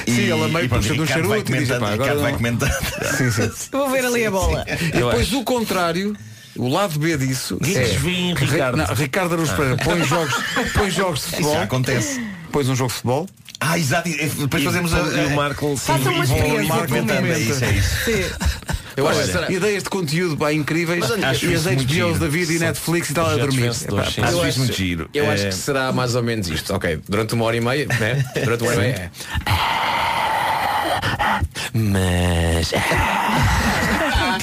Speaker 1: Sim, ela meio
Speaker 10: pronto,
Speaker 1: puxa de um
Speaker 10: Ricardo vai
Speaker 1: charuto e diz,
Speaker 10: comentando,
Speaker 1: "Epá, agora
Speaker 10: Ricardo vai
Speaker 1: não."
Speaker 10: comentando.
Speaker 1: Sim, sim.
Speaker 4: Vou ver ali a bola.
Speaker 1: E depois o contrário, o lado B disso
Speaker 10: Geeks
Speaker 1: é
Speaker 10: vêm, Ricardo.
Speaker 1: Não, Ricardo Araújo Pereira
Speaker 10: Ah.
Speaker 1: põe jogos, põe jogos de
Speaker 10: Isso
Speaker 1: futebol.
Speaker 10: já acontece.
Speaker 1: Pões um jogo de futebol.
Speaker 10: Ah, exato. e Depois
Speaker 1: E
Speaker 10: fazemos
Speaker 1: o-
Speaker 10: a,
Speaker 1: e o Marco, sim. Façam
Speaker 10: Façam
Speaker 1: uma experiência,
Speaker 10: comentando. É
Speaker 1: comenta.
Speaker 10: isso, é isso.
Speaker 1: Eu acho
Speaker 10: Olha,
Speaker 1: que será- ideias de conteúdo pá, incríveis
Speaker 7: Mas olha, acho
Speaker 1: e as
Speaker 7: isso muito
Speaker 1: HBOs
Speaker 7: giro.
Speaker 1: da vida e
Speaker 7: São
Speaker 1: Netflix e tal a
Speaker 7: projetos
Speaker 1: dormir.
Speaker 7: vencedores,
Speaker 1: Epá,
Speaker 7: sim. Eu
Speaker 1: acho
Speaker 7: acho-
Speaker 1: isso muito
Speaker 7: Eu
Speaker 1: É-
Speaker 7: acho que será mais ou menos isto. Ok, durante uma hora e meia, né? Durante uma hora e meia. Mas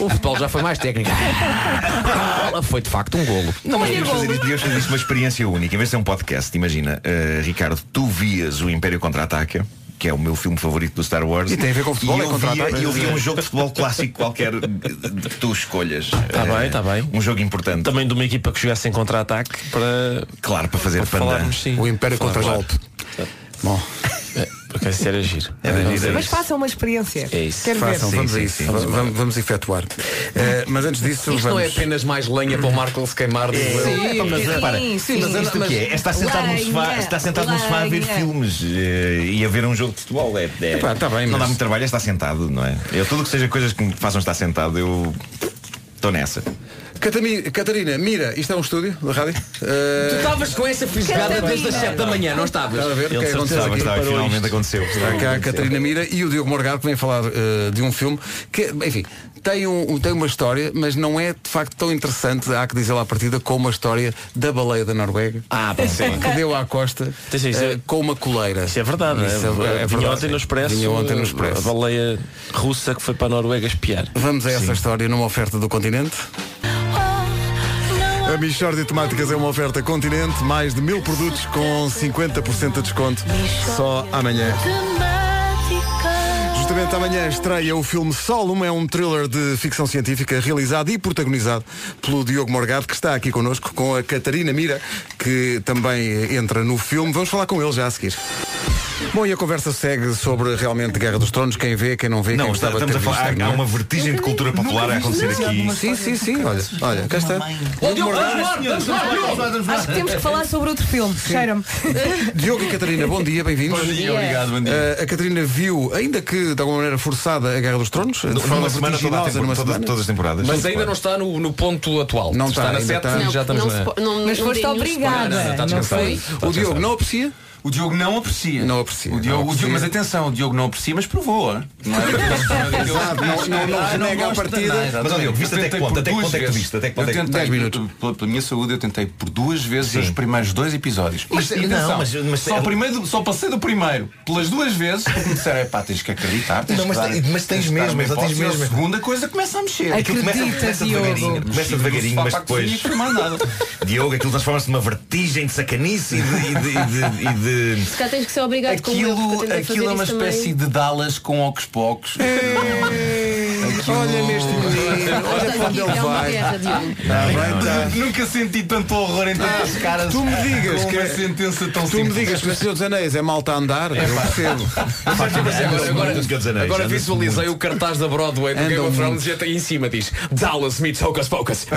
Speaker 7: o futebol já foi mais técnico. A bola foi de facto um golo.
Speaker 10: Não,
Speaker 7: Olha,
Speaker 10: mas podíamos fazer,
Speaker 7: golo.
Speaker 10: isso, podíamos fazer isso uma experiência única. Em vez de ser um podcast, imagina, eh, Ricardo, tu vias o Império Contra-Ataca, que é o meu filme favorito do Star Wars.
Speaker 1: E tem a ver com futebol,
Speaker 10: e
Speaker 1: é
Speaker 10: eu
Speaker 1: Contra-Ataque.
Speaker 10: via, e eu via um jogo de futebol clássico qualquer eh, que tu escolhas.
Speaker 5: Está Tá bem, está bem.
Speaker 10: Um jogo importante.
Speaker 5: Também de uma equipa que jogasse em contra-ataque para.
Speaker 10: Claro, para fazer
Speaker 5: para falarmos, sim.
Speaker 1: O Império
Speaker 5: Falar,
Speaker 1: contra-golpe. Bom.
Speaker 5: Porque isso era giro.
Speaker 10: É
Speaker 4: Mas façam uma experiência.
Speaker 5: É isso.
Speaker 4: Quero ver.
Speaker 1: Façam, vamos a isso. Vamos, vamos- vamos efetuar. Eh, mas antes disso,
Speaker 7: Isto não é
Speaker 1: vamos.
Speaker 7: apenas mais lenha para o Marco se queimar de Então,
Speaker 10: Sim,
Speaker 7: mas,
Speaker 10: mas, repara, mas isto o que é? É estar sentado num sofá, está sentado num sofá a ver filmes eh, e a ver um jogo de futebol. É, é-
Speaker 1: Epá, tá bem,
Speaker 10: não
Speaker 1: mas-
Speaker 10: dá muito trabalho, é estar sentado, não é? Eu, tudo que seja coisas que me façam estar sentado, eu estou nessa.
Speaker 1: Catami- Catarina, mira, isto é um estúdio da rádio. Eh,
Speaker 7: Tu estavas com essa fisgada
Speaker 1: Catarina.
Speaker 7: desde as 7 da manhã, não estavas?
Speaker 1: Estás a ver o que é que aconteceu aqui?
Speaker 10: finalmente aconteceu.
Speaker 1: Está cá a Catarina Mira e o Diogo Morgado que vem falar eh, de um filme que, enfim, tem, um, um- tem uma história, mas não é de facto tão interessante, há que dizer lá à partida, como a história da baleia da Noruega
Speaker 5: Ah, bom. Sim.
Speaker 1: que deu à costa
Speaker 5: Sim, isso é-
Speaker 1: eh, com uma coleira. Isso
Speaker 5: é verdade. Vinha ontem no Expresso,
Speaker 1: Vinha ontem no
Speaker 5: A
Speaker 1: Expresso.
Speaker 5: baleia russa que foi para a Noruega espiar.
Speaker 1: Vamos a essa história numa oferta do Continente. A Michórdia de Temáticas é uma oferta Continente, mais de mil produtos com 50% de desconto só amanhã. Justamente Exatamente, amanhã estreia o filme Solum, é um thriller de ficção científica realizado e protagonizado pelo Diogo Morgado, que está aqui connosco, com a Catarina Mira, que também entra no filme. Vamos falar com ele já a seguir. Bom, e a conversa segue sobre realmente Guerra dos Tronos, quem vê, quem não vê,
Speaker 7: é
Speaker 10: Não,
Speaker 1: quem
Speaker 10: está-
Speaker 1: gostava de
Speaker 10: estamos a
Speaker 1: ter
Speaker 10: falar.
Speaker 1: visto,
Speaker 10: Há, há
Speaker 1: não é?
Speaker 10: uma vertigem de cultura popular a acontecer aqui.
Speaker 1: Sim, sim, sim, olha, é olha, cá está. é
Speaker 10: Diogo, vamos
Speaker 1: Morgado.
Speaker 10: vamos lá, vamos lá, vamos lá.
Speaker 4: Acho que temos que falar sobre outro filme. Cheira-me.
Speaker 1: Diogo e Catarina, bom dia, bem-vindos.
Speaker 10: Bom dia, obrigado, bom dia.
Speaker 1: Ah, a Catarina viu, ainda que de alguma maneira forçada, a Guerra dos Tronos, eh, de
Speaker 10: Numa
Speaker 1: forma
Speaker 10: semana, toda a
Speaker 1: vertiginosa,
Speaker 10: tempo-
Speaker 1: numa
Speaker 10: todas-
Speaker 1: semana.
Speaker 10: todas as temporadas. Ah,
Speaker 7: Mas ainda não está no, no ponto atual.
Speaker 1: Não
Speaker 7: está,
Speaker 1: está, ainda
Speaker 7: na 7
Speaker 1: está.
Speaker 7: e já estamos
Speaker 1: se
Speaker 7: na...
Speaker 1: po-
Speaker 4: Mas foste obrigada. Não
Speaker 7: Está descansado.
Speaker 4: foi?
Speaker 1: O Diogo não aprecia?
Speaker 12: O Diogo não aprecia.
Speaker 1: Não aprecia.
Speaker 12: O Diogo, o Diogo- mas atenção, o Diogo não aprecia, mas provou. hein? Não é?
Speaker 1: Exato, não- não- não renega à
Speaker 12: gosta,
Speaker 1: partida.
Speaker 12: não, exatamente.
Speaker 1: Mas, ó, Diogo, viste
Speaker 12: Eu
Speaker 1: até que
Speaker 12: tentei
Speaker 1: ponto?
Speaker 12: por
Speaker 1: Até que
Speaker 12: duas
Speaker 1: ponto é que
Speaker 12: vezes.
Speaker 1: viste? Até que ponto
Speaker 12: Eu
Speaker 1: é que-
Speaker 12: tentei,
Speaker 1: Dez minutos.
Speaker 12: Pela, pela minha saúde, eu tentei por duas vezes os primeiros dois episódios.
Speaker 10: Mas,
Speaker 12: E,
Speaker 10: não,
Speaker 12: atenção,
Speaker 10: mas- mas-
Speaker 12: só, primeiro, só passei do primeiro. Pelas duas vezes, porque me disseram, é pá, tens que acreditar. Tens
Speaker 10: Não, mas
Speaker 12: que
Speaker 10: tem- mas tens
Speaker 12: que dar
Speaker 10: mesmo,
Speaker 12: uma
Speaker 10: só tens
Speaker 12: hipótese. E a
Speaker 10: mesmo.
Speaker 12: segunda coisa começa a mexer.
Speaker 10: Aquilo começa- começa devagarinho, começa devagarinho, mas depois. Diogo, aquilo transforma-se numa vertigem de sacanice e de- e de- e de- e de
Speaker 15: Se calhar tens que ser obrigado com
Speaker 12: Aquilo, aquilo é uma espécie de Dallas com ocos pocos.
Speaker 1: Olha neste
Speaker 12: menino,
Speaker 1: olha para onde ele vai.
Speaker 12: Nunca senti tanto horror em tantas caras.
Speaker 1: Tu me digas
Speaker 12: com
Speaker 1: que é-
Speaker 12: uma sentença tão
Speaker 1: Tu me
Speaker 12: simples.
Speaker 1: digas que o Senhor dos Anéis é malta a andar, eu
Speaker 7: pá.
Speaker 1: percebo.
Speaker 7: Sabe o que é que eu
Speaker 1: Andam
Speaker 7: pensei? Agora,
Speaker 1: muito, Senhor dos
Speaker 7: agora,
Speaker 1: Anéis,
Speaker 7: agora
Speaker 1: andam
Speaker 7: visualizei
Speaker 1: muito.
Speaker 7: o cartaz da Broadway do é
Speaker 1: Andam
Speaker 7: Game of Thrones
Speaker 1: muito.
Speaker 7: e até em cima diz Dallas meets Hocus Pocus.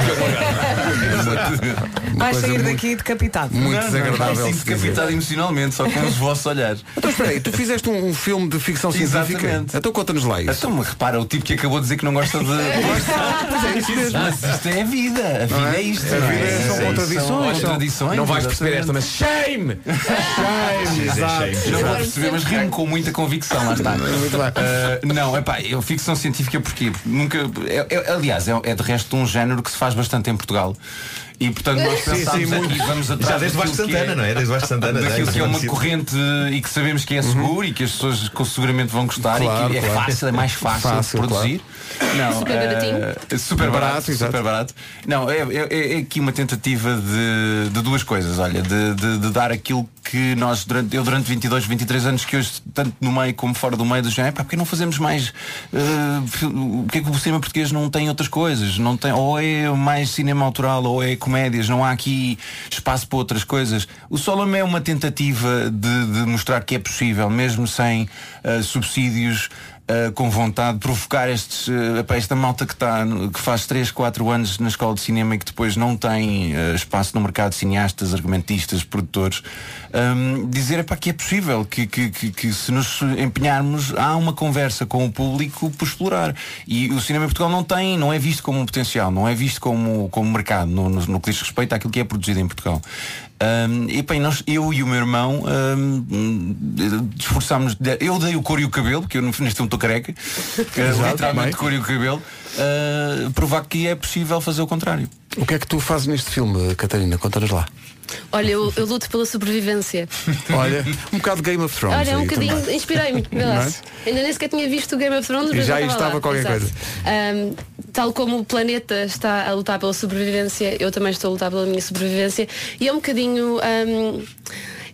Speaker 4: Vai
Speaker 12: coisa
Speaker 4: sair
Speaker 12: muito-
Speaker 4: daqui decapitado.
Speaker 12: Não, não, eu Sinto decapitado emocionalmente, só com os vossos olhares.
Speaker 1: Então espera aí, tu fizeste um, um filme de ficção científica?
Speaker 12: Exatamente.
Speaker 1: Então conta-nos lá isso.
Speaker 12: Então, mas repara, o tipo que acabou de dizer que não gosta de. Mas
Speaker 1: é isso mesmo.
Speaker 12: isto é a vida. A
Speaker 1: Não
Speaker 12: vida
Speaker 1: é?
Speaker 12: é isto.
Speaker 1: A
Speaker 12: não
Speaker 1: vida
Speaker 12: é?
Speaker 1: são
Speaker 12: São
Speaker 1: contradições.
Speaker 12: contradições,
Speaker 7: Não vais
Speaker 12: exatamente.
Speaker 7: perceber esta, mas shame! Shame!
Speaker 12: É, Exato. Não vou perceber, mas rimo com muita convicção, lá está. Ah, não, é pá, eu ficção científica porquê? Porque nunca. é- é- aliás, é, é de resto um género que se faz bastante em Portugal. E portanto nós
Speaker 10: Sim,
Speaker 12: pensamos
Speaker 10: sim, muito.
Speaker 12: aqui, vamos atrás
Speaker 10: Já
Speaker 12: daquilo
Speaker 10: desde Vasco
Speaker 12: que
Speaker 10: Santana, não é? Desde Vasco Santana, Uhum.
Speaker 12: Daquilo
Speaker 10: né?
Speaker 12: que é uma
Speaker 10: Sim.
Speaker 12: corrente e que sabemos que é seguro e que as pessoas com- seguramente vão gostar
Speaker 1: Claro,
Speaker 12: e que é
Speaker 1: claro.
Speaker 12: fácil, é mais fácil,
Speaker 1: Fácil,
Speaker 12: de produzir. Não,
Speaker 15: Super
Speaker 12: eh,
Speaker 15: baratinho.
Speaker 12: super
Speaker 1: Barato,
Speaker 12: barato,
Speaker 1: exato.
Speaker 12: super barato. Não, é, é- é aqui uma tentativa de, de duas coisas, olha, de, de- de dar aquilo que nós, durante, eu durante 22, 23 anos, que hoje, tanto no meio como fora do meio, do género, "Epá, porque não fazemos mais, eh, fil- o que é que o cinema português não tem outras coisas, não tem, ou é mais cinema autoral, ou é comédias, não há aqui espaço para outras coisas. O Solomon é uma tentativa de, de mostrar que é possível, mesmo sem eh, subsídios, Uh, com vontade de provocar estes, uh, epá, esta malta que, tá, no- que faz 3, 4 anos na escola de cinema e que depois não tem uh, espaço no mercado de cineastas, argumentistas, produtores, um, dizer epá, que é possível, que, que, que, que se nos empenharmos há uma conversa com o público por explorar. E o cinema em Portugal não tem, não é visto como um potencial, não é visto como, como mercado, no, no, no que diz respeito àquilo que é produzido em Portugal. Um, e bem, nós, eu e o meu irmão um, esforçámos eu dei o couro e o cabelo, porque eu neste momento estou careca, que é
Speaker 1: Exato,
Speaker 12: literalmente
Speaker 1: bem.
Speaker 12: couro e o cabelo, uh, provar que é possível fazer o contrário.
Speaker 1: O que é que tu fazes neste filme, Catarina? Conta-nos lá.
Speaker 15: Olha, eu, eu luto pela sobrevivência.
Speaker 1: Olha, um bocado Game of Thrones.
Speaker 15: Olha, um
Speaker 1: aí
Speaker 15: bocadinho,
Speaker 1: também.
Speaker 15: inspirei-me, vê
Speaker 1: Não
Speaker 15: lá.
Speaker 1: é?
Speaker 15: Ainda nem sequer tinha visto o Game of Thrones,
Speaker 1: E
Speaker 15: mas
Speaker 1: já
Speaker 15: estava
Speaker 1: estava
Speaker 15: lá.
Speaker 1: qualquer
Speaker 15: Exato.
Speaker 1: coisa.
Speaker 15: Ahm, tal como o planeta está a lutar pela sobrevivência, eu também estou a lutar pela minha sobrevivência. E é um bocadinho. ahm,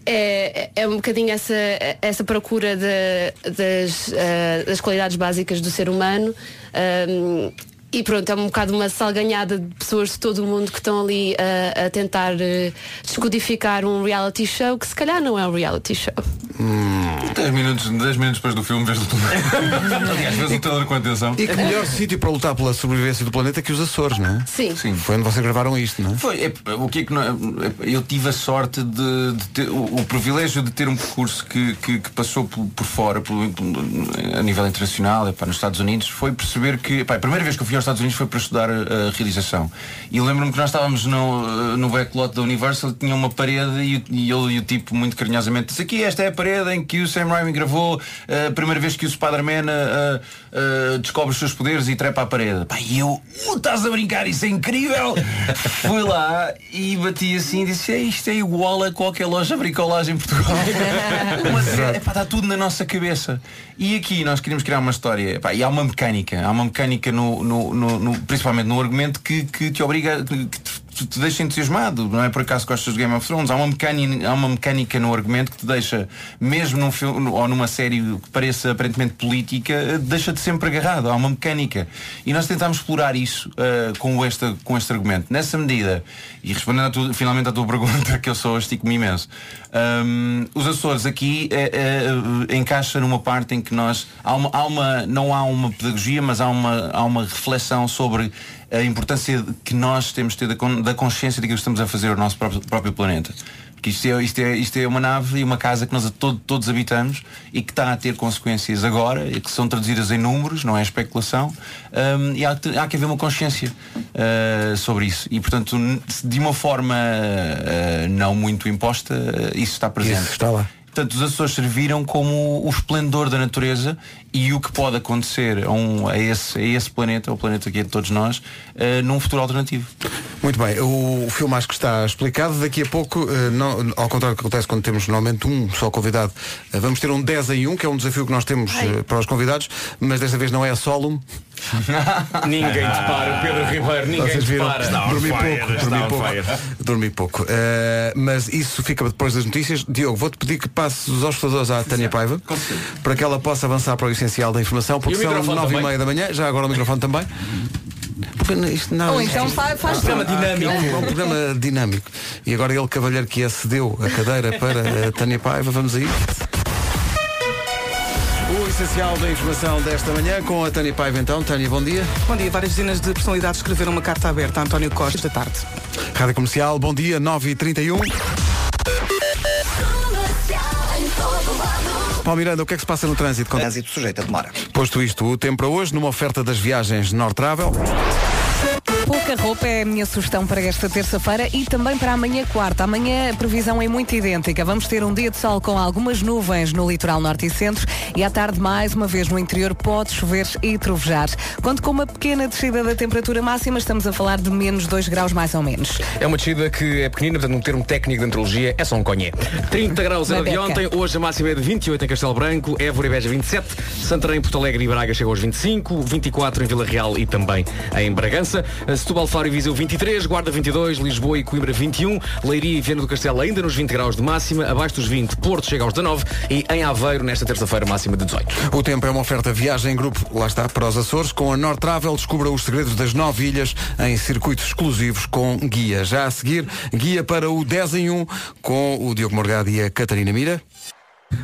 Speaker 15: é, é um bocadinho essa, essa procura da- das, ah, das qualidades básicas do ser humano. ahm, e pronto, é um bocado uma salganhada de pessoas de todo o mundo que estão ali ah, a tentar eh, descodificar um reality show que se calhar não é um reality show.
Speaker 1: Hum.
Speaker 12: 10 minutos, 10 minutos depois do filme, vês o trailer. Aliás, vês o trailer com atenção. É
Speaker 1: E que melhor sítio para lutar pela sobrevivência do planeta que os Açores, não é?
Speaker 15: Sim.
Speaker 1: Foi onde vocês gravaram isto, não é?
Speaker 12: Foi, é, o que é que não, é, eu tive a sorte de, de ter o, o privilégio de ter um percurso que, que, que passou por, por fora, por- por- a nível internacional, epá, nos Estados Unidos, foi perceber que epá, a primeira vez que eu fui aos Estados Unidos foi para estudar a realização. E lembro-me que nós estávamos no, eh, no backlot da Universal, tinha uma parede e, o- e eu e o tipo muito carinhosamente disse aqui esta é a parede em que o Sam Raimi gravou eh, a primeira vez que o Spider-Man eh, eh, descobre os seus poderes e trepa à parede. Pá, e eu, "Uh, estás a brincar, isso é incrível! Fui lá e bati assim e disse, "É, isto é igual a qualquer loja de bricolagem em Portugal. Uma cena- epá, está tudo na nossa cabeça. E aqui nós queríamos criar uma história. epá, e há uma mecânica, há uma mecânica no, no- no- no- principalmente no argumento que, que te obriga, que te te, te deixa entusiasmado. Não é por acaso que gostas de Game of Thrones. Há uma mecânica, há uma mecânica no argumento que te deixa, mesmo num filme ou numa série que pareça aparentemente política, eh, deixa-te sempre agarrado. Há uma mecânica. E nós tentámos explorar isso eh, com, esta, com este argumento. Nessa medida, e respondendo à tua- finalmente à tua pergunta, que eu só estico-me imenso, hum, os Açores aqui eh, eh, encaixa numa parte em que nós. Há uma, há uma- não há uma pedagogia, mas há uma, há uma reflexão sobre a importância que nós temos de ter da, con- da consciência daquilo que estamos a fazer ao nosso próprio, próprio planeta. Porque isto é, isto, é, isto é uma nave e uma casa que nós a todo- todos habitamos e que está a ter consequências agora, e que são traduzidas em números, não é especulação, hum, e há, que- há que haver uma consciência ah, sobre isso. E, portanto, n- de uma forma ah, não muito imposta, ah, isso está presente.
Speaker 1: Isso está lá.
Speaker 12: Portanto, os Açores serviram como o esplendor da natureza e o que pode acontecer a, um, a, esse, a esse planeta, ao planeta que é de todos nós, eh, num futuro alternativo.
Speaker 1: Muito bem, o filme acho que está explicado. Daqui a pouco, eh, não- ao contrário do que acontece quando temos normalmente um só convidado, eh, vamos ter um 10 em 1, que é um desafio que nós temos eh, para os convidados, mas desta vez não é solo.
Speaker 7: Ninguém te para, o Pedro Ribeiro, ninguém
Speaker 1: Vocês
Speaker 7: te
Speaker 1: viram?
Speaker 7: para. Está on
Speaker 1: Dormi
Speaker 7: fire,
Speaker 1: pouco,
Speaker 7: está
Speaker 1: dormi
Speaker 7: on
Speaker 1: pouco.
Speaker 7: fire.
Speaker 1: Dormi pouco. Eh, mas isso fica depois das notícias. Diogo, vou-te pedir que passes os hospedadores à Tânia Paiva para que ela possa avançar para o essencial da informação,
Speaker 7: E
Speaker 1: porque
Speaker 7: o
Speaker 1: são
Speaker 7: microfone
Speaker 1: 9 e
Speaker 7: também?
Speaker 1: meia da manhã, já agora o microfone também. Porque isto não,
Speaker 4: Ou então fa- faz
Speaker 1: é um programa
Speaker 4: tudo. Ah,
Speaker 1: dinâmico. É um programa dinâmico. E agora ele, cavalheiro que acedeu a cadeira para a Tânia Paiva, vamos aí. O essencial da informação desta manhã com a Tânia Paiva então. Tânia, bom dia.
Speaker 16: Bom dia. Várias dezenas de personalidades escreveram uma carta aberta a António Costa da tarde.
Speaker 1: Rádio Comercial, bom dia, 9h31. Paulo Miranda, o que é que se passa no trânsito?
Speaker 3: Trânsito sujeito a demora.
Speaker 1: Posto isto, o tempo para hoje, numa oferta das viagens North Travel.
Speaker 4: Pouca roupa é a minha sugestão para esta terça-feira e também para amanhã quarta. Amanhã a previsão é muito idêntica. Vamos ter um dia de sol com algumas nuvens no litoral norte e centro e à tarde, mais uma vez, no interior pode chover e trovejar. Quanto com uma pequena descida da temperatura máxima, estamos a falar de menos 2 graus mais ou menos.
Speaker 7: É uma descida que é pequenina, portanto, um termo técnico de meteorologia é só um conhé. 30 graus era
Speaker 4: Uma
Speaker 7: de
Speaker 4: beca.
Speaker 7: ontem, hoje a máxima é de 28 em Castelo Branco, Évora e Beja 27, Santarém, Porto Alegre e Braga chegou aos 25, 24 em Vila Real e também em Bragança, Eh, Setúbal, Faro e Viseu 23, Guarda 22, Lisboa e Coimbra 21, Leiria e Viana do Castelo ainda nos 20 graus de máxima, abaixo dos 20, Porto chega aos 19 e em Aveiro nesta terça-feira máxima de 18.
Speaker 1: O tempo é uma oferta viagem em grupo, lá está, para os Açores. Com a North Travel, descubra os segredos das nove ilhas em circuitos exclusivos com guia. Já a seguir, guia para o 10 em 1 com o Diogo Morgado e a Catarina Mira.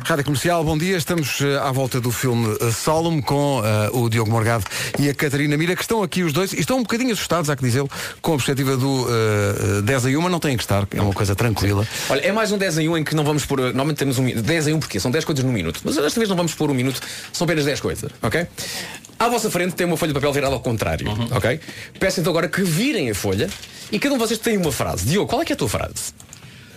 Speaker 1: Rádio Comercial, bom dia. Estamos eh, à volta do filme eh, Solemn com eh, o Diogo Morgado e a Catarina Mira, que estão aqui os dois e estão um bocadinho assustados, há que dizê-lo, com a perspectiva do eh, eh, 10 em 1, mas não têm que estar, é uma coisa tranquila.
Speaker 7: Olha, é mais um 10 em 1 em que não vamos pôr. Normalmente temos um mi- 10 em 1 porque são 10 coisas num minuto. Mas desta vez não vamos pôr um minuto, são apenas 10 coisas, ok? À vossa frente tem uma folha de papel virada ao contrário,
Speaker 12: Uhum.
Speaker 7: ok? Peço então agora que virem a folha e cada um de vocês tem uma frase. Diogo, qual é que é a tua frase?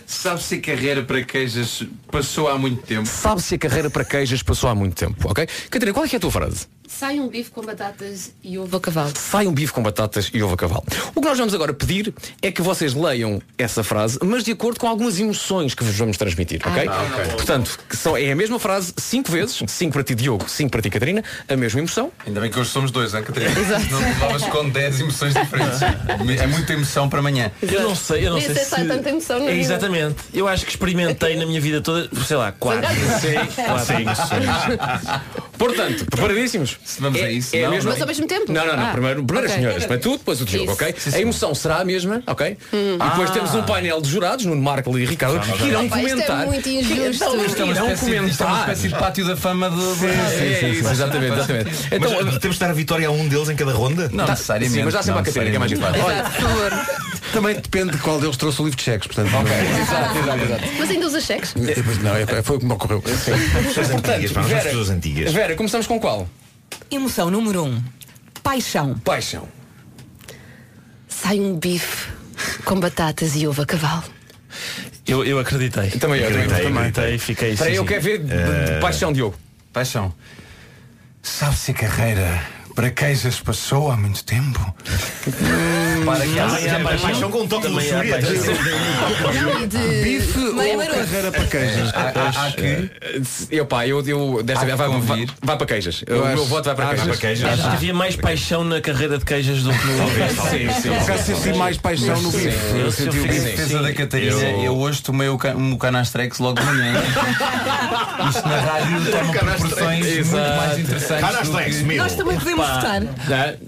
Speaker 12: Sabe se a carreira para queijas passou há muito tempo?
Speaker 7: Sabe se a carreira para queijas passou há muito tempo, ok? Catarina, qual é que é a tua frase?
Speaker 15: Sai um bife com batatas e ovo a cavalo.
Speaker 7: Sai um bife com batatas e ovo a cavalo. O que nós vamos agora pedir é que vocês leiam essa frase, mas de acordo com algumas emoções que vos vamos transmitir, ok?
Speaker 12: Ah, ok.
Speaker 7: Portanto, que são, é a mesma frase cinco vezes, cinco para ti Diogo, cinco para ti Catarina, a mesma emoção.
Speaker 12: Ainda bem que hoje somos dois, hein, Catarina? Não levavas com 10 emoções diferentes. É muita emoção para amanhã.
Speaker 5: Eu não sei, eu não
Speaker 15: Nem
Speaker 5: sei
Speaker 15: sei se há tanta emoção na
Speaker 5: É,
Speaker 15: vida.
Speaker 5: Exatamente. Eu acho que experimentei na minha vida toda, sei lá, quatro.
Speaker 15: Sim.
Speaker 5: quatro
Speaker 15: Sim.
Speaker 5: emoções.
Speaker 7: Portanto, preparadíssimos?
Speaker 12: Vamos
Speaker 7: é,
Speaker 12: a isso.
Speaker 7: É a
Speaker 12: Não,
Speaker 7: mesma...
Speaker 12: não. Mas ao
Speaker 15: mesmo tempo?
Speaker 7: Não, não, não.
Speaker 15: Ah,
Speaker 7: primeiro, primeiro as
Speaker 15: ok.
Speaker 7: senhoras, para tu, depois o Diogo,
Speaker 15: Isso.
Speaker 7: ok?
Speaker 15: Sim,
Speaker 7: A
Speaker 15: sim.
Speaker 7: emoção será a mesma, ok?
Speaker 15: Hum.
Speaker 7: E depois
Speaker 15: Ah.
Speaker 7: temos um painel de jurados, Nuno Marco e Ricardo,
Speaker 12: Não, não,
Speaker 7: que irão
Speaker 12: não. Pá, isto é
Speaker 7: comentar.
Speaker 12: muito injusto.
Speaker 7: Que-
Speaker 12: Isto é uma
Speaker 7: irão
Speaker 12: espécie de- isto é uma espécie de pátio da fama de...
Speaker 7: Sim, sim, sim, sim, É, exatamente, exatamente.
Speaker 10: Então,
Speaker 7: Então,
Speaker 10: temos de dar a vitória a um deles em cada ronda?
Speaker 7: Não, Tá- necessariamente. sim, mas dá sempre à Catarina, que é mais
Speaker 10: necessariamente.
Speaker 7: importante.
Speaker 1: Também depende de qual deles trouxe o livro de cheques, portanto. é?
Speaker 7: exato, exato, exato.
Speaker 15: Mas ainda usa cheques?
Speaker 1: Não, é- foi o que me ocorreu.
Speaker 10: Pessoas antigas, pá,
Speaker 7: Vera,
Speaker 10: são pessoas antigas.
Speaker 7: Vera, começamos com qual?
Speaker 4: Emoção número 1. Um. Paixão.
Speaker 7: Paixão.
Speaker 15: Sai um bife com batatas e ovo a cavalo.
Speaker 5: Eu, eu acreditei.
Speaker 7: Também eu,
Speaker 5: acreditei.
Speaker 7: também.
Speaker 5: acreditei, fiquei
Speaker 7: Espera aí,
Speaker 5: sim,
Speaker 7: eu
Speaker 5: sim. Eh,
Speaker 7: quero ver de- de- de paixão, Diogo.
Speaker 12: Paixão. Sabe-se a carreira para queijas passou há muito tempo?
Speaker 10: Para que há-
Speaker 5: Amanhã há paixão
Speaker 10: com um toque de
Speaker 5: Amanhã há
Speaker 10: luxúria.
Speaker 5: paixão.
Speaker 10: Não,
Speaker 5: e de-
Speaker 1: Bife
Speaker 5: Meio
Speaker 1: ou
Speaker 5: maroto.
Speaker 1: carreira para queijas?
Speaker 7: Há- há- há que- Eu pá, eu, eu desta vez vai, vai, vai para queijas.
Speaker 5: Eu
Speaker 7: o
Speaker 5: acho-
Speaker 7: meu voto vai para
Speaker 5: Ah,
Speaker 7: queijas.
Speaker 5: vai para queijas. Acho que havia mais paixão na carreira de queijas do que no
Speaker 7: Talvez, talvez,
Speaker 5: Sim,
Speaker 7: sim,
Speaker 5: sim,
Speaker 7: sim,
Speaker 5: sim,
Speaker 7: sim.
Speaker 5: sim.
Speaker 1: mais paixão no bife.
Speaker 12: Eu
Speaker 1: Eu
Speaker 12: senti o
Speaker 1: senti
Speaker 12: bife.
Speaker 1: sim,
Speaker 12: Em defesa
Speaker 1: sim.
Speaker 12: da Catarina,
Speaker 1: Eu-
Speaker 12: eu, hoje tomei o ca- um canastrex logo de manhã. Isto na rádio toma proporções muito mais interessantes.
Speaker 10: Canastrex,
Speaker 12: do que...
Speaker 4: Nós também podemos votar.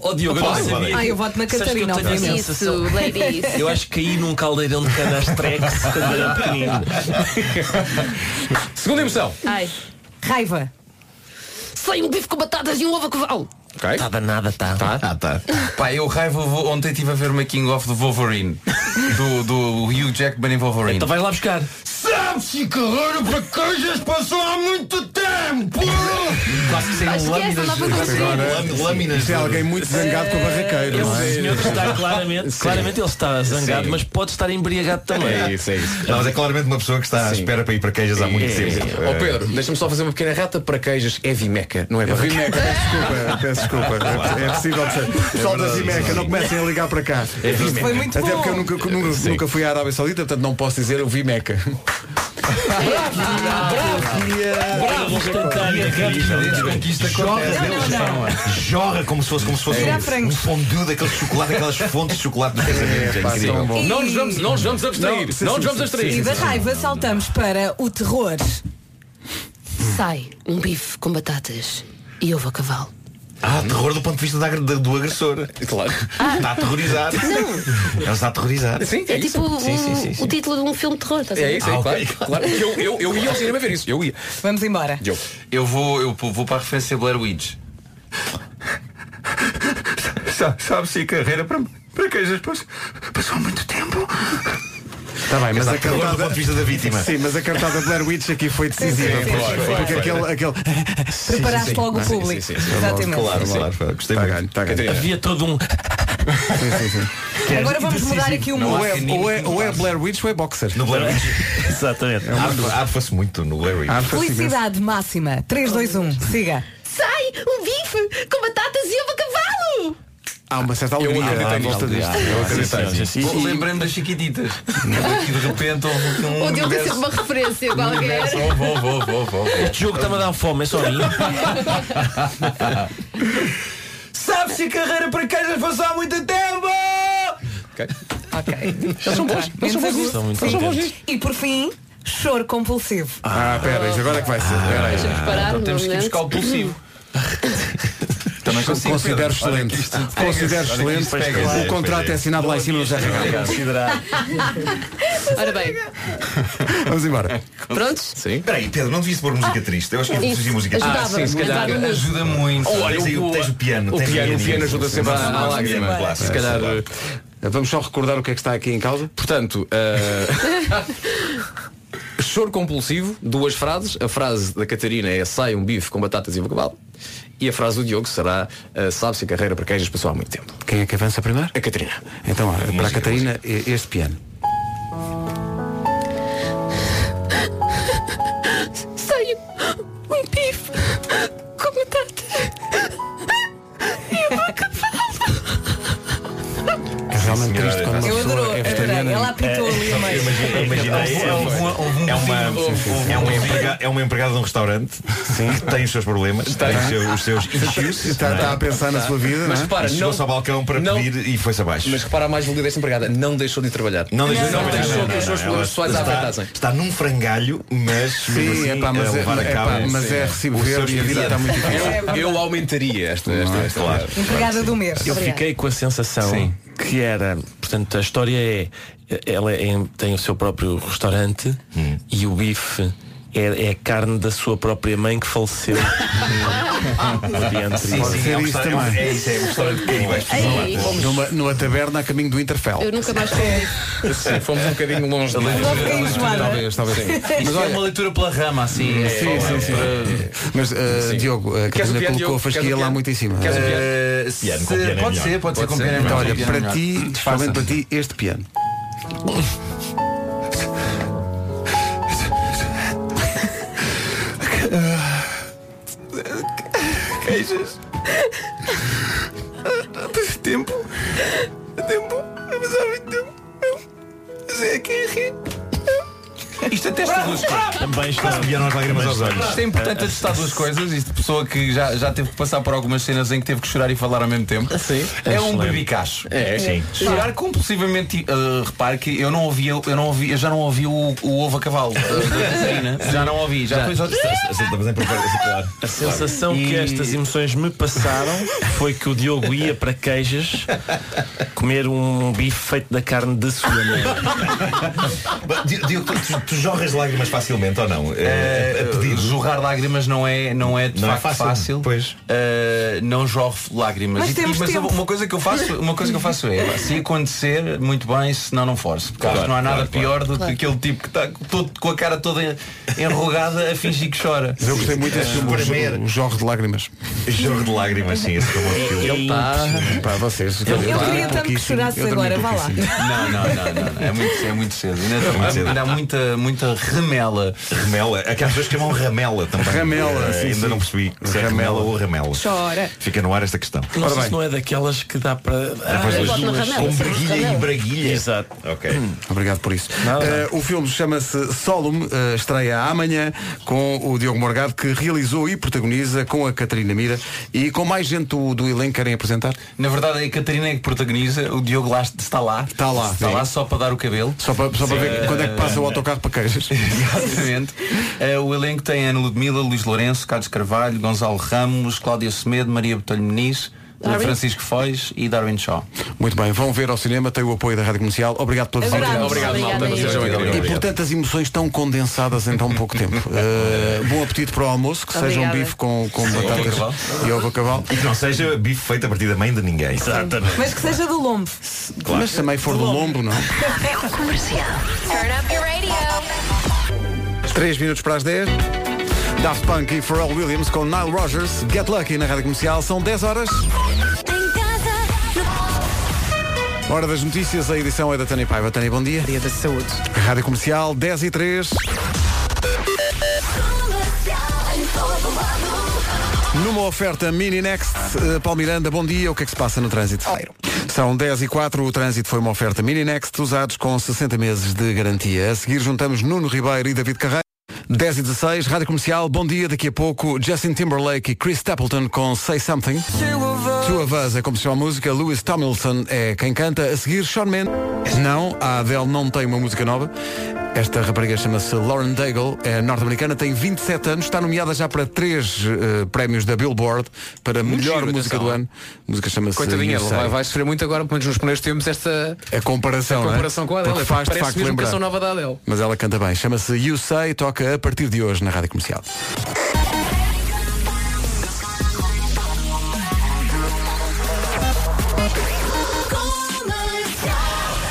Speaker 5: Oh, Diogo, eu não
Speaker 12: Opa,
Speaker 5: sabia.
Speaker 4: Ah, eu voto na
Speaker 5: Sabes que eu
Speaker 4: Catarina,
Speaker 5: tenho a
Speaker 4: obviamente.
Speaker 5: sensação-
Speaker 4: Isso, ladies.
Speaker 5: Eu acho que caí num caldeirão de canastrex quando era pequenino.
Speaker 7: Segunda emoção.
Speaker 15: Ai.
Speaker 4: Raiva.
Speaker 15: Sem um bife com batatas e um ovo a cavalo.
Speaker 12: Está danada, está. Tá? Ah, tá. Pá, eu raiva, vou- ontem estive a ver o making of do Wolverine. Do, do Hugh Jackman em Wolverine. Então
Speaker 5: vais lá buscar.
Speaker 12: Sabe-se que raro para coisas passou há muito tempo! Quase que sem
Speaker 4: é
Speaker 1: Acho que lâminas- essa dá para conseguir. Agora, lâminas isto é de- alguém muito zangado com o barraqueiro, não é?
Speaker 5: Esse senhor está claramente, claramente ele está zangado,
Speaker 10: Sim.
Speaker 5: mas pode estar embriagado também.
Speaker 10: Não, mas é claramente uma pessoa que está à
Speaker 5: Sim.
Speaker 10: espera para ir para queijas
Speaker 7: É,
Speaker 10: há muito tempo.
Speaker 7: Ó Pedro, deixa-me só fazer uma pequena reta para queijas. É Vimeca, não é
Speaker 1: Eu vi
Speaker 7: barraca.
Speaker 1: Meca, peço desculpa, peço desculpa. É, é possível dizer. Pessoal da
Speaker 7: verdade,
Speaker 1: Vimeca,
Speaker 7: sim.
Speaker 1: não comecem a ligar para cá.
Speaker 7: É Vimeca. Foi muito
Speaker 1: Até
Speaker 7: bom.
Speaker 1: porque eu nunca, nunca, nunca fui à Arábia Saudita, portanto não posso dizer eu vi Meca.
Speaker 10: Bravo, conquista acontece. Jorra como se fosse, como se fosse
Speaker 7: Vira
Speaker 10: um,
Speaker 7: a frango.
Speaker 10: um fondue daquele chocolate, aquelas fontes de chocolate do casamento. É,
Speaker 7: pá,
Speaker 10: incrível.
Speaker 7: tão bom. Não nos vamos- não nos vamos abstrair. Não nos vamos abstrair.
Speaker 4: E da raiva saltamos para o terror.
Speaker 15: Sai um bife com batatas e ovo a cavalo.
Speaker 10: Ah, terror do ponto de vista da, agra- da- do agressor. Claro. Está aterrorizado.
Speaker 15: Não.
Speaker 10: Ele está aterrorizado.
Speaker 7: Ah, Sim,
Speaker 15: É tipo um-
Speaker 10: Sim, sim, sim, sim.
Speaker 15: o título de um filme de terror, estás a
Speaker 7: É
Speaker 15: ver?
Speaker 12: Ah,
Speaker 7: isso, é claro. claro. Eu, eu, eu ia ao cinema ver isso. Eu ia.
Speaker 4: Vamos embora.
Speaker 7: Eu,
Speaker 12: vou, eu vou para a referência Blair Witch.
Speaker 10: Sabe-se a carreira para, para queijas passou, passou muito tempo.
Speaker 1: Está Tá bem, mas a
Speaker 10: Exato,
Speaker 1: cartada
Speaker 10: do ponto de vista da vítima.
Speaker 1: Sim, mas a cartada de Blair Witch aqui foi decisiva.
Speaker 10: Sim, sim,
Speaker 1: porque-
Speaker 10: sim, foi,
Speaker 1: porque
Speaker 10: foi.
Speaker 1: aquele, aquele...
Speaker 4: Preparaste
Speaker 1: sim.
Speaker 4: logo o
Speaker 1: Sim, sim,
Speaker 4: público.
Speaker 1: sim, sim.
Speaker 4: Exatamente.
Speaker 1: Claro, claro.
Speaker 10: Gostei
Speaker 1: muito.
Speaker 5: Havia todo um. é
Speaker 4: Agora vamos mudar aqui um o
Speaker 1: Ou é,
Speaker 4: mundo.
Speaker 1: ou, é, ou é Blair Witch ou é boxer.
Speaker 10: No Blair Witch.
Speaker 5: Exatamente.
Speaker 10: Arfa-se muito no Blair Witch.
Speaker 4: Ah, Felicidade máxima. 3, 2, 1. Siga.
Speaker 15: Sai um bife com batatas e ovo a cavalo!
Speaker 1: Há uma certa alegria à volta disto.
Speaker 12: Eu
Speaker 1: Sim, sim, sim.
Speaker 12: acreditei. Bom, Lembrei-me das chiquititas. E de repente houve aqui um.
Speaker 15: Ou deu
Speaker 12: universo-
Speaker 15: ser uma referência qualquer.
Speaker 12: Oh, Vou, vou, vou, vou.
Speaker 5: Este jogo está-me a dar fome, é só a mim.
Speaker 12: Sabe-se a carreira para queijas passou há muito tempo!
Speaker 4: Ok. Então,
Speaker 12: Eles são bons, eles são bons nisto. Eles são bons nisto.
Speaker 4: E por fim, choro compulsivo.
Speaker 1: Ah, pera, isto agora é que vai ser. Pera
Speaker 15: Ah,
Speaker 1: aí.
Speaker 4: Deixa-me parar
Speaker 12: Então
Speaker 4: no
Speaker 12: temos que
Speaker 4: momento.
Speaker 12: buscar o pulsivo. Também consigo,
Speaker 1: Considero
Speaker 12: Pedro. Olha
Speaker 1: excelente.
Speaker 12: que isto pega-se,
Speaker 1: Considero
Speaker 12: olha que isto
Speaker 1: excelente.
Speaker 12: pega-se.
Speaker 1: O contrato é assinado lá em cima, mas já
Speaker 10: Considerar.
Speaker 15: Ora bem,
Speaker 1: Vamos embora.
Speaker 15: Prontos?
Speaker 10: Sim. Peraí, Pedro, não devia pôr música triste.
Speaker 12: é,
Speaker 10: Eu acho que eu preciso de música triste.
Speaker 12: Ah, sim, se calhar ajuda muito.
Speaker 10: Oh, olha, o, tens o piano.
Speaker 12: o
Speaker 10: tens
Speaker 12: piano- o
Speaker 10: pianinho.
Speaker 12: piano ajuda sempre à- à lágrima.
Speaker 10: Piano clássico,
Speaker 7: Se calhar.
Speaker 10: claro.
Speaker 1: Vamos só recordar o que é que está aqui em causa.
Speaker 7: Portanto, eh, choro compulsivo, duas frases. A frase da Catarina é sai um bife com batatas e ovo a cavalo. E a frase do Diogo será eh, sabe-se a carreira para queijas passou há muito tempo.
Speaker 1: Quem é que avança primeiro?
Speaker 7: A Catarina.
Speaker 1: Então, olha, para a Catarina, e- este piano.
Speaker 15: Sai um bife com batatas e ovo a cavalo.
Speaker 1: É realmente triste quando uma
Speaker 15: Eu
Speaker 1: pessoa
Speaker 15: adoro.
Speaker 1: é
Speaker 15: Adorei.
Speaker 1: vegetariana.
Speaker 15: Ela apitou ali a meio.
Speaker 10: Imaginei, é
Speaker 7: um
Speaker 10: uma- é uma- é uma emprega- É uma empregada de um restaurante que tem os seus problemas, tem os seus- os seus issues.
Speaker 1: Está-
Speaker 10: não é?
Speaker 1: está a pensar na sua vida, não
Speaker 7: Mas
Speaker 1: é?
Speaker 7: repara,
Speaker 10: E chegou-se
Speaker 7: não-
Speaker 10: ao balcão para
Speaker 7: não-
Speaker 10: pedir e foi-se abaixo.
Speaker 7: Mas repara a mais valia desta empregada, não deixou de ir trabalhar.
Speaker 10: Não deixou,
Speaker 7: não
Speaker 10: não, não,
Speaker 7: deixou
Speaker 10: não,
Speaker 7: que os seus
Speaker 10: não, não,
Speaker 7: problemas pessoais
Speaker 10: está-
Speaker 7: afetassem.
Speaker 10: Está num frangalho, mas mesmo
Speaker 7: Sim,
Speaker 10: assim,
Speaker 7: epá, mas
Speaker 10: a
Speaker 7: é-
Speaker 10: levar a cabo
Speaker 7: epá, mas é
Speaker 10: o
Speaker 7: recibo
Speaker 10: seu
Speaker 7: verde e a vida
Speaker 10: espírito.
Speaker 7: está muito difícil. Eu- É verdade. eu aumentaria esta- esta- esta-
Speaker 10: claro.
Speaker 4: Empregada do mês.
Speaker 5: é? Eu fiquei com a sensação que era, portanto, a história é, ela é em- tem o seu próprio restaurante e o bife é, é a carne da sua própria mãe que faleceu.
Speaker 1: Ah.
Speaker 5: no dia anterior.
Speaker 10: Sim, sim, é um restaurante- é isso, é um restaurante de caníbais.
Speaker 15: Ei.
Speaker 1: Numa, numa taberna a caminho do Interfell.
Speaker 15: Eu nunca mais comi.
Speaker 7: Sim, fomos um bocadinho longe de
Speaker 1: Talvez, talvez.
Speaker 7: Sim.
Speaker 1: Mas
Speaker 12: Isto é
Speaker 1: olha-
Speaker 12: uma leitura pela rama, assim. é-
Speaker 1: Sim, sim, sim. Mas, eh, Diogo, um a
Speaker 12: Queres o
Speaker 1: Catarina
Speaker 12: piano,
Speaker 1: colocou
Speaker 12: Diogo?
Speaker 1: a
Speaker 12: Queres
Speaker 1: fasquia
Speaker 12: o
Speaker 1: lá
Speaker 12: piano?
Speaker 1: muito em cima.
Speaker 12: Queres o piano?
Speaker 1: Eh,
Speaker 10: Piano com
Speaker 1: se-
Speaker 10: piano é
Speaker 1: Pode
Speaker 10: melhor.
Speaker 1: ser, pode ser
Speaker 10: Pode
Speaker 1: com
Speaker 10: ser,
Speaker 1: piano.
Speaker 10: é melhor.
Speaker 1: Olha,
Speaker 10: Piano é
Speaker 1: para
Speaker 10: melhor.
Speaker 1: ti, especialmente para ti, este piano.
Speaker 12: é Queijas. Há tanto tempo.
Speaker 2: Há tempo, mas há muito tempo. Eu sei quem é rir.
Speaker 12: Isto até está duas coisas.
Speaker 10: Também está- vieram as lágrimas
Speaker 12: Mas
Speaker 10: aos olhos.
Speaker 12: Isto é importante atestar duas coisas. Isto de pessoa que já, já teve que passar por algumas cenas em que teve que chorar e falar ao mesmo tempo. É um
Speaker 10: Excelente.
Speaker 12: bebicacho.
Speaker 10: É. Sim.
Speaker 12: Chorar compulsivamente. eh, repare que eu não ouvi, eu não ouvi, eu já não ouvi o, o ovo a cavalo. já não ouvi, já, foi
Speaker 5: A sensação que estas emoções me passaram foi que o Diogo ia para queijas comer um bife feito da carne de sua
Speaker 10: Mas, Di- Diogo, tu, tu, tu jorras lágrimas facilmente ou
Speaker 7: É,
Speaker 10: não? Eh, a- a pedir.
Speaker 12: É, Jorrar lágrimas não é, não é de
Speaker 10: Não é
Speaker 12: facto
Speaker 10: fácil,
Speaker 12: fácil. Eh, não jorro lágrimas.
Speaker 10: Mas
Speaker 12: E- e-
Speaker 10: temos
Speaker 12: mas
Speaker 10: tempo.
Speaker 12: uma coisa que eu faço, uma coisa que eu faço é, pá, se acontecer, muito bem, se não não force. Porque
Speaker 10: Claro,
Speaker 12: acho que não há nada
Speaker 10: claro,
Speaker 12: pior do
Speaker 10: claro.
Speaker 12: que aquele tipo que está todo- com a cara toda enrugada a fingir que chora. Eh,
Speaker 1: Eu gostei muito desse filme, o- o Jorro de Lágrimas.
Speaker 10: É. Jorro de Lágrimas, sim, esse filme é
Speaker 1: Ele está. Pá, vocês.
Speaker 4: Eu- eu queria tanto que
Speaker 1: pouquíssimo.
Speaker 4: chorasses
Speaker 1: Eu dormi
Speaker 4: agora, vá lá.
Speaker 1: pouquíssimo.
Speaker 12: Não, não, não, não, não. É muito, é muito cedo. Ainda,
Speaker 10: muito cedo.
Speaker 12: ainda há muita, muita remela.
Speaker 10: Remela. Aquelas pessoas chamam ramela também.
Speaker 12: Ramela,
Speaker 10: Eh,
Speaker 12: sim,
Speaker 10: Ainda
Speaker 12: sim.
Speaker 10: não percebi se é
Speaker 12: Ramela.
Speaker 10: ramela ou ramela.
Speaker 4: Chora.
Speaker 10: Fica no ar esta questão.
Speaker 5: Não sei se não é daquelas que dá para. Ah,
Speaker 10: Dá
Speaker 4: Ah,
Speaker 10: para as duas. um Com braguilha e
Speaker 5: braguilha. Exato.
Speaker 10: Ok.
Speaker 1: Hum, Obrigado por isso. Eh, o filme chama-se Solum, eh, estreia amanhã com o Diogo Morgado, que realizou e protagoniza com a Catarina Mira e com mais gente do, do elenco querem apresentar?
Speaker 12: Na verdade é a Catarina é que protagoniza, o Diogo lá está lá. Está
Speaker 1: lá,
Speaker 12: Está
Speaker 1: sim.
Speaker 12: lá só para dar o cabelo. Eh,
Speaker 1: Só para, só para ver quando é que passa o autocarro para queijas.
Speaker 12: Exatamente. Eh, o elenco tem Ana Ludmila, Luís Lourenço, Carlos Carvalho, Gonçalo Ramos, Cláudia Semedo, Maria Botelho Muniz, eh,
Speaker 1: Darwin.
Speaker 12: Francisco Foz e Darwin Shaw.
Speaker 1: Muito bem, vão ver ao cinema, tem o apoio da Rádio Comercial. Obrigado pela visita.
Speaker 12: Obrigado, Obrigado, obrigado, malta. obrigado. Sejam bem-vindos.
Speaker 1: E portanto as emoções estão condensadas em tão pouco tempo. Eh, bom apetite para o almoço, que seja um
Speaker 4: Obrigada.
Speaker 1: bife com, com
Speaker 10: Sim. Ovo a
Speaker 1: batatas
Speaker 10: cavalo.
Speaker 1: e ovo a cavalo.
Speaker 10: E que não seja bife feito a partir da mãe de ninguém. Exatamente.
Speaker 4: Mas que seja do lombo.
Speaker 10: Claro.
Speaker 1: Mas também for do lombo, não?
Speaker 2: É um Comercial. Turn up your radio.
Speaker 1: 3 minutos para as 10. Daft Punk e Pharrell Williams com Nile Rogers. Get Lucky na Rádio Comercial. São 10 horas. Hora das notícias. A edição é da Tânia Paiva. Tânia, bom dia. Dia da Saúde. Rádio Comercial, 10 e 3. Numa oferta Mini Next, eh, Paulo Miranda, bom dia. O que é que se passa no trânsito? São 10 e 4, o trânsito foi uma oferta Mini Next, usados com 60 meses de garantia. A seguir juntamos Nuno Ribeiro e David Carreira. 10 e 16, Rádio Comercial, bom dia. Daqui a pouco, Justin Timberlake e Chris Stapleton com Say Something. Two of Us é como se chama a música, Lewis Tomlinson é quem canta. A seguir, Sean Mendes. Não, a Adele não tem uma música nova. Esta rapariga chama-se Lauren Daigle, é norte-americana, tem 27 anos, está nomeada já para três eh, prémios da Billboard para melhor
Speaker 7: giro,
Speaker 1: música
Speaker 7: atenção.
Speaker 1: do ano. A música chama-se
Speaker 7: Coitadinha,
Speaker 1: You Say.
Speaker 7: vai, vai sofrer muito agora, pelo menos nos primeiros tempos, esta
Speaker 1: A comparação, não
Speaker 7: esta
Speaker 1: é?
Speaker 7: eh, comparação com a Adele.
Speaker 1: Porque faz de
Speaker 7: Parece
Speaker 1: facto
Speaker 7: mesmo
Speaker 1: lembrar.
Speaker 7: canção nova da Adele.
Speaker 1: Mas ela canta bem. Chama-se You Say, toca a partir de hoje na Rádio Comercial.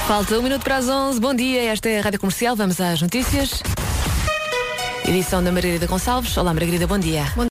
Speaker 6: Falta um minuto para as 11. Bom dia, esta é a Rádio Comercial. Vamos às notícias. Edição da Margarida Gonçalves. Olá, Margarida, bom dia. Bom